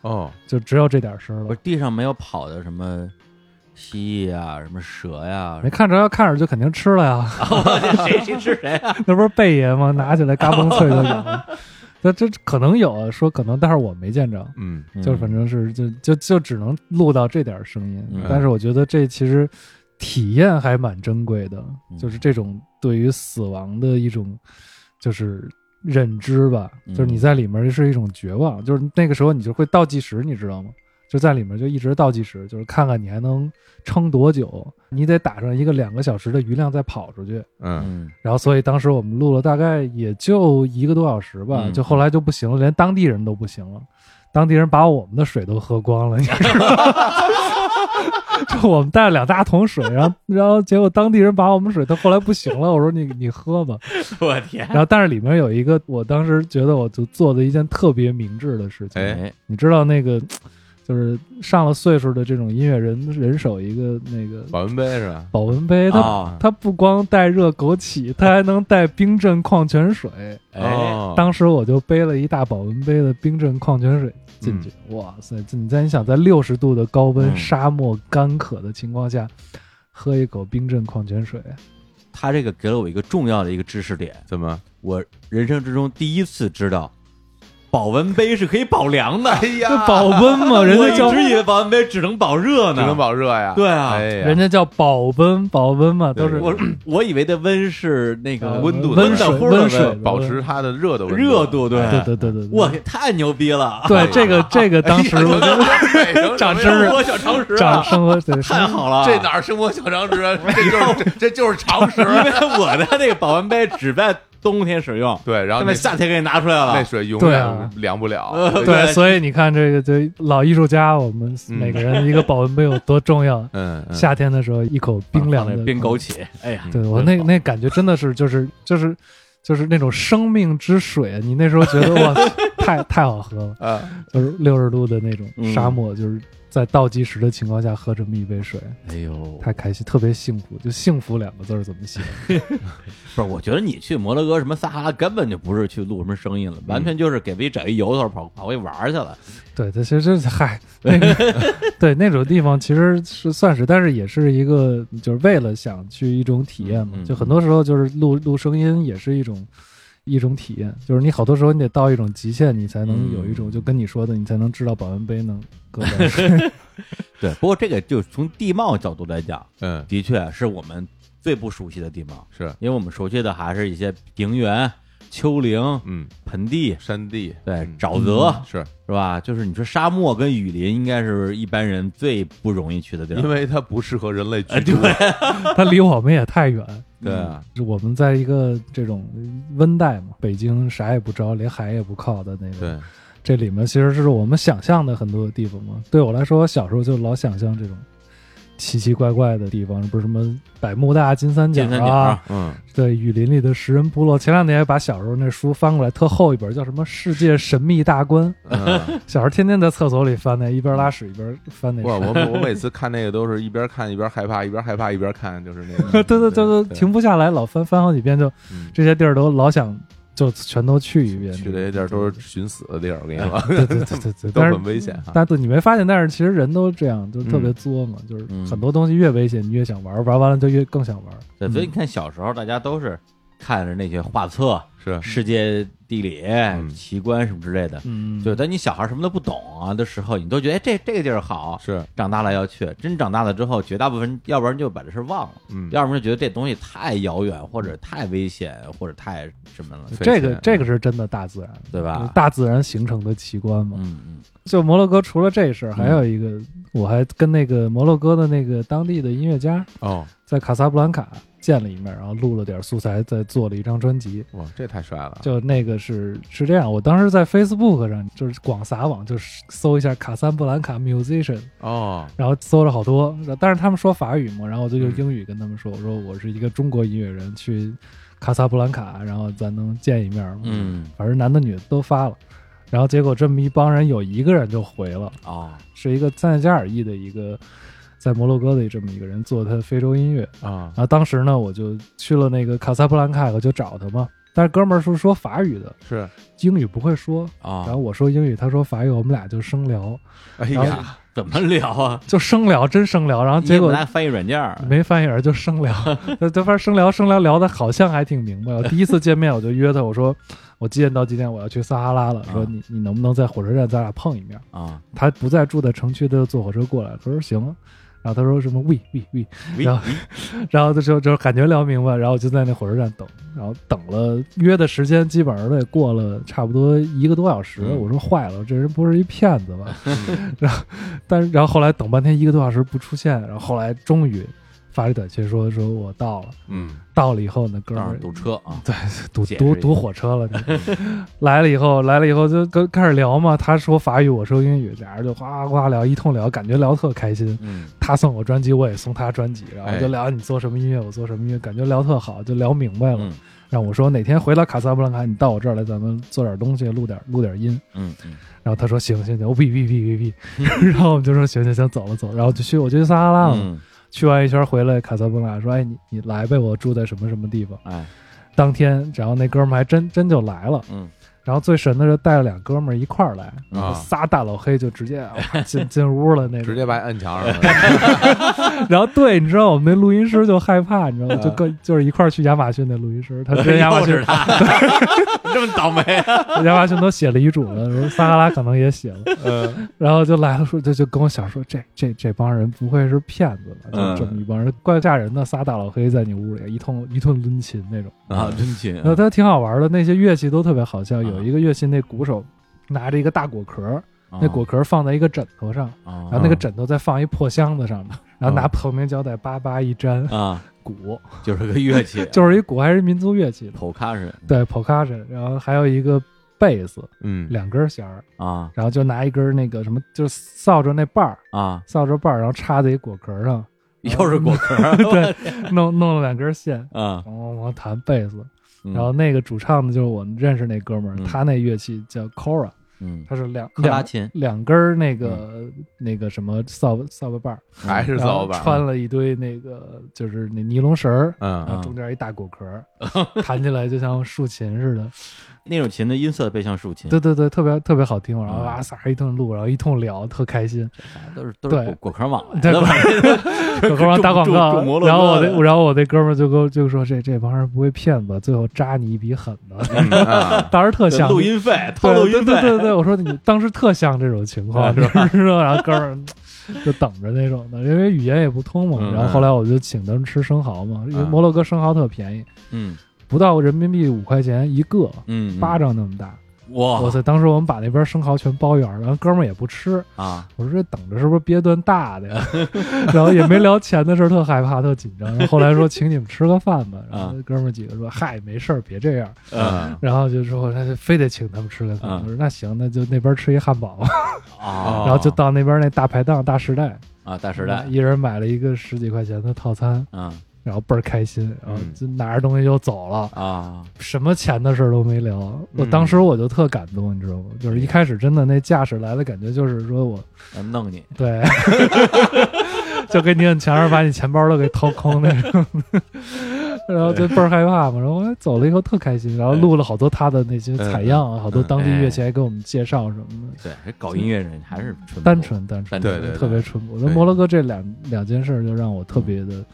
S1: 哦，
S3: 就只有这点声
S2: 不
S3: 了
S2: 是。地上没有跑的什么蜥蜴啊，什么蛇呀
S3: 没，看着，要看着就肯定吃了呀，
S2: 谁谁是谁 啊？
S3: 那不是贝爷吗？拿起来嘎嘣脆就有 了。那这可能有说可能，但是我没见着，
S1: 嗯
S3: 就是反正是就就就只能录到这点声
S2: 嗯
S3: 音。但是我觉得这其实体验还蛮珍贵的，
S2: 嗯
S3: 就是这种对于死亡的一种就是认知吧，
S2: 嗯
S3: 就是你在里面是一种绝望，就是那个时候你就会倒计时，你知道吗？就在里面就一直倒计时，就是看看你还能撑多久，你得打上一个两个小时的余量再跑出去。
S1: 嗯
S2: 嗯
S3: 然后，所以当时我们录了大概也就一个多小时吧，
S2: 嗯
S3: 就后来就不行了，连当地人都不行了，当地人把我们的水都喝光了，你知道吗？ 就我们带了两大桶水，然后然后结果当地人把我们水，他后来不行了，我说你你喝吧，
S2: 嗯我天，
S3: 然后但是里面有一个，我当时觉得我就做的一件特别明智的事情，
S1: 哎
S3: 你知道那个就是上了岁数的这种音乐人人手一个那个
S1: 保温杯是吧？
S3: 保温杯，它
S2: 啊
S3: 它不光带热枸杞，它还能带冰镇矿泉水。
S2: 哎，
S1: 哦，
S3: 当时我就背了一大保温杯的冰镇矿泉水进去，哇塞！这你在你想在六十度的高温、
S2: 嗯
S3: 沙漠、干渴的情况下，喝一口冰镇矿泉水，
S2: 他这个给了我一个重要的一个知识点，
S1: 怎么？
S2: 我人生之中第一次知道。保温杯是可以保凉 的，
S3: 这保温 嘛，哎人家叫
S2: 我一直以为保温杯只能保热
S1: 只
S2: 呢，
S1: 能保热呀？
S2: 对啊
S1: 哎呀
S3: 人家叫保温，保温嘛，
S1: 对
S3: 都是
S2: 我我以为的温是那
S3: 呃
S2: 个
S1: 温度的
S3: 温
S1: 水
S3: 水
S2: 乎的
S3: 温水
S1: 保持它的热的温
S2: 热度，对
S3: 对对对对对，
S2: 我太牛逼 了，
S1: 哎呀
S3: 对这个这个当
S1: 哎
S3: 时我就
S1: 就
S3: 长知
S2: 生
S3: 识
S2: 活小常识
S3: 长
S2: 啊，
S3: 生活对
S2: 太好了，
S1: 这哪儿生活小常识啊？这就是这这就是常识。
S2: 因为我的那个保温杯只在冬天使用，
S1: 对，然后
S2: 现
S1: 啊那
S2: 在夏天给你拿出来
S1: 那
S2: 了，
S1: 水永
S3: 对啊
S1: 远凉不了。
S2: 呃
S3: 对，所以你看这个这老艺术家，我们
S1: 嗯。
S3: 每个人一个保温杯有多 重要
S1: 嗯，嗯
S3: 夏天的时候，一口冰凉的嗯
S2: 放那冰枸杞，哎呀，
S3: 对
S2: 真
S3: 我那
S2: 好
S3: 那感觉真的是就是就是就是那种生命之水，啊你那时候觉得 哇，太太好喝了，
S1: 啊，
S3: 就是六十度的那种
S2: 嗯
S3: 沙漠，就是在倒计时的情况下喝这么一杯水，
S2: 哎呦，
S3: 太开心，特别幸福。就幸福两个字儿怎么写？
S2: 不是，我觉得你去摩洛哥什么撒哈拉根本就不是去录什么声音了，完全就是给自己找一由头跑跑回去玩儿去了，
S3: 对，它其实是嗨，那个对那种地方其实是算是，但是也是一个，就是为了想去一种体验嘛。
S2: 嗯嗯
S3: 就很多时候就是录录声音也是一种一种体验，就是你好多时候你得到一种极限，你才能有一种、
S2: 嗯
S3: 就跟你说的，你才能知道保温杯能搁多少水。
S2: 对，不过这个就从地貌角度来讲，
S1: 嗯，
S2: 的确是我们最不熟悉的地貌，
S1: 是，
S2: 因为我们熟悉的还是一些平原、丘陵、
S1: 嗯，
S2: 盆地，
S1: 山地，
S2: 对，
S1: 嗯
S2: 沼泽、
S1: 是
S2: 是吧？就是你说沙漠跟雨林，应该是一般人最不容易去的地儿，
S1: 因为它不适合人类居
S2: 哎，
S1: 住。
S2: 对
S3: 它离我们也太远，
S2: 对啊，
S3: 就我们在一个这种温带嘛，北京啥也不着，连海也不靠的那个。
S1: 对，
S3: 这里面其实是我们想象的很多地方嘛。对我来说，我小时候就老想象这种奇奇怪怪的地方，不是什么百慕大金三角
S2: 见
S3: 啊，
S2: 三角啊，
S1: 嗯，
S3: 对，雨林里的食人部落。前两年也把小时候那书翻过来，特厚一本，叫什么《世界神秘大观》。
S1: 嗯
S3: 小时候天天在厕所里翻那，一边拉屎一边翻那
S1: 哇，
S3: 书。
S1: 我我每次看那个都是一边看一边害怕，一边害怕一边看，就是那 个。
S3: 对对对对，
S1: 对
S3: 停不下来，老翻翻好几遍就，
S1: 嗯
S3: 这些地儿都老想就全都去一遍。
S1: 去这些地儿都是寻死的地儿，我跟你说，
S3: 对对对对 对，
S1: 都
S3: 但是
S1: 很危险啊。
S3: 但对，你没发现？但是其实人都这样，就特别作
S2: 嗯
S3: 嘛，就是很多东西越危险，你越想玩，玩完了就越更想玩。
S2: 对，所以
S3: 嗯
S2: 你看小时候大家都是看着那些画册、
S1: 是，
S2: 世界地理、奇观什么之类的，
S3: 嗯，
S2: 对，但你小孩什么都不懂啊的时候，你都觉得哎这这个地儿好，
S1: 是，
S2: 长大了要去。真长大了之后，绝大部分人要不然就把这事儿忘了，
S1: 嗯，
S2: 要不然就觉得这东西太遥远，或者太危险，或者太什么了，
S3: 这
S2: 啊
S3: 个这个是真的嗯大自然，
S2: 对吧？
S3: 大自然形成的奇观嘛。
S2: 啊嗯嗯，嗯
S3: 就摩洛哥除了这事儿，还有一个我还跟那个摩洛哥的那个当地的音乐家
S1: 哦，
S3: 在卡萨布兰卡见了一面，然后录了点素材，再做了一张专辑。
S2: 啊
S1: 哇，这太帅了！
S3: 就那个是是这样，我当时在 Facebook 上就是广撒网，就是搜一下卡萨布兰卡 musician，
S1: 哦，
S3: 然后搜了好多，但是他们说法语嘛，然后我就用英语跟他们说，我说我是一个中国音乐人，去卡萨布兰卡，然后咱能见一面吗？，
S2: 嗯，
S3: 反正男的女的都发了，然后结果这么一帮人有一个人就回了，
S2: 哦，
S3: 是一个塞内加尔裔的一个在摩洛哥的这么一个人做他的非洲音乐，
S1: 啊
S3: 然，后当时呢我就去了那个卡萨布兰卡，我就找他嘛，但是哥们儿是说法语的，
S1: 是，
S3: 英语不会说，然后
S2: 哦，
S3: 我说英语，他说法语，我们俩就生聊，
S1: 哎
S3: 然
S1: 呀，
S2: 怎么聊啊？
S3: 就生聊，真生聊，然后结果
S2: 你也不拿翻译软件儿
S3: 没翻译人就生聊，他他反正生聊生聊聊的好像还挺明白。我第一次见面我就约他，我说我几点到几点我要去撒哈拉了，说
S2: 啊
S3: 你你能不能在火车站咱俩碰一面？
S2: 啊？
S3: 他不在住的城区，他就坐火车过来。他说行。啊然后他说什么 we we we，
S2: 喂
S3: 然后然后他就就感觉聊明白，然后我就在那火车站等，然后等了约的时间基本上也过了差不多一个多小时。
S2: 嗯
S3: 我说坏了，这人不是一骗子吧？然后但是然后后来等半天一个多小时不出现，然后后来终于发了短信说说我到了，
S1: 嗯，
S3: 到了以后呢，哥们
S2: 道
S3: 儿
S2: 上堵车啊，
S3: 对，堵
S2: 解释
S3: 堵
S2: 一下
S3: 堵火车了。这来了以后，来了以后就跟开始聊嘛。他说法语，我说英语，俩人就哗哗聊，一通聊，感觉聊特开心。
S2: 嗯
S3: 他送我专辑，我也送他专辑，然后
S1: 哎
S3: 就聊你做什么音乐，我做什么音乐，感觉聊特好，就聊明白了。
S2: 嗯
S3: 让我说哪天回到卡萨布兰卡，你到我这儿来，咱们做点东西，录点录点音。
S2: 嗯嗯，
S3: 然后他说行行行，我哔哔哔 哔哔，然后我们就说行行行，走了走了，然后就去我就去撒哈拉了嘛。
S2: 嗯，
S3: 去完一圈回来，卡萨布兰卡说：“哎，你你来呗，我住在什么什么地方。”
S2: 哎，
S3: 当天，然后那哥们儿还真真就来了，
S2: 嗯，
S3: 然后最神的是带了俩哥们儿一块儿来，
S1: 啊
S3: 仨大老黑就直接哇进进屋了那
S1: 直
S3: 种。
S1: 接把你摁墙上 了，
S3: 然后对，你知道我们那录音师就害怕，你知道吗？
S1: 啊
S3: 就跟就是一块儿去亚马逊的录音师， 他跟亚马
S2: 又
S3: 逊
S2: 是他， 这么倒霉啊？
S3: 亚马逊都写了遗嘱了，说撒哈拉可能也写了，
S1: 嗯，
S3: 然后就来了说就就跟我想说这这这帮人不会是骗子吧？
S2: 嗯
S3: 就这么一帮人怪吓人的仨大老黑在你屋里一通一顿抡琴那种。
S2: 啊，真勤啊
S3: 然后他挺好玩的，那些乐器都特别好笑。有
S2: 啊
S3: 一个乐器，那鼓手拿着一个大果壳，那果壳放在一个枕头上，
S2: 啊
S3: 然后那个枕头再放一破箱子上面，然后拿透明胶带叭叭一粘
S2: 啊，
S3: 鼓，
S2: 就是个乐器，
S3: 就是一鼓，还是民族乐器呢。
S2: 口卡是
S3: 对，percussion，然后还有一个贝斯，
S1: 嗯，
S3: 两根弦儿，
S2: 啊
S3: 然后就拿一根那个什么，就是扫帚那把儿，
S2: 啊，
S3: 扫帚把儿，然后插在一果壳上，
S2: 又是果壳
S3: 对，弄弄了两根线，
S2: 啊，
S3: 咣咣咣弹贝斯。
S2: 嗯
S3: 然后那个主唱呢，就是我认识那哥们儿，
S2: 嗯
S3: 他那乐器叫 kora，
S2: 嗯，
S3: 它是两
S2: 克拉
S3: 两
S2: 琴
S3: 两根儿那个、那个什么扫把扫把把儿，
S1: 还是
S3: 然
S1: 扫
S3: 后
S1: 把，
S3: 穿了一堆那个就是那尼龙绳儿，然
S1: 嗯，
S3: 后中间一大果壳儿，弹起来就像竖琴似的。
S2: 那种琴的音色被像竖琴，
S3: 对对对，特别特别好听。然后
S2: 嗯
S3: 啊，仨人一通录，然后一通聊，特开心。
S2: 哎都是都
S3: 对
S2: 是果果壳往来
S3: 对
S2: 的吧？
S3: 有哥们儿打广告
S2: 中中中摩，洛哥的
S3: 然后我那然后我那哥们儿就跟我就说这这帮人不会骗子，最后扎你一笔狠的。
S1: 嗯啊
S3: 当时特想
S2: 录音费，掏
S3: 对
S2: 录
S3: 对
S2: 音
S3: 对
S2: 费，
S3: 对对，我说你当时特像这种情况，是吧？然后哥们儿就等着那种的，因为语言也不通嘛。
S2: 嗯
S3: 然后后来我就请他们吃生蚝嘛，因为摩洛哥生蚝特便宜，
S2: 嗯
S3: 不到人民币五块钱一个，
S2: 嗯，
S3: 巴掌那么大。
S2: 哇
S3: 哇塞！当时我们把那边生蚝全包圆了，然后哥们儿也不吃，
S2: 啊，
S3: 我说这等着是不是憋顿大的呀？ 然后也没聊钱的事儿，特害怕，特紧张。然后后来说请你们吃个饭吧，然后
S2: 啊
S3: 哥们儿几个说嗨，没事儿，别这样。
S2: 嗯
S3: 然后就说他就非得请他们吃个饭，
S2: 嗯
S3: 我说那行，那就那边吃一汉堡，
S2: 啊
S1: 哦
S3: 然后就到那边那大排档大时代，
S2: 啊，大时代，
S3: 一人买了一个十几块钱的套餐，
S2: 嗯
S3: 然后倍儿开心，然后
S1: 嗯
S3: 就拿着东西就走了，
S2: 啊，
S3: 什么钱的事儿都没聊。我
S2: 嗯
S3: 当时我就特感动，你知道吗？
S2: 哎
S3: 就是一开始真的那架势来的感觉，就是说我
S2: 要弄你，
S3: 对。 就给你摁墙上，把你钱包都给掏空那种， 然后就倍儿害怕嘛。然后我走了以后特开心，然后录了好多他的那些采样啊，好多当地乐器还给我们介绍什么的。
S2: 对，这搞音乐人还是纯
S3: 单
S2: 朴，
S3: 纯单纯，
S2: 单
S1: 对
S2: 纯
S1: 对对
S3: 特别淳朴。我觉得
S2: 对
S3: 摩洛哥这两两件事儿就让我特别的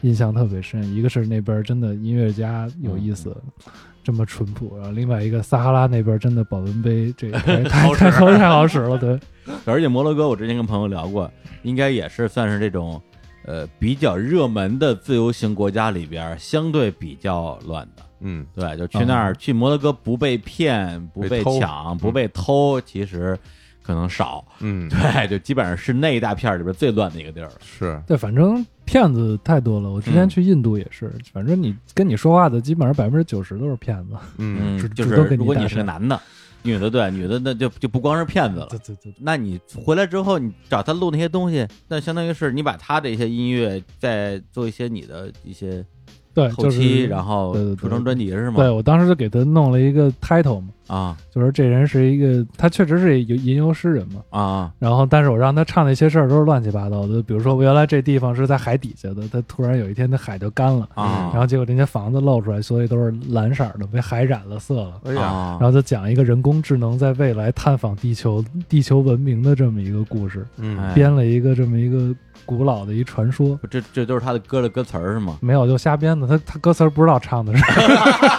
S3: 印象特别深，一个是那边真的音乐家有意思。
S2: 嗯
S3: 这么淳朴，然后另外一个撒哈拉那边真的保温杯，这 太太太好太好使了，对，
S2: 而且摩洛哥，我之前跟朋友聊过，应该也是算是这种呃比较热门的自由行国家里边儿相对比较乱的。
S1: 嗯，
S2: 对，就去那儿、去摩洛哥不被骗、不
S1: 被
S2: 被
S1: 偷
S2: 抢、不被偷，其实可能少，
S1: 嗯，
S2: 对，就基本上是那一大片儿里边最乱的一个地儿了。
S1: 是，
S3: 对，反正骗子太多了。我之前
S2: 嗯
S3: 去印度也是，反正你跟你说话的基本上百分之九十都是骗子。
S1: 嗯
S2: 嗯
S3: 只，
S2: 就
S3: 只
S2: 是
S3: 都给你
S2: 如果
S3: 打
S2: 你是个
S3: 折
S2: 男的，女的对，女的那就就不光是骗子了。
S3: 对对对，
S2: 那你回来之后，你找他录那些东西，那相当于是你把他的一些音乐再做一些你的一些
S3: 对，
S2: 后
S3: 就是
S2: 期，然后
S3: 对对对
S2: 出成专辑是吗？
S3: 对我当时就给他弄了一个 title 嘛，
S2: 啊
S3: 就说这人是一个，他确实是一个吟游诗人嘛。
S2: 啊啊
S3: 然后，但是我让他唱那些事儿都是乱七八糟的，比如说我原来这地方是在海底下的，他突然有一天那海就干了，
S2: 啊！
S3: 嗯然后结果这些房子露出来，所以都是蓝色的，被海染了色了。
S1: 哎呀，
S2: 啊
S3: 然后就讲一个人工智能在未来探访地球、地球文明的这么一个故事，
S1: 嗯
S2: 哎
S3: 编了一个这么一个古老的一传说。？
S2: 不这这都是他的歌的歌词儿是吗
S3: 没有，就瞎编的。他他歌词儿不知道唱的是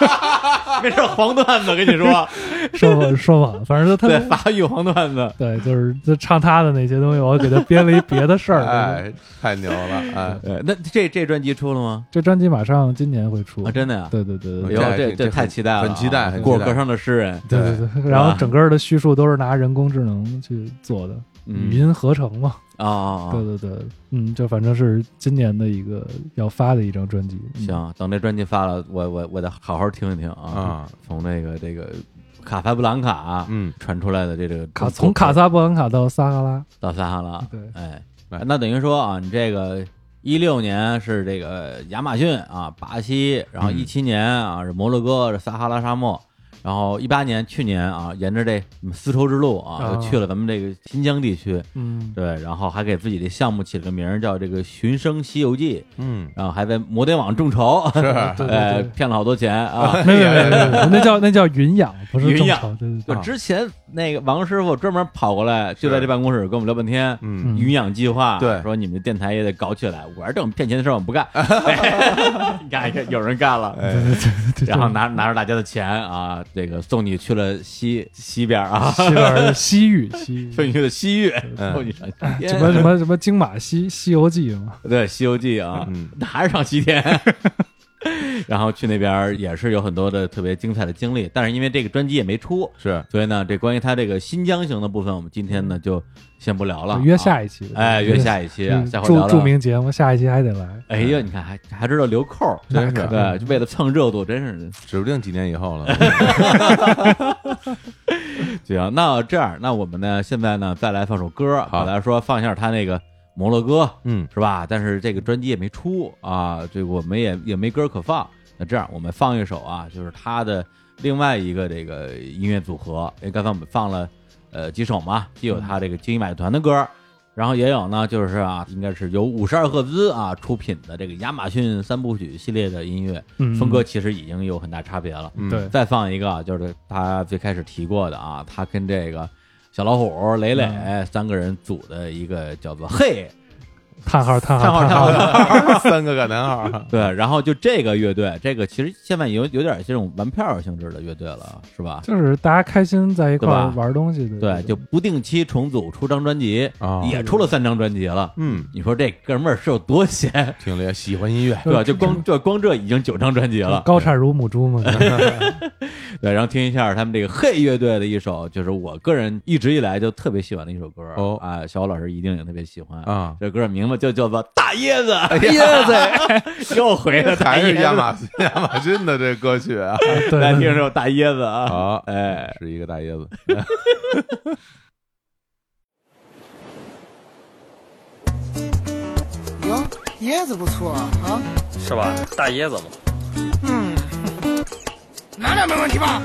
S2: 没事，黄段 子跟 你说，
S3: 说谎说谎，反正就他
S2: 对，法语黄段子。
S3: 对，就是就唱他的那些东西，我给他编了一别的 事儿。就是
S1: 哎，太牛了，哎，
S2: 呃，那这这专辑出了吗？
S3: 这专辑马上今年会出
S2: 啊，真的呀！
S3: 对对对
S2: 哎
S3: 对
S2: 呦
S1: 这还
S2: 这
S1: 挺这
S2: 太
S1: 很
S2: 期待了啊，
S1: 很期待很期
S2: 果
S1: 待
S2: 歌上的诗人，
S3: 对对对对，然
S2: 啊
S3: 后整个的叙述都是拿人工智能去做的，语
S2: 嗯
S3: 音合成嘛。
S2: 啊啊，啊
S3: 对对对，嗯，就反正是今年的一个要发的一张专辑。嗯，
S2: 行，等这专辑发了，我我我得好好听一听啊。
S1: 啊，
S2: 从那个这个卡萨布兰卡啊
S1: 嗯，
S2: 传出来的这个
S3: 卡从卡萨嗯布兰卡到撒哈拉，
S2: 到撒哈拉，
S3: 对
S2: 哎
S1: 哎，
S2: 那等于说啊，你这个一六年是这个亚马逊啊，巴西，然后
S1: 嗯
S2: 一七年啊是摩洛哥是撒哈拉沙漠，然后一八年去年啊，沿着这丝绸之路啊，
S3: 啊
S2: 又去了咱们这个新疆地区，
S3: 嗯，
S2: 对，然后还给自己的项目起了个名儿叫这个《寻声西游记》，
S1: 嗯，
S2: 然后还在摩天网众筹，
S1: 是，
S3: 对
S2: 呃
S3: 对，对，
S2: 骗了好多钱啊。
S3: 没有没有没有，没有那叫那叫云养，不是
S2: 云
S3: 正
S2: 养
S3: 常，对对
S2: 就
S3: 对，
S2: 之前那个王师傅专门跑过来，就在这办公室跟我们聊半天，
S1: 嗯，
S2: 云养计划，
S1: 对
S2: 说你们电台也得搞起来。我说这种骗钱的事儿我不干， 你看有人干了，
S1: 哎，
S2: 然后拿拿着大家的钱啊，这个送你去了西西边啊，
S3: 西边儿西域 西域
S2: 送你去了西域，
S1: 嗯
S2: 送你上西
S3: 什么
S2: 天，
S3: 什么什么金马西西游记嘛，
S2: 对《西游记》啊，
S1: 嗯
S2: 拿着上西 天。然后去那边儿也是有很多的特别精彩的经历，但是因为这个专辑也没出，
S1: 是，
S2: 所以呢，这关于他这个新疆行的部分，我们今天呢就先不聊了，
S3: 嗯约
S2: 一
S3: 下一期，
S2: 哎约下一期啊，
S3: 嗯
S2: 下回聊
S3: 著
S2: 聊
S3: 著名节目，下一期还得来。
S2: 哎呀，你看还还知道留扣儿，
S1: 真嗯是
S2: 对，就为了蹭热度，真是
S1: 指不定几年以 后了，
S2: 行。那这样，那我们呢，现在呢，再来放首歌，
S1: 好
S2: 本来说放一下他那个摩洛哥
S1: 嗯，
S2: 是吧？但是这个专辑也没出啊，这个我们也也没歌可放。那这样，我们放一首啊，就是他的另外一个这个音乐组合，因为刚才我们放了呃几首嘛，既
S1: 嗯
S2: 有他这个精英买团的歌。然后也有呢，就是啊，应该是由五十二赫兹啊出品的这个亚马逊三部曲系列的音乐，
S3: 嗯
S2: 风格其实已经有很大差别了。
S1: 嗯
S3: 对，
S2: 再放一个啊，就是他最开始提过的啊，他跟这个小老虎、磊磊、三个人组的一个叫做“嘿
S3: 叹号叹”，
S2: 叹
S3: 号
S2: 号叹
S3: 号，
S2: 号。
S1: 三个感叹号，
S2: 对，然后就这个乐队，这个其实现在有有点这种玩票性质的乐队了，是吧？
S3: 就是大家开心在一块儿
S2: 对吧
S3: 玩东西的，
S2: 对，就哦不定期重组出张专辑，
S1: 啊
S2: 也出了三张专辑了。
S1: 嗯，
S2: 你说这哥们儿是有多闲，
S1: 挺厉害，喜欢 音乐，
S2: 对吧？就光就光这已经九张专辑了，
S3: 高产如 母猪嘛，
S2: 对，然后听一下他们这个嘿乐队的一首，就是我个人一直以来就特别喜欢的一首歌
S1: 哦
S2: 啊，小欧老师一定也特别喜欢。
S1: 啊，
S2: 这歌名字就叫做《大椰子》，椰子 又回了，
S1: 还是啊亚
S2: 亚
S1: 马逊亚马逊的这歌曲 啊，
S3: 对
S2: 来
S3: 对
S2: 听这首《大椰子》啊，
S1: 好，
S2: 哎，
S1: 是一个大椰子，
S4: 哟，椰子不错啊！啊
S5: 是吧？大椰子嘛。
S4: 嗯，拿着没问题吧？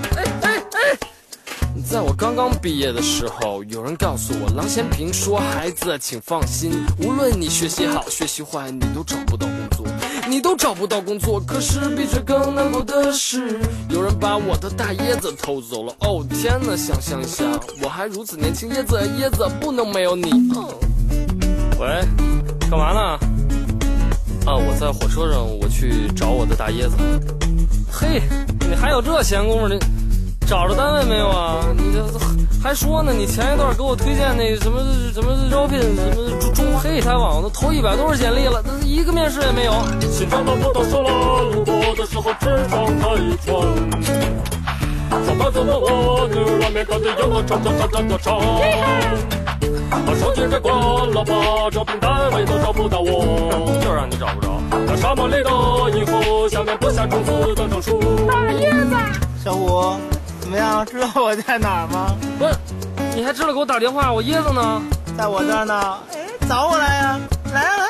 S5: 在我刚刚毕业的时候，有人告诉我，郎咸平说：“孩子，请放心，无论你学习好学习坏，你都找不到工作，你都找不到工作。”可是比这更难过的是，有人把我的大椰子偷走了。哦天哪！想象一下，我还如此年轻，椰子，椰子不能没有你。哦、喂，干嘛呢？啊，我在火车上，我去找我的大椰子。嘿，你还有这闲工夫？你找着单位没有啊？你这还说呢？你前一段给我推荐那什么什么招聘什么中中黑台网，都投一百多少简历了，但是一个面试也没有。
S6: 紧张到不到上了路过的时候，只想他一穿。上班走到我女儿外面里干的羊啊，唱唱唱唱唱唱。他手举着管喇叭，找平单位都找不到我，就让你找不着。那沙漠里的以后，下面播下种子的证书。
S7: 小五，怎么样？知道我在哪儿吗？
S5: 不是，你还知道给我打电话？我椰子呢？
S7: 在我这儿呢。哎，找我来呀、来啊来啊！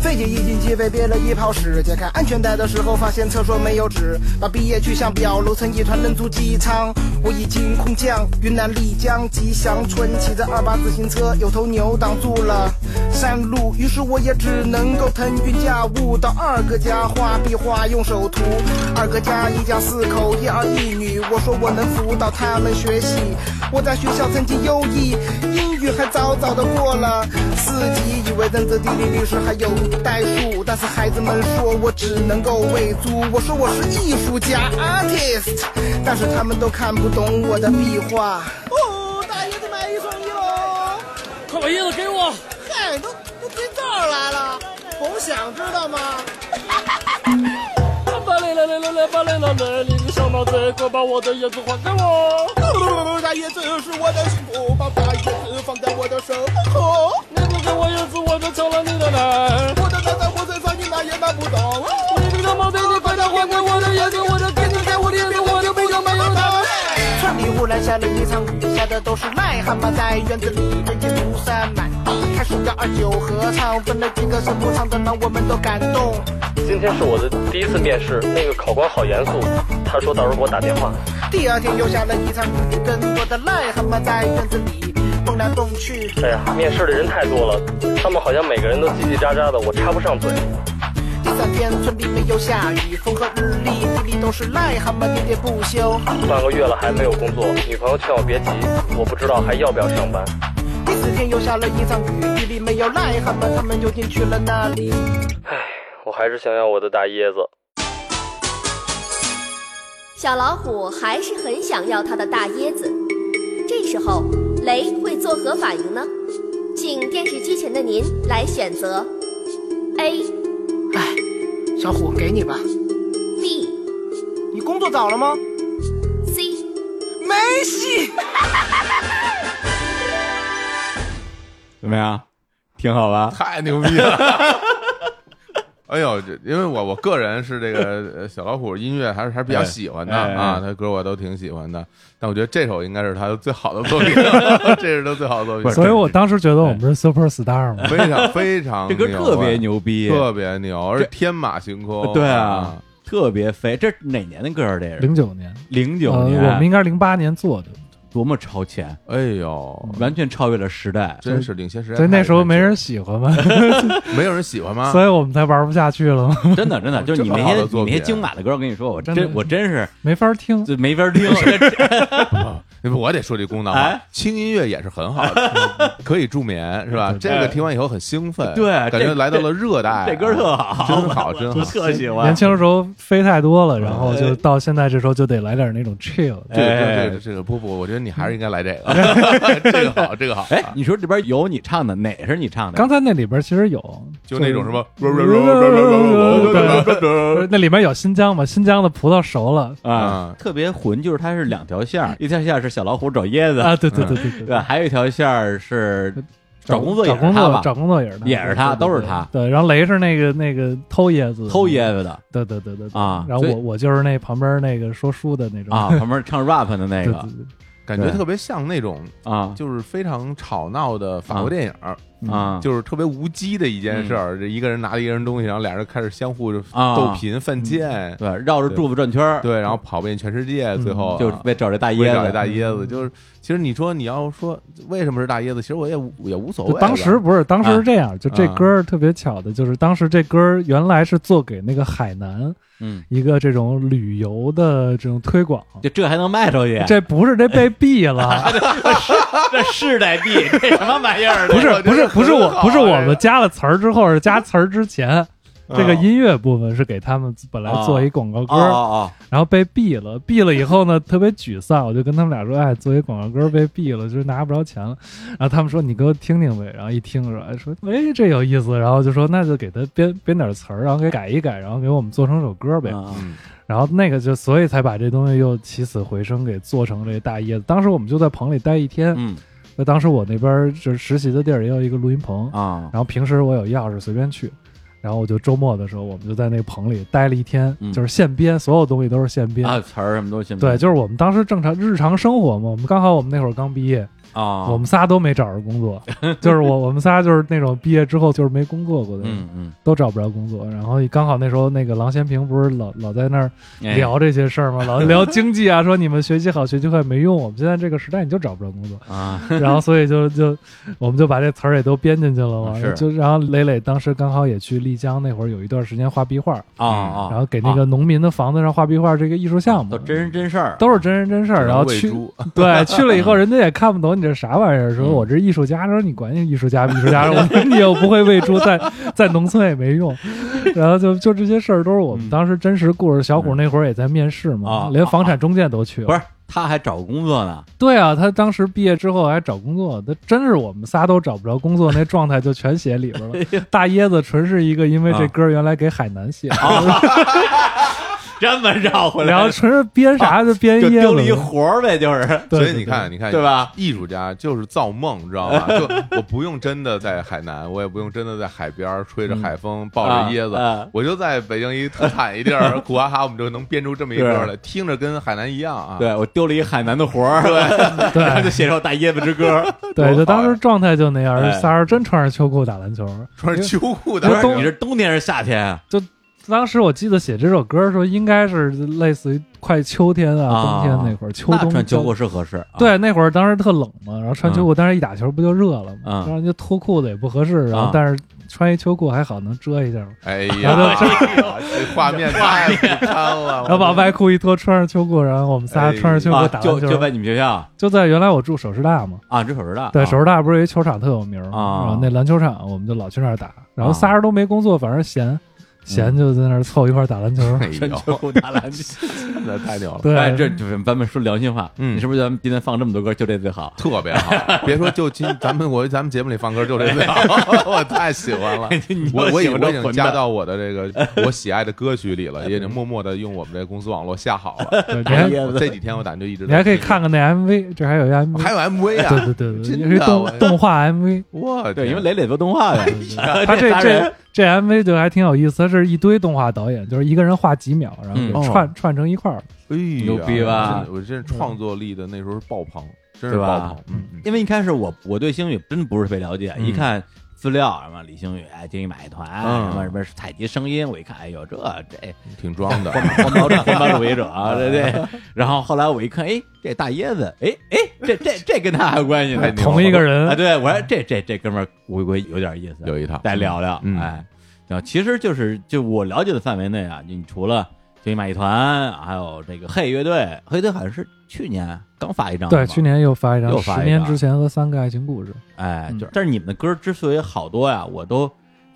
S7: 费姐一进街被憋了一泡屎，解开安全带的时候发现厕所没有纸，把毕业去向表揉成一团扔出机舱。我已经空降云南丽江吉祥村，骑着二八自行车，有头牛挡住了山路，于是我也只能够腾云驾雾到二哥家画壁画，用手涂。二哥家一家四口，一儿一女，我说我能辅导他们学习。我在学校成绩优异，英语还早早的过了四级，以为认字、地理、历史还有代数，但是孩子们说我只能够喂猪。我说我是艺术家 artist，但是他们都看不懂我的壁画。哦，大爷得买一送一喽！
S5: 快把椰子给我！
S7: 嗨，都都追这儿来了，甭想知道吗？
S5: 啊
S6: 巴累了累了累巴累了累，你个小毛贼，快把我的椰子还给我！
S7: 大椰子是我的幸福，把大椰子放在我的手。哦，
S6: 你不给我椰子，我就抢了你的奶！
S7: 我的奶在我身上，你拿也拿不走。哦
S6: 你这个毛贼，你快点还给我的椰子，我的天津在我的椰子，我就不想没有它。
S7: 村里忽然下了一场雨，下的都是癞蛤蟆，在院子里人间如山满地。开始要二九合唱，分了几个声部唱的让我们都感动。
S8: 今天是我的第一次面试，那个考官好严肃，他说到时候给我打电话。
S7: 第二天又下了一场雨，更多的癞蛤蟆在院子里蹦来蹦去。
S8: 哎呀，面试的人太多了，他们好像每个人都叽叽喳喳的，我插不上嘴。
S7: 第三天村里没有下雨，风和日丽，地里都是癞蛤蟆喋喋不休。
S8: 半个月了还没有工作，女朋友劝我别急，我不知道还要不要上班。
S7: 第四天又下了一场雨，雨里没有癞蛤蟆，他们又进去了那里。
S8: 我还是想要我的大椰子。
S9: 小老虎还是很想要它的大椰子。这时候，雷会作何反应呢？请电视机前的您来选择：A、
S7: 哎，小虎，给你吧。
S9: B、
S7: 你工作找了吗？
S9: C。
S7: 没戏。
S2: 怎么样？挺好吧？
S1: 太牛逼了！ 哎呦，这因为我我个人是这个呃小老虎音乐还是还是比较喜欢的
S2: 哎哎
S1: 啊，
S2: 哎
S1: 他歌我都挺喜欢的，但我觉得这首应该是他最好的作品， 这是他最好的作品，
S3: 所以我当时觉得我们是 super star 嘛。
S1: 非常非常
S2: 这歌
S1: 牛啊
S2: 特别，牛逼，
S1: 特别牛，而且
S2: 这
S1: 天马行空，
S2: 对啊，，特别飞。这是哪年的歌儿？这是
S3: 零九年，
S2: 零
S3: 呃，
S2: 九年，
S3: 我们应该是零八年做的，
S2: 多么超前，
S1: 哎呦，
S2: 完全超越了时代。
S1: 真是领先时代太久
S3: 嗯所以
S1: 了，
S3: 那时候没人喜欢 嘛，
S1: 没有人喜欢
S2: 啊
S1: 吗？
S3: 所以我们才玩不下去了嘛，
S2: 真的，真的， 就是你
S1: 这么
S2: 那
S1: 好
S2: 些
S1: 的作
S2: 你
S1: 品
S2: 那些京马的歌，我跟你说，我真
S3: 真的
S2: 我真是
S3: 没法听。
S2: 就没法听。这
S1: 我得说句公道话
S2: 啊哎，
S1: 轻音乐也是很好的， 可以助眠是吧？这个听完以后很兴奋，
S2: 对
S1: 感
S2: 这
S1: 觉来到了热带啊，
S2: 这歌特哎好，
S1: 真好，真
S2: 我
S1: 好。
S2: 特喜欢
S3: 年。轻的时候飞太多了，然后就到现在这时候就得来点那种 chill。
S1: 这个
S2: 嗯哎嗯
S1: 这个这个不不，我觉得你还是应该来这 个，这个好，这个好。
S2: 哎，你说这边有你唱的，哪是你唱的？
S3: 刚才那里边其实有，
S1: 就那种什么，
S3: 不是那里面有新疆嘛？新疆的葡萄熟了
S2: 啊
S1: 嗯，
S2: 特别混，就是它是两条线儿，一条线儿是小老虎找椰子，
S3: 啊！对对对对对
S2: 对吧，还有一条线儿是找工作也
S3: 找
S2: 是
S3: 工
S2: 他
S3: 作，
S2: 吧，
S3: 找工作也是他，
S2: 也是他，都是他
S3: 对，然后雷是那个那个偷椰子，
S2: 偷椰，子的
S3: 对对对对对
S2: 啊
S3: 然后
S2: 所以
S3: 我我就是那旁边那个说书的那种
S2: 啊，，旁边唱 rap 的那个
S3: 对对对，
S1: 感觉特别像那种
S2: 啊
S1: 就是非常吵闹的法国电影，
S3: 嗯
S2: 啊，
S1: 就是特别无稽的一件事儿。这一个人拿了一个人东西，然后俩人开始相互就
S2: 嗯啊嗯
S1: 斗贫犯贱，
S2: 对，绕着柱子转圈儿，
S1: 对，然后跑遍全世界，最后啊
S2: 嗯就是为找这大
S1: 为
S2: 椰
S1: 找
S2: 子，
S1: 这大椰子，就是其实你说你要说为什么是大椰子，其实我也无也无所
S3: 就
S1: 谓了。
S3: 当时不是，当时
S2: 啊
S3: 是这样，就这歌儿特别巧的，就是当时这歌儿原来是做给那个海南
S2: 嗯，
S3: 一个这种旅游的这种推广，
S2: 就这还能卖出去？
S3: 这不是这
S1: 哎
S3: 被 毙了，
S2: 这世代币，这什么玩意儿？
S3: 不是
S1: 我觉得
S3: 不是
S1: 很
S3: 不是我
S1: 好
S3: 不是
S1: 哎
S3: 我们加了词儿之后，是加词儿之前，
S1: 嗯
S3: 这个音乐部分是给他们本来
S1: 啊
S3: 做一广告歌，
S2: 哦哦
S3: 然后被毙了，毙了以后呢，特别沮丧，我就跟他们俩说，哎，作为广告歌被毙了，就是拿不着钱了。然后他们说，你给我听听呗。然后一听说，哎，说，哎，这有意思。然后就说，那就给他编编点词儿，然后给改一改，然后给我们做成首歌呗。
S2: 哦，
S3: 然后那个就，所以才把这东西又起死回生，给做成这大叶子。当时我们就在棚里待一天，
S2: 嗯
S3: 那当时我那边就是实习的地儿也有一个录音棚，
S2: 啊，
S3: 然后平时我有钥匙随便去，然后我就周末的时候，我们就在那个棚里待了一天，
S2: 嗯
S3: 就是现编，所有东西都是现编。
S2: 啊词儿什么都行，
S3: 嗯对，就是我们当时正常日常生活嘛，我们刚好我们那会儿刚毕业，
S2: 啊，
S3: 我们仨都没找着 工作，就是我我们仨就是那种毕业之后就是没工作过的人，
S2: 嗯嗯
S3: 都找不着工作。然后刚好那时候那个郎咸平不是老老在那儿
S2: 哎
S3: 聊这些事儿吗？ 老聊经济啊，说你们学习好学习坏没用，我们现在这个时代你就找不着 工作。
S2: 啊，
S3: 然后所以就就我们就把这词儿也都编进去了嘛。
S2: 啊是
S3: 就然后磊磊当时刚好也去丽江那会儿有一段时间画壁画，
S2: 啊啊，
S3: 嗯然后给那个农民的房子上画壁画这个艺术项目，
S2: 都真人真事儿，
S3: 都是真人真事儿。然后
S1: 喂
S3: 去
S1: 猪
S3: 对去了以后，人家也看不懂你这啥玩意儿，
S2: 嗯
S3: 说我这艺术家，说你管你艺术家 不艺术家，我说你又不会喂猪，在 在农村也没用。然后就就这些事儿都是我们
S2: 嗯
S3: 当时真实故事。小虎那会儿也在面试嘛
S2: 啊，
S3: 连房产中介都去了
S2: 不。是他还找工作呢，
S3: 对啊，他当时毕业之后还找工作，他真是我们仨都找不着工作，那状态就全写里边
S2: 哎
S3: 了。大椰子纯是一个因为这歌原来给海南写，
S2: 啊这么绕回
S3: 然后纯是编啥就 编
S2: 就
S3: 椰
S2: 丢了一
S3: 子嘛。
S2: 活儿呗，就是
S1: 所
S3: 对对
S1: 以你看，你看，
S2: 对吧？
S1: 艺术家就是造梦，你知道吗？ 就我不用真的在海南，我也不用真的在海边儿吹着海风，抱着椰子，
S2: 啊啊
S1: 我就在北京一特产一地儿， 苦哈哈，我们就能编出这么一歌来，听着跟海南一样啊。
S2: 对我丢了一海南的活儿， 对，然后就写首大椰子之歌，
S3: 对，就
S1: 多
S3: 当
S1: 好
S3: 时
S1: 呀
S3: 状态就那样，
S2: 哎
S3: 仨人真穿着秋裤打篮球。
S1: 穿着秋裤的
S2: 不
S1: 人，
S2: 是你是冬天还是夏天啊？
S3: 当时我记得写这首歌的时候，应该是类似于快秋天啊、
S2: 啊
S3: 冬天那会儿，秋
S2: 那
S3: 冬
S2: 穿秋裤
S3: 交。
S2: 是合适，啊，
S3: 对，那会儿当时特冷嘛，然后穿秋裤，但是一打球不就热了嘛
S2: 嗯，
S3: 然后就脱裤子也不合适，然后
S2: 啊
S3: 但是穿一秋裤还好能遮一下嘛。
S1: 哎呀，这画面太不堪 了。
S2: 哦
S3: 然后把外裤一脱，穿上秋裤，然后我们仨穿着秋
S2: 啊
S3: 裤打篮球，
S2: 就就在你们学校啊
S3: 就在原来我住首师大嘛，
S2: 啊，这手指大，
S3: 对，
S2: 啊
S3: 首师大不是有一球场特有名儿
S2: 啊
S3: 嘛，然后那篮球场我们就老去那儿打，然后
S2: 啊嗯
S3: 仨人都没工作，反正闲闲就在那儿凑一块儿打篮球，
S1: 哎
S2: 穿
S1: 呦，
S2: 秋裤打篮球。
S1: 真的太牛了，
S2: 哎，这
S3: 对，
S2: 就是咱们说良心话，
S1: 嗯
S2: 你是不是咱们今天放这么多歌，就这最好？
S1: 特别好。 别说就今咱们我咱们节目里放歌就这最好， 我太喜欢了。
S2: 哎 你
S1: 我我已
S2: 喜欢
S1: 我已经
S2: 混
S1: 加
S2: 蛋
S1: 到我的这个 我喜爱的歌曲里了，也已经默默的用我们这公司网络下好了。
S3: 对你
S2: 哎
S3: 还
S2: 呀
S1: 我这几天我感觉一直
S3: 你还可以看看那 MV，这还有一
S2: 哦
S3: MV，
S1: 还有 MV
S3: 对
S1: 啊，
S3: 对对对，
S1: 真
S3: 也是
S1: 的我
S3: 动动画 MV，
S1: 我啊
S2: 对，因为
S1: 雷
S2: 磊磊做动画的，
S3: 他 这
S2: 仨人
S3: 这这 MV 就还挺有意思，它是一堆动画导演，就是一个人画几秒，然后
S2: 嗯
S3: 给串串成一块儿，
S1: 牛
S2: 牛逼吧
S1: 我哎真是创作力的那时候是爆棚，真是
S2: 对吧
S1: 爆棚。嗯嗯
S2: 因为一开始我我对星宇真不是特别了解，
S1: 嗯
S2: 一看资料什么李星宇、哎金宇买团
S1: 嗯
S2: 什么什么采集声音，我一看，哎呦这这
S1: 挺装的。
S2: 环保环保主义者， 啊，对对。然后后来我一看，哎，这大椰子，哎哎，这这这跟他还有关系
S1: 太
S2: 呢
S1: 牛，
S3: 同一个
S2: 啊，
S3: 人，
S2: 对我说这这这哥们儿，我我有点意思，
S1: 有一套
S2: 再聊聊，
S1: 嗯
S2: 哎，然后其实就是就我了解的范围内啊，你除了金马一团，还有这个嘿乐队，嘿乐队好像是去年刚发一张，
S3: 对，去，年又发一张
S2: 啊又
S3: 《
S2: 发一
S3: 十年
S2: 张
S3: 之前和三个爱情故事》，
S2: 哎，
S3: 嗯
S2: 就是但是你们的歌之所以好多呀，我都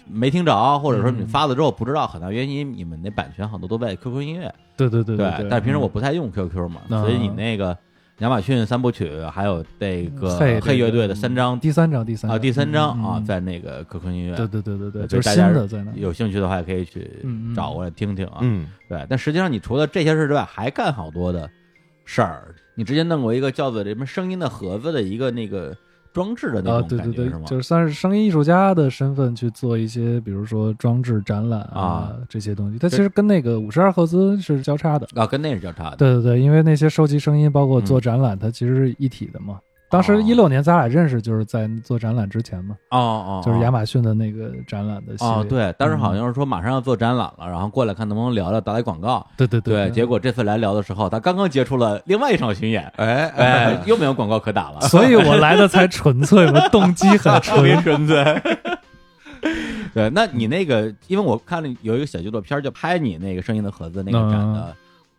S2: 没听着，或者说
S3: 嗯
S2: 你发了之后不知道，很大原因你们那版权好多都在 QQ 音乐，
S3: 对对对对，
S2: 但是平时我不太用 QQ 嘛，
S3: 嗯
S2: 所以你那个亚马逊三部曲，还有这个
S3: 嗯嘿
S2: 嘿乐队的三张
S3: 嗯第三张，第三
S2: 啊，第三张
S3: 嗯
S2: 啊，
S3: 嗯
S2: 在那个 QQ 音乐，
S3: 对对对对对，
S2: 所
S3: 就
S2: 以
S3: 是
S2: 大
S3: 新
S2: 家
S3: 的在那儿。
S2: 有兴趣的话，可以去
S3: 嗯嗯
S2: 找过来听听啊。
S1: 嗯，
S2: 对，但实际上你除了这些事儿之外，还干好多的事儿。你之前弄过一个叫做什么声音的盒子的一个那个装置的那
S3: 啊，
S2: 种
S3: 对
S2: 感
S3: 对
S2: 觉、
S3: 对
S2: 是，吗？
S3: 就是算是声音艺术家的身份去做一些，比如说装置展览
S2: 啊
S3: 这些东西，它其实跟那个五十二赫兹是交叉的。
S2: 啊，跟那是交叉的。
S3: 对对对，因为那些收集声音，包
S2: 嗯
S3: 括做展览，它其实是一体的嘛。
S2: 啊
S3: 当时一六年咱俩认识，就是在做展览之前嘛，
S2: 哦哦，
S3: 就是亚
S2: 马
S3: 马逊的那个展览的系列。嗯
S2: 哦，对，当时好像是说马上要做展览了，然后过来看能不能聊聊打打广告。
S3: 对对
S2: 对，
S3: 对
S2: 结果这次来聊的时候，他刚刚接触了另外一场巡演，
S1: 哎
S2: 哎，又没有广告可打了，
S3: 所以我来的才纯粹嘛，动机很
S2: 特别 纯
S3: 纯。
S2: 粹。对，那你那个，因为我看了有一个小纪录片儿，就拍你那个声音的盒子那个展的，
S3: 嗯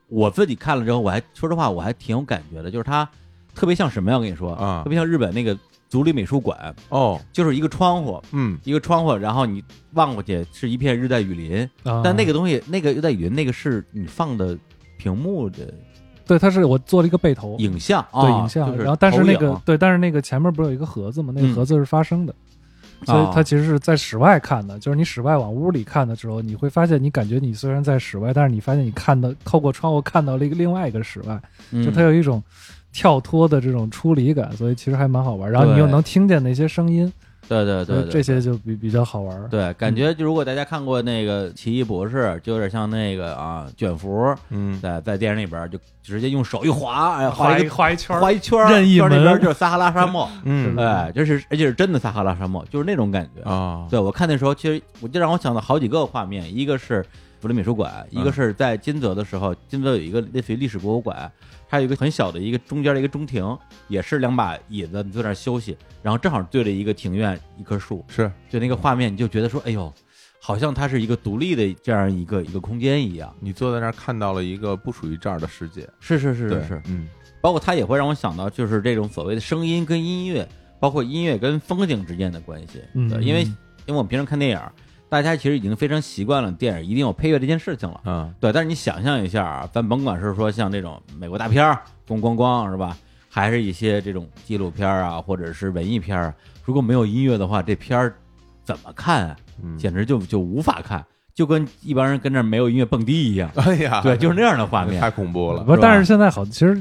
S2: 我自己看了之后，我还说实话，我还挺有感觉的，就是它特别像什么呀？我跟你说，
S1: 啊
S2: 特别像日本那个族立美术馆，
S1: 哦，
S2: 就是一个窗户，
S1: 嗯，
S2: 一个窗户，然后你望过去是一片热带雨林，
S3: 啊
S2: 但那个东西，那个热带雨林，那个是你放的屏幕的
S3: 对，它是我做了一个背投，
S2: 影像啊，
S3: 对影像，
S2: 就是
S3: 然后但是那
S2: 投
S3: 个
S2: 影
S3: 对，但是那个前面不是有一个盒子吗？那个
S2: 嗯
S3: 盒子是发声的，所
S2: 啊
S3: 以它其实是在室外看的，就是你室外往屋里看的时候，你会发现你感觉你虽然在室外，但是你发现你看到透过窗户看到了一个另外一个室外，
S2: 嗯
S3: 就它有一种跳脱的这种出离感，所以其实还蛮好玩。然后你
S2: 对
S3: 又能听见那些声音，
S2: 对对
S3: 所
S2: 对对
S3: 以这些就比比较好玩。
S2: 对，感觉就如果大家看过那个《奇异博士》，就有点像那个啊卷福，
S1: 嗯
S2: 在在电影里边儿就直接用手一划，哎，
S3: 画
S2: 一
S3: 一
S2: 个
S3: 画一圈儿，
S2: 划一圈儿，
S3: 任意
S2: 圈儿那边儿
S3: 门
S2: 就是撒哈拉沙漠，
S1: 嗯
S2: 哎，就是而且是真的撒哈拉沙漠，就是那种感觉。
S1: 啊，
S2: 对我看那时候，其实我就让我想到好几个画面，一个是柏林美术馆，一个是在金泽的时候，金泽有一个类似于历史博物馆，它有一个很小的一个中间的一个中庭，也是两把椅子，你坐那儿休息，然后正好对着一个庭院一棵树，
S1: 是
S2: 就那个画面，你就觉得说，哎呦，好像它是一个独立的这样一个一个空间一样。
S1: 你坐在那儿看到了一个不属于这儿的世界，
S2: 是是是
S1: 对
S2: 是是，
S1: 嗯
S2: 包括它也会让我想到，就是这种所谓的声音跟音乐，包括音乐跟风景之间的关系。
S3: 嗯
S2: 对，因为因为我们平常看电影，大家其实已经非常习惯了电影一定有配乐这件事情了。
S1: 啊，
S2: 对，但是你想象一下啊，咱甭管是说像这种美国大片儿，咣咣咣是吧？还是一些这种纪录片儿啊，或者是文艺片儿啊，如果没有音乐的话，这片儿怎么看啊？
S1: 嗯。
S2: 简直就就无法看，就跟一帮人跟那儿没有音乐蹦迪一样
S1: 哎呀，
S2: 对，就是那样的画面
S1: 太恐怖了，
S3: 不是，
S2: 是吧
S3: 但是现在好，其实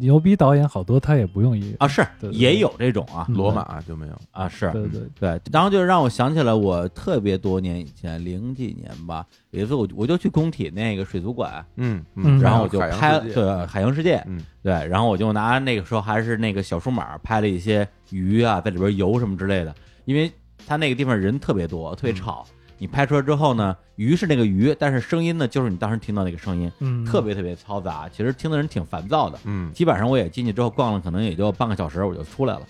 S3: 牛逼导演好多他也不用音乐，
S2: 啊，是
S3: 对对对
S2: 也有这种啊
S3: 嗯
S1: 罗马就没有，
S2: 啊是。
S3: 对对，
S2: 对，然后就让我想起来，我特别多年以前，零几年吧，有一次我我就去工体那个水族馆，
S1: 嗯
S3: 嗯
S2: 然后我就
S1: 海洋
S2: 拍
S1: 世界
S2: 对海洋世界，
S1: 嗯
S2: 对，然后我就拿那个时候还是那个小数码拍了一些鱼啊，在里边游什么之类的，因为它那个地方人特别多，
S1: 嗯
S2: 特别吵。你拍出来之后呢，鱼是那个鱼，但是声音呢，就是你当时听到那个声音，
S3: 嗯，
S2: 特别特别嘈杂，其实听的人挺烦躁的。
S1: 嗯
S2: 基本上我也进去之后逛了，可能也就半个小时，我就出来了。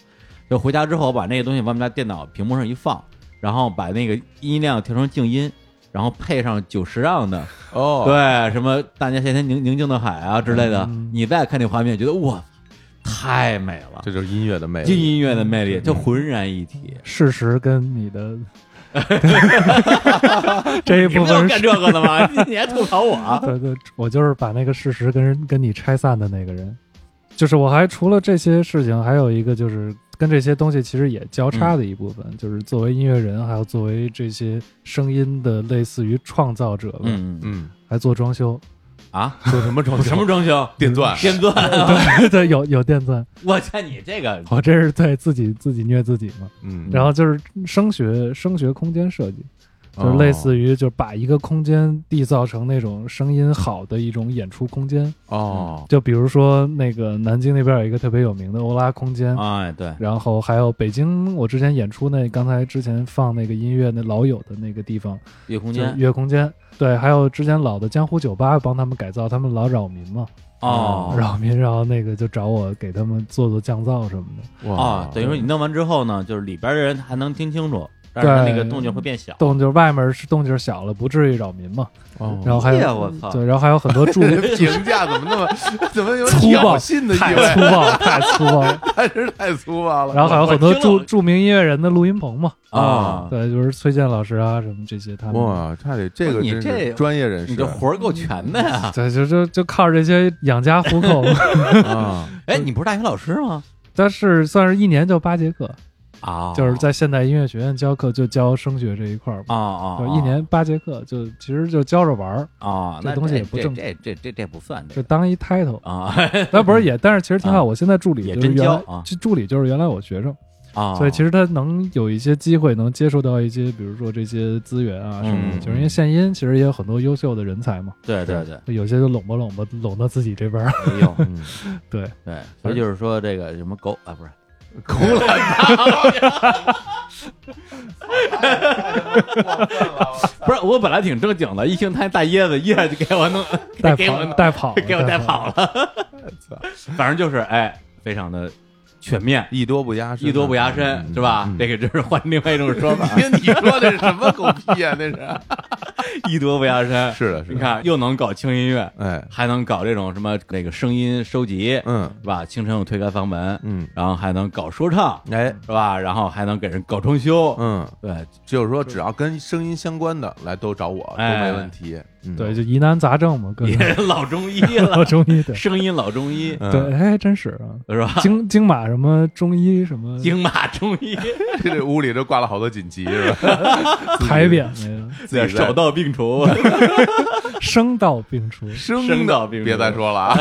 S2: 就回家之后，我把那个东西往我们家电脑屏幕上一放，然后把那个音量调成静音，然后配上久石让的
S1: 哦，
S2: 对，什么大年夏天宁宁静的海啊之类的，
S3: 嗯
S2: 你再看那画面，觉得哇，太美了，
S1: 这就是音乐的魅
S2: 这
S1: 力，
S2: 音乐的魅力，这浑然一体。
S3: 事实跟你的 这一
S2: 你
S3: 部
S2: 不要
S3: 分
S2: 干
S3: 是，
S2: 这个的吗？ 你你还吐槽我？
S3: 对对，我就是把那个事实跟跟你拆散的那个人。就是我还除了这些事情，还有一个就是跟这些东西其实也交叉的一部分，就是作为音乐人，还有作为这些声音的类似于创造者吧，
S2: 嗯嗯
S1: 嗯，
S3: 还做装修，
S2: 啊，
S1: 做什么装
S2: 什么装修？
S1: 电钻？
S2: 电钻？
S3: 对对，有有电钻，
S2: 我操你这个
S3: 我这是在自己自己虐自己嘛。
S1: 嗯，
S3: 然后就是声学声学空间设计，
S1: 哦
S3: 就是类似于就是把一个空间缔造成那种声音好的一种演出空间。
S1: 哦，
S3: 就比如说那个南京那边有一个特别有名的欧拉空间，
S2: 哎，对，
S3: 然后还有北京，我之前演出那刚才之前放那个音乐那老友的那个地方，
S2: 月空
S3: 就
S2: 间
S3: 是乐空间。对，还有之前老的江湖酒吧帮他们改造，他们老扰民嘛，
S2: 哦
S3: 扰民，然后那个就找我给他们做做降噪什么的，
S2: 哦
S1: 哇，，
S2: 等于说你弄完之后呢，就是里边的人还能听清楚，但是它那个
S3: 对
S2: 动静会变小。
S3: 动静外面是动静小了，不至于扰民嘛。
S1: 哦
S3: 然后还
S2: 哎呀
S3: 有
S2: 我操
S3: 对，然后还有很多助
S1: 这评价怎么那么怎么有
S3: 粗
S1: 挑
S3: 暴
S1: 衅的
S3: 太
S1: 意
S3: 粗
S1: 味？
S3: 暴了，太粗暴了。
S1: 还是太粗暴了。
S3: 然后还有很多
S2: 我听了
S3: 著著名音乐人的录音棚嘛，
S2: 啊，
S3: 对，就是崔健老师啊什么这些他们，
S1: 哇，差点这个
S2: 不是
S1: 真
S2: 你
S1: 是
S2: 这
S1: 专业人
S2: 你
S1: 士啊
S2: 这活儿够全的呀！
S3: 对，就就就靠这些养家糊 口。
S1: 啊！
S3: 嗯
S2: 哎，你不是大学老师吗？
S3: 但是算是一年就八节课，
S2: 啊，
S3: 就是在现代音乐学院教课就教声学这一块儿嘛，
S2: 啊啊，
S3: 就
S2: 啊
S3: 一年八节课，就其实就教着玩儿，
S2: 啊，
S3: 这
S2: 那
S3: 东西
S2: 这
S3: 也不
S2: 这
S3: 正
S2: 这这这这不算这
S3: 就
S2: 个
S3: 当一 title。
S2: 啊
S3: 但不是也，但是其实挺好。
S2: 啊
S3: 我现在助理
S2: 也
S3: 就是
S2: 真
S3: 原
S2: 教
S3: 来
S2: 啊
S3: 就助理就是原来我学生，
S2: 啊，
S3: 所以其实他能有一些机会能接触到一些，比如说这些资源啊什么的，
S2: 嗯
S3: 就是因为献音其实也有很多优秀的人才嘛，
S2: 对对对，
S3: 有些就拢吧拢吧拢到自己这 边儿，
S2: 哎 呦，
S1: 嗯
S3: 对，
S2: 对，所以就是说这个什么狗啊，不是
S1: 哭了，
S2: 不是，我本来挺正经的，一听他大椰子，一下就给我弄
S3: 带
S2: 给我
S3: 跑带跑
S2: 给我带跑
S3: 了，
S2: 了，反正就是哎，非常的全面，
S1: 艺多不压身啊，
S2: 艺多不压身，是吧？
S1: 嗯
S2: 这个就是换另外一种说 法，
S1: 你说的是什么狗屁呀？那是，
S2: 艺多不压身。
S1: 是的是的
S2: 你看又能搞轻音乐，
S1: 哎
S2: 还能搞这种什么那个声音收集，
S1: 嗯
S2: 是吧？清晨我推开房门，
S1: 嗯
S2: 然后还能搞说唱，
S1: 哎，
S2: 是吧？然后还能给人搞装修，，
S1: 嗯，
S2: 对，
S1: 就是说只要跟声音相关的来都找我都
S2: 哎
S1: 没问题。嗯
S3: 对，，就疑难杂症 嘛，各
S2: 也
S3: 种
S2: 是老中医了
S3: 老，中医对
S2: 声音老中医，
S1: 嗯
S3: 对，，哎，真是啊，
S2: 是 吧？
S3: 京京马什么中医什么
S2: 京马中医，
S1: 这这屋里都挂了好多锦旗 是吧？
S3: 牌 匾那个，
S1: 自己在
S2: 手到病除，
S3: 声道并除，
S1: 声
S2: 声道并
S1: 别
S2: 入
S1: 再说了啊！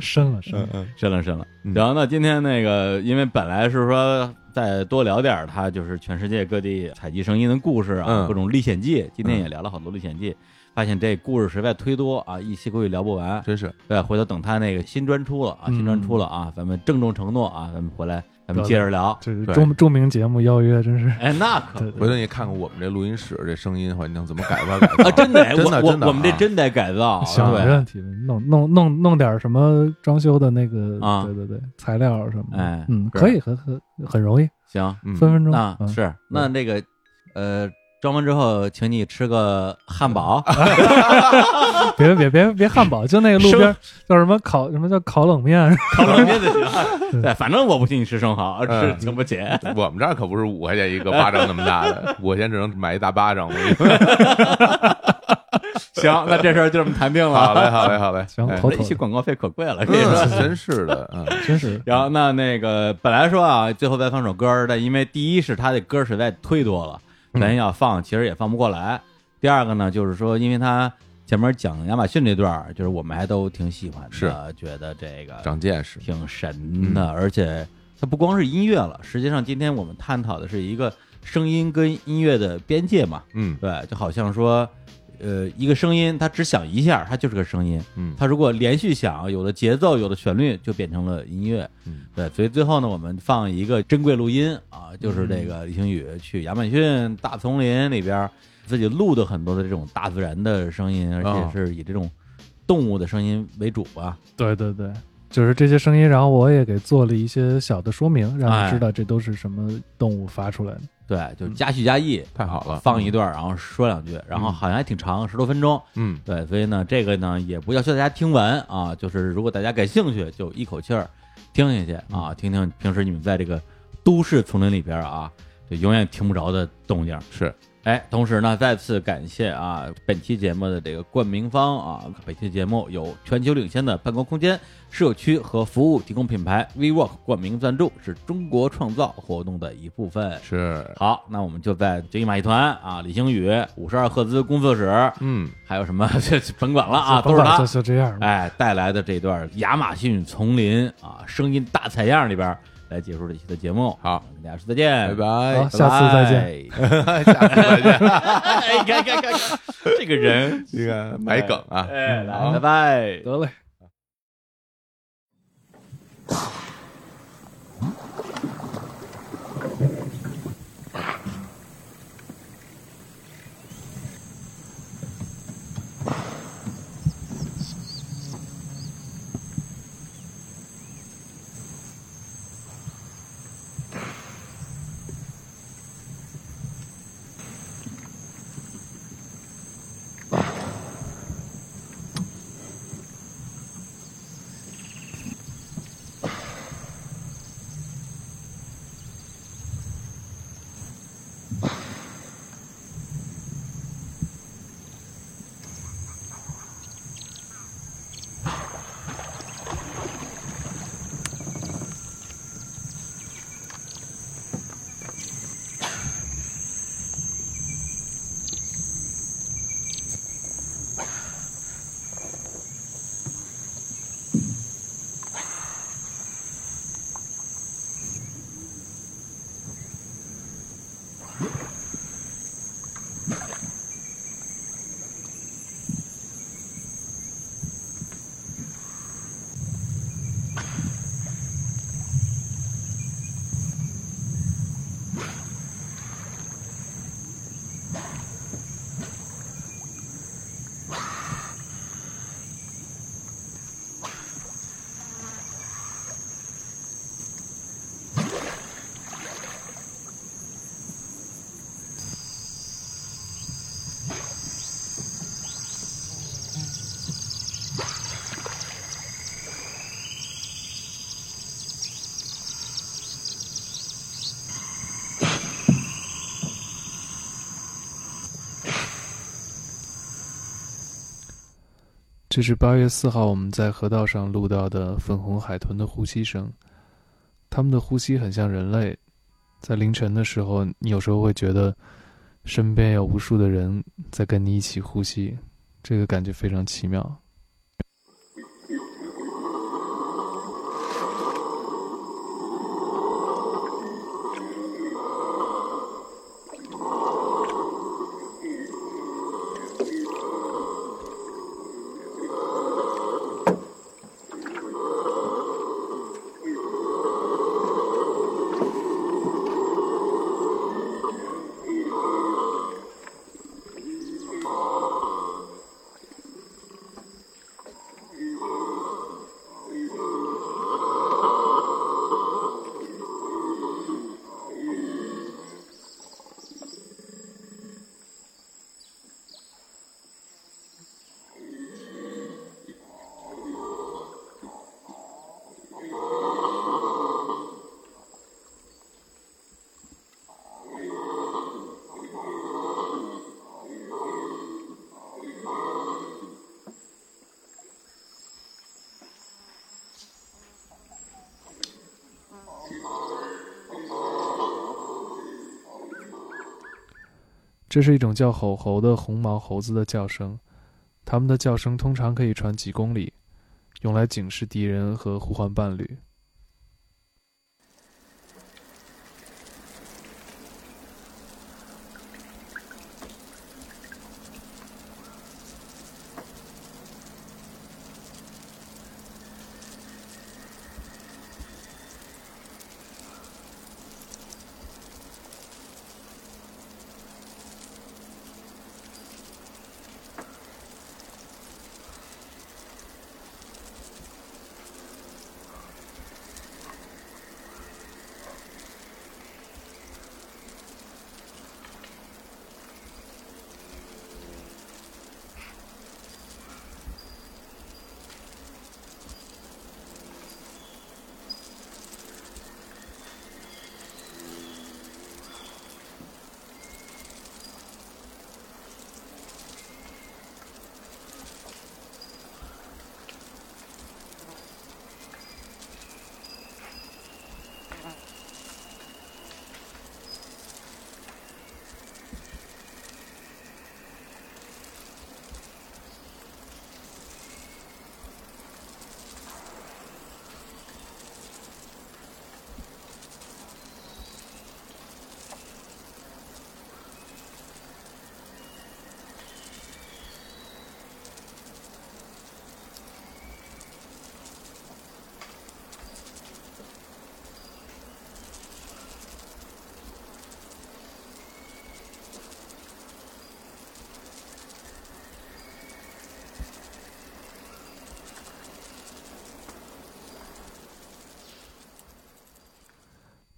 S3: 深了深
S2: 嗯
S3: 了，
S2: 深了深了
S1: 嗯。
S2: 然后呢，今天那个，因为本来是说再多聊点儿他就是全世界各地采集声音的故事啊，
S1: 嗯
S2: 各种历险记。今天也聊了好多历险记，发现这故事实在忒多啊，一期估计聊不完。
S1: 真是，
S2: 对，回头等他那个新专出了啊，
S3: 嗯
S2: 新专出了啊，咱们郑重承诺啊，咱们回来咱们接着聊。
S3: 这
S1: 对
S3: 著著名节目邀约真是，
S2: 哎，那可
S3: 对
S1: 回头你看看我们这录音室这声音环境怎么改吧改吧
S2: 啊，真得，
S1: 真的
S2: 我
S1: 真的
S2: 我我们这
S1: 啊
S2: 真得改造，
S3: 行，没
S2: 对，
S3: 问题，弄弄弄弄点什么装修的那个
S2: 啊
S3: 对对对，材料什么的，
S2: 哎
S3: 嗯，
S2: 是
S3: 可以，很很很容易，
S2: 行，
S1: 嗯
S3: 分分钟
S2: 那
S3: 嗯
S2: 是那那个呃，装完之后，请你吃个汉堡，
S3: 别别别别汉堡，就那个路边叫什么烤什么叫烤冷面，
S2: 烤冷面就行了。对，反正我不请你吃生蚝，
S1: 嗯
S2: 吃请不起。
S1: 我们这儿可不是五块钱一个巴掌那么大 的，我现在只能买一大巴掌。我跟你说
S2: 行，那这事儿就这么谈定
S1: 好嘞，
S2: 了。
S1: 好嘞，好嘞，
S3: 行
S1: 哎
S3: 头好
S2: 一期广告费可贵了，跟你说。
S1: 嗯真是的，嗯，
S3: 真是
S2: 然后那那个本来说啊，最后再放首歌儿，但因为第一是他的歌儿实在忒多了，
S1: 嗯
S2: 咱要放其实也放不过来。第二个呢，就是说，因为他前面讲亚马逊这段儿，就是我们还都挺喜欢
S1: 是嗯
S2: 的，觉得这个
S1: 长见识，
S2: 挺神的，而且它不光是音乐了，实际上今天我们探讨的是一个声音跟音乐的边界嘛，
S1: 嗯
S2: 对，就好像说，呃，一个声音它只响一下，它就是个声音，
S1: 嗯
S2: 它如果连续响，有的节奏，有的旋律，就变成了音乐，
S1: 嗯
S2: 对，所以最后呢，我们放一个珍贵录音啊，就是这个李星宇去亚马逊大丛林里边儿自己录的很多的这种大自然的声音，而
S1: 啊
S2: 且是以这种动物的声音为主吧，
S3: 对对对，就是这些声音，然后我也给做了一些小的说明，让
S2: 哎
S3: 你知道这都是什么动物发出来的。
S2: 对，就加叙加意。
S1: 太好了，
S2: 放一段儿，然后说两句，然后好像还挺长，十多分钟。
S1: 嗯，
S2: 对，所以呢，这个呢也不要求大家听完啊，就是如果大家感兴趣，就一口气儿听下去啊，听听平时你们在这个都市丛林里边儿啊，就永远听不着的动静。
S1: 是，
S2: 哎，同时呢，再次感谢啊本期节目的这个冠名方啊，本期节目有全球领先的办公空间、社区和服务提供品牌 WeWork 冠名赞助，是中国创造活动的一部分。
S1: 嗯是，
S2: 好，那我们就在京一马戏团啊，李星宇五十二赫兹工作室，
S1: 嗯，
S2: 还有什么 这甭管了啊，
S3: 甭
S2: 都是
S3: 管
S2: 他
S3: 就就这样吧。
S2: 哎带来的这段亚马逊丛林啊声音大采样里边来结束这期的节目。
S1: 好，
S2: 跟大家说再
S1: 拜
S2: 见，拜
S1: 拜
S3: 好，下次再见
S2: 见。 哎，你看，看，看，看这个人，
S1: 这个买梗啊，
S3: 嗯
S2: 哎，来，
S1: 好
S2: 拜拜。
S3: 得嘞。
S1: 嗯，
S3: 这是八月四号我们在河道上录到的粉红海豚的呼吸声，它们的呼吸很像人类。在凌晨的时候，你有时候会觉得身边有无数的人在跟你一起呼吸，这个感觉非常奇妙。这是一种叫吼猴的红毛猴子的叫声，它们的叫声通常可以传几公里，用来警示敌人和呼唤伴侣。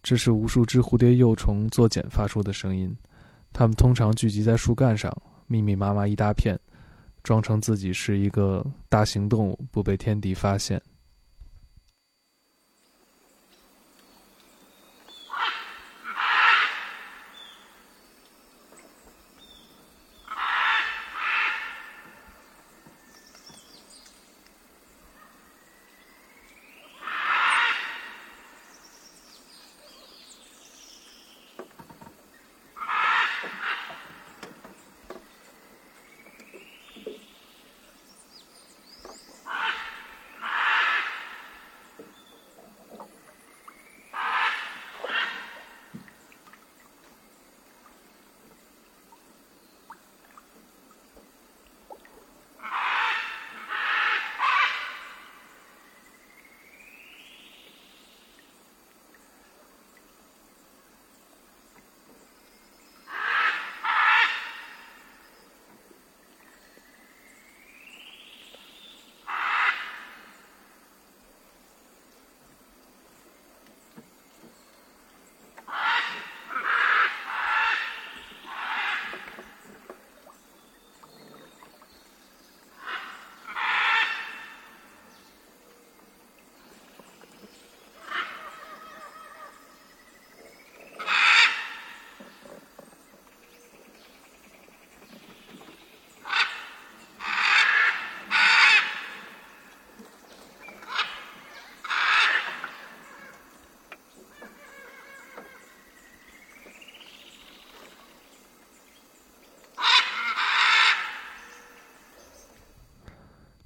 S3: 这是无数只蝴蝶幼虫作茧发出的声音，它们通常聚集在树干上，密密麻麻一大片，装成自己是一个大型动物，不被天敌发现。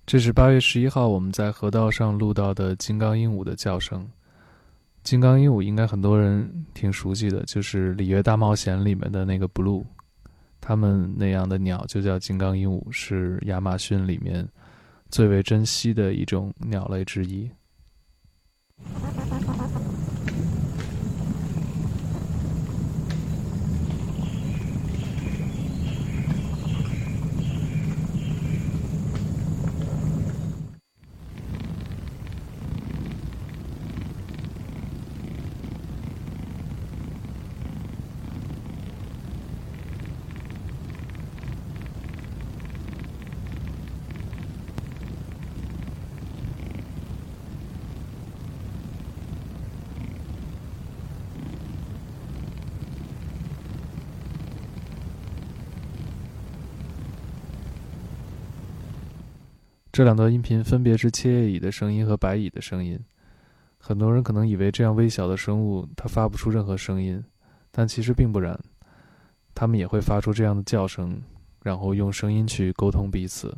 S3: 这是八月十一号我们在河道上录到的金刚鹦鹉的叫声。金刚鹦鹉应该很多人挺熟悉的，就是《里约大冒险》里面的那个 Blue，他们那样的鸟就叫金刚鹦鹉，是亚马逊里面最为珍惜的一种鸟类之一。这两段音频分别是切叶蚁的声音和白蚁的声音。很多人可能以为这样微小的生物它发不出任何声音，但其实并不然，它们也会发出这样的叫声，然后用声音去沟通彼此。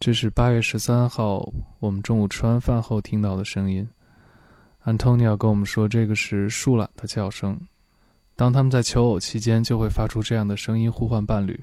S3: 这是八月十三号我们中午吃完饭后听到的声音。Antonia 跟我们说，这个是树懒的叫声。当它们在求偶期间，就会发出这样的声音呼唤伴侣。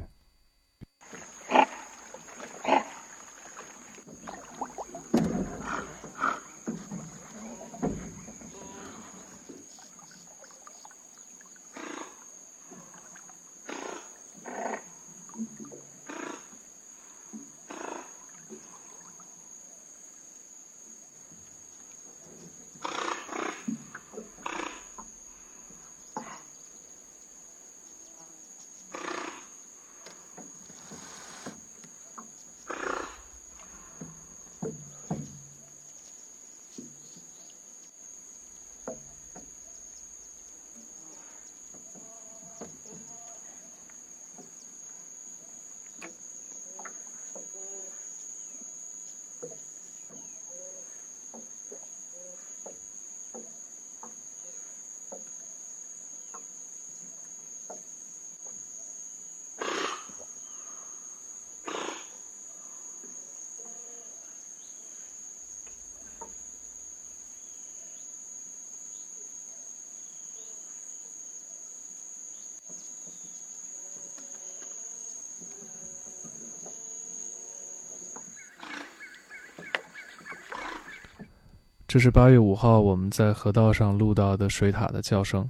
S3: 这是八月五号我们在河道上录到的水獭的叫声，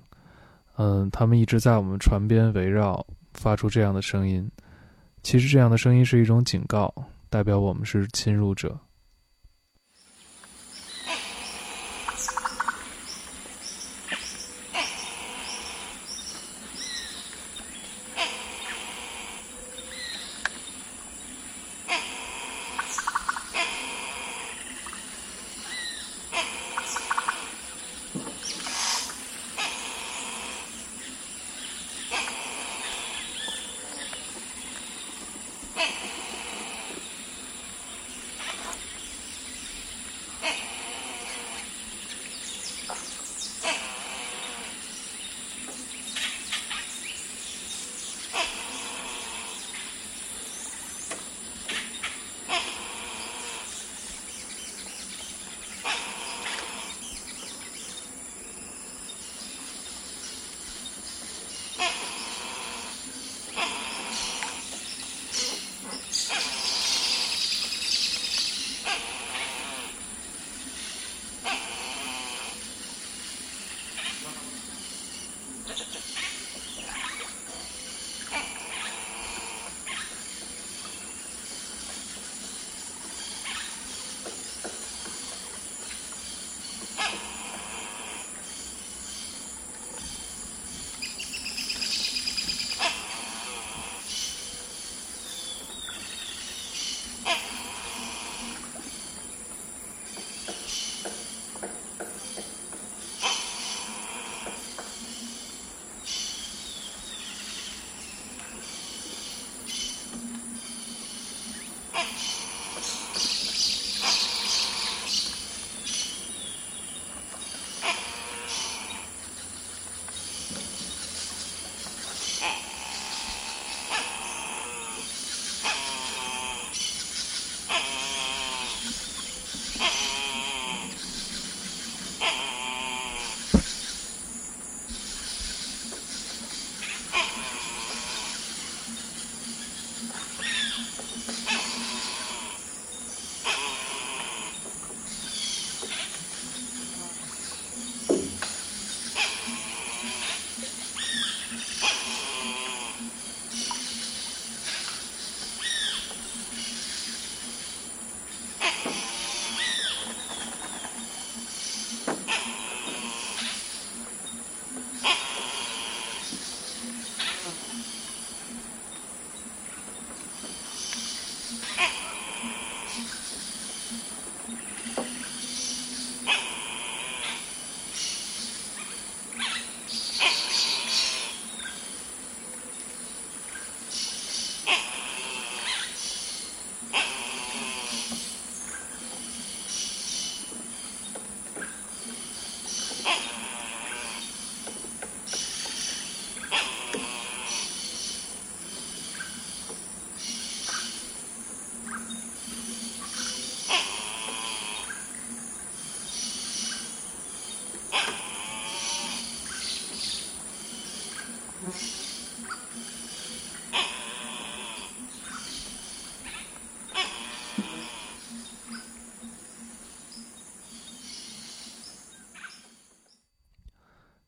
S3: 嗯，它们一直在我们船边围绕，发出这样的声音。其实这样的声音是一种警告，代表我们是侵入者。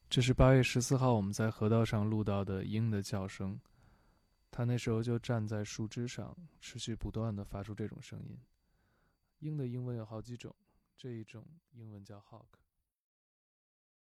S3: 这是八月十四号我们在河道上录到的鹰的叫声，它那时候就站在树枝上，持续不断的发出这种声音。鹰的英文有好几种，这一种英文叫 hawk。